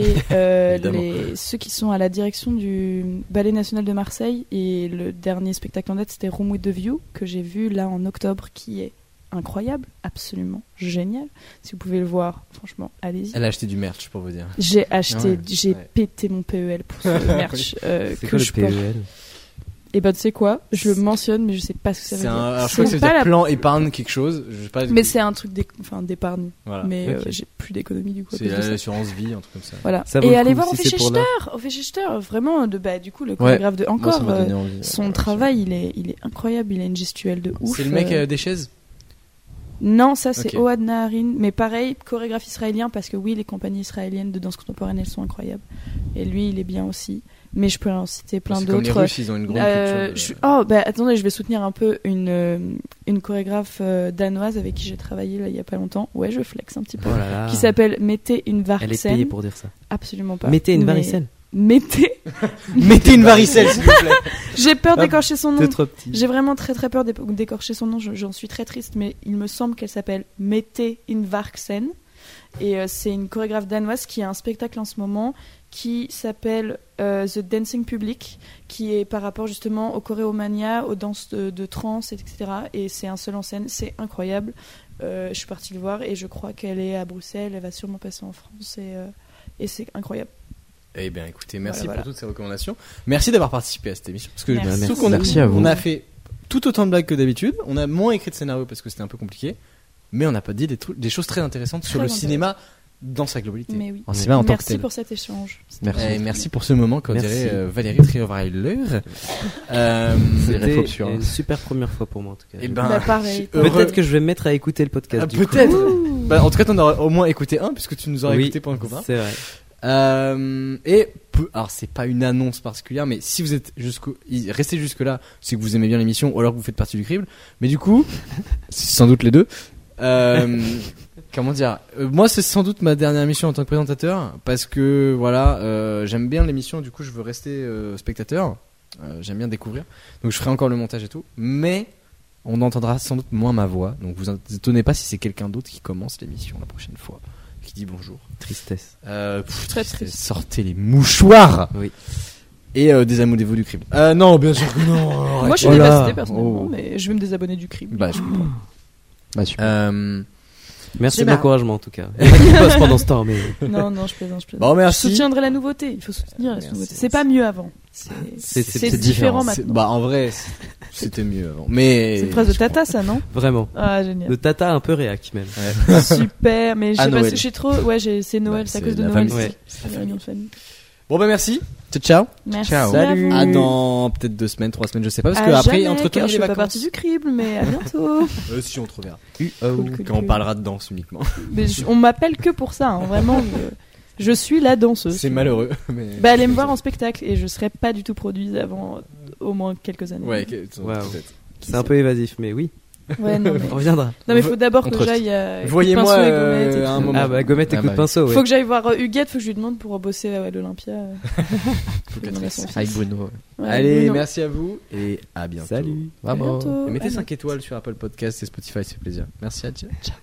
E: *laughs*
G: est euh,
E: Évidemment.
G: les- ceux qui sont à la direction du Ballet National de Marseille, et le dernier spectacle en date, c'était Room with the View, que j'ai vu là en octobre, qui est incroyable, absolument génial. Si vous pouvez le voir, franchement, allez-y.
E: Elle a acheté du merch pour vous dire.
G: J'ai acheté,
E: Ah, Ouais,
G: j'ai
E: ouais.
G: pété mon PEL
E: *laughs*
G: pour ce merch euh,
F: C'est
G: que
F: quoi le E
G: je
E: E
G: porte.
F: PEL
G: Et ben, tu sais quoi Je le mentionne, mais je sais pas ce que ça veut
E: C'est
G: dire.
E: un, alors, je
G: C'est
E: crois que ça veut
G: pas
E: dire
G: la-
E: plan épargne quelque chose. Je sais pas.
G: Mais c'est un truc d'éc- enfin, d'épargne.
E: Voilà.
G: Mais
F: ok.
G: euh, j'ai plus d'économie du coup. à
E: C'est euh,
G: cause de ça.
E: l'assurance vie, un truc comme ça.
G: Voilà.
F: Ça vaut
G: Et
F: le
G: allez
F: coup,
G: voir
F: si
G: Ophé
F: c'est pour
G: Schechter. Ophé Schechter, vraiment, de, bah, du coup, le chorégraphe de
H: Moi, ça
G: Encore.
H: m'a
G: euh,
H: donné envie.
G: son
H: Euh,
G: travail, il est, il est incroyable. Il a une gestuelle de ouf.
E: C'est le mec
G: euh.
E: euh, des chaises
G: Non, ça, c'est
E: Ok.
G: Oad Naharin. Mais pareil, chorégraphe israélien, parce que oui, les compagnies israéliennes de danse contemporaine, elles sont incroyables. Et lui, il est bien aussi. Mais je peux en citer plein
E: C'est comme les
G: d'autres.
E: Russes, ils ont une grande
G: Euh, je
E: culture.
G: suis-
E: de-
G: Oh, bah attendez, je vais soutenir un peu une, euh, une chorégraphe euh, danoise avec qui j'ai travaillé là, il y a pas longtemps. Ouais, je flex un petit peu.
F: Oh là là.
G: Qui s'appelle Mettez une varicelle.
F: Elle est payée pour dire ça.
G: Absolument pas.
F: Mettez une
G: Mais-
F: varicelle.
G: Mettez.
E: Mettez une varicelle, s'il vous plaît.
G: J'ai peur
F: Ah,
G: d'écorcher son nom.
F: T'es trop petit.
G: J'ai vraiment très très peur d'é- d'écorcher son nom. Je- J'en suis très triste, mais il me semble qu'elle s'appelle Mettez une varicelle. Et euh, c'est une chorégraphe danoise qui a un spectacle en ce moment qui s'appelle euh, The Dancing Public, qui est par rapport justement au choréomania, aux danses de, de trance, etc. Et c'est un seul en scène, c'est incroyable. Euh, je suis partie le voir et je crois qu'elle est à Bruxelles, elle va sûrement passer en France et, euh, et c'est incroyable.
E: Eh bien, écoutez, merci
G: Voilà, voilà.
E: pour toutes ces recommandations. Merci d'avoir participé à cette émission. Parce que
G: Merci.
E: je trouve qu'on a,
H: Merci à vous.
E: on a fait tout autant de blagues que d'habitude. On a moins écrit de scénario parce que c'était un peu compliqué. Mais on n'a pas dit des, trucs, des choses très intéressantes sur le
G: Très
E: cinéma dans sa globalité.
G: Mais oui.
E: En cinéma en tant que
G: Merci
E: tel.
G: pour cet échange.
H: Merci.
E: Eh, merci pour ce moment, comme
F: Merci.
E: dirait euh, Valérie Trierweiler. Euh,
H: C'est
F: C'était
H: réflexions, hein.
F: une super première fois pour moi en tout cas.
E: eh ben,
G: Bah, pareil.
E: je suis heureux-
F: Peut-être que je vais me mettre à écouter le podcast.
E: Ah,
F: du coup.
E: peut-être. Bah, en tout cas, t'en auras au moins écouté un, puisque tu nous auras
F: Oui,
E: écouté pendant le combat.
F: C'est vrai.
E: Euh, et peu- alors c'est pas une annonce particulière, mais si vous êtes jusqu'au, y- restez jusque là, c'est que vous aimez bien l'émission, ou alors que vous faites partie du crible. Mais du coup, c'est sans doute les deux. Euh, comment dire Euh, Moi, c'est sans doute ma dernière émission en tant que présentateur, parce que voilà, euh, j'aime bien l'émission, du coup, je veux rester euh, spectateur. Euh, j'aime bien découvrir, donc je ferai encore le montage et tout, mais on entendra sans doute moins ma voix. Donc vous étonnez pas si c'est quelqu'un d'autre qui commence l'émission la prochaine fois, qui dit bonjour.
F: Tristesse.
E: Euh, pff,
J: Très
E: triste.
J: triste.
E: Sortez les mouchoirs
F: Oui.
E: Et euh, des amours dévots du crime. Euh, non, bien sûr que
G: *laughs*
E: non.
J: Moi, je suis
E: arrête.
H: Voilà.
J: dévastée personnellement,
H: Oh.
J: mais je vais me désabonner du
E: *laughs*
J: crime.
E: Bah, je comprends.
H: Bah, super.
E: Euh,
F: Merci
E: C'est
F: de
E: marrant.
F: l'encouragement en tout cas. Il y en a qui bossent pendant ce temps, mais
G: Non, non, je plaisante, je plaisante.
E: Bon,
G: Je
E: merci.
G: soutiendrai la nouveauté, il faut soutenir la
E: Merci,
G: nouveauté.
E: merci.
G: C'est pas mieux avant. C'est
F: c'est-
G: c'est
F: c'est
G: différent
E: C'est-
G: maintenant.
E: Bah, en vrai, c'est- c'était mieux avant. Mais.
G: C'est une phrase de
E: je
G: Tata, ça, non
F: vraiment.
G: Ah,
E: *laughs*
G: génial.
F: Le tata un peu réac même.
E: comprends. Ouais.
G: Super, mais
E: À
G: j'ai pas-
E: Noël.
G: j'ai trop. Ouais, j'ai- c'est Noël,
E: Bah,
G: c'est à
E: c'est
G: cause de
E: la
G: Noël.
E: famille.
G: c'est- c'est
E: Ouais.
G: la réunion de famille.
E: bon, bah, merci. Ciao, ciao.
G: Merci.
H: Ciao.
G: à vous.
E: À dans peut-être deux semaines, trois semaines, je sais pas. Parce que
G: À
E: après,
G: jamais,
E: entre temps,
G: car
E: il y
G: je
E: a les
G: fais pas
E: vacances.
G: partie du crible,
E: *laughs*
G: mais à bientôt.
E: Euh, si, on te reverra.
G: Cool, cool,
E: Quand on
G: cool.
E: parlera de danse uniquement.
G: Mais je- on m'appelle que pour ça, hein, vraiment. Je, je suis la danseuse.
E: C'est malheureux. *laughs* Mais...
G: Bah, allez me voir en spectacle et je serai pas du tout produite avant euh, au moins quelques années.
E: Ouais, que-
F: Waouh.
E: peut-être.
F: C'est un peu évasif, mais oui.
G: Ouais,
E: *laughs*
G: non, mais...
F: On reviendra.
G: non, mais faut d'abord
E: On
G: que
E: trust.
G: j'aille. euh,
E: Voyez-moi
G: pinceau et
E: euh,
G: gommette et
E: à un
G: tout.
E: moment.
F: Ah bah Gomet et
H: Ah
F: coup de
H: bah.
F: pinceau. ouais.
G: Faut que j'aille voir euh, Huguette, faut que je lui demande pour euh, bosser à l'Olympia. euh,
E: Peut-être.
G: demander à son fils.
H: Avec Bruno.
G: Ouais,
E: Allez,
G: Bruno.
E: merci à vous et à bientôt.
F: Salut.
G: À bientôt.
E: Et mettez
G: Bye.
E: 5 étoiles sur Apple Podcast et Spotify, c'est plaisir. Merci à Dieu. Ciao.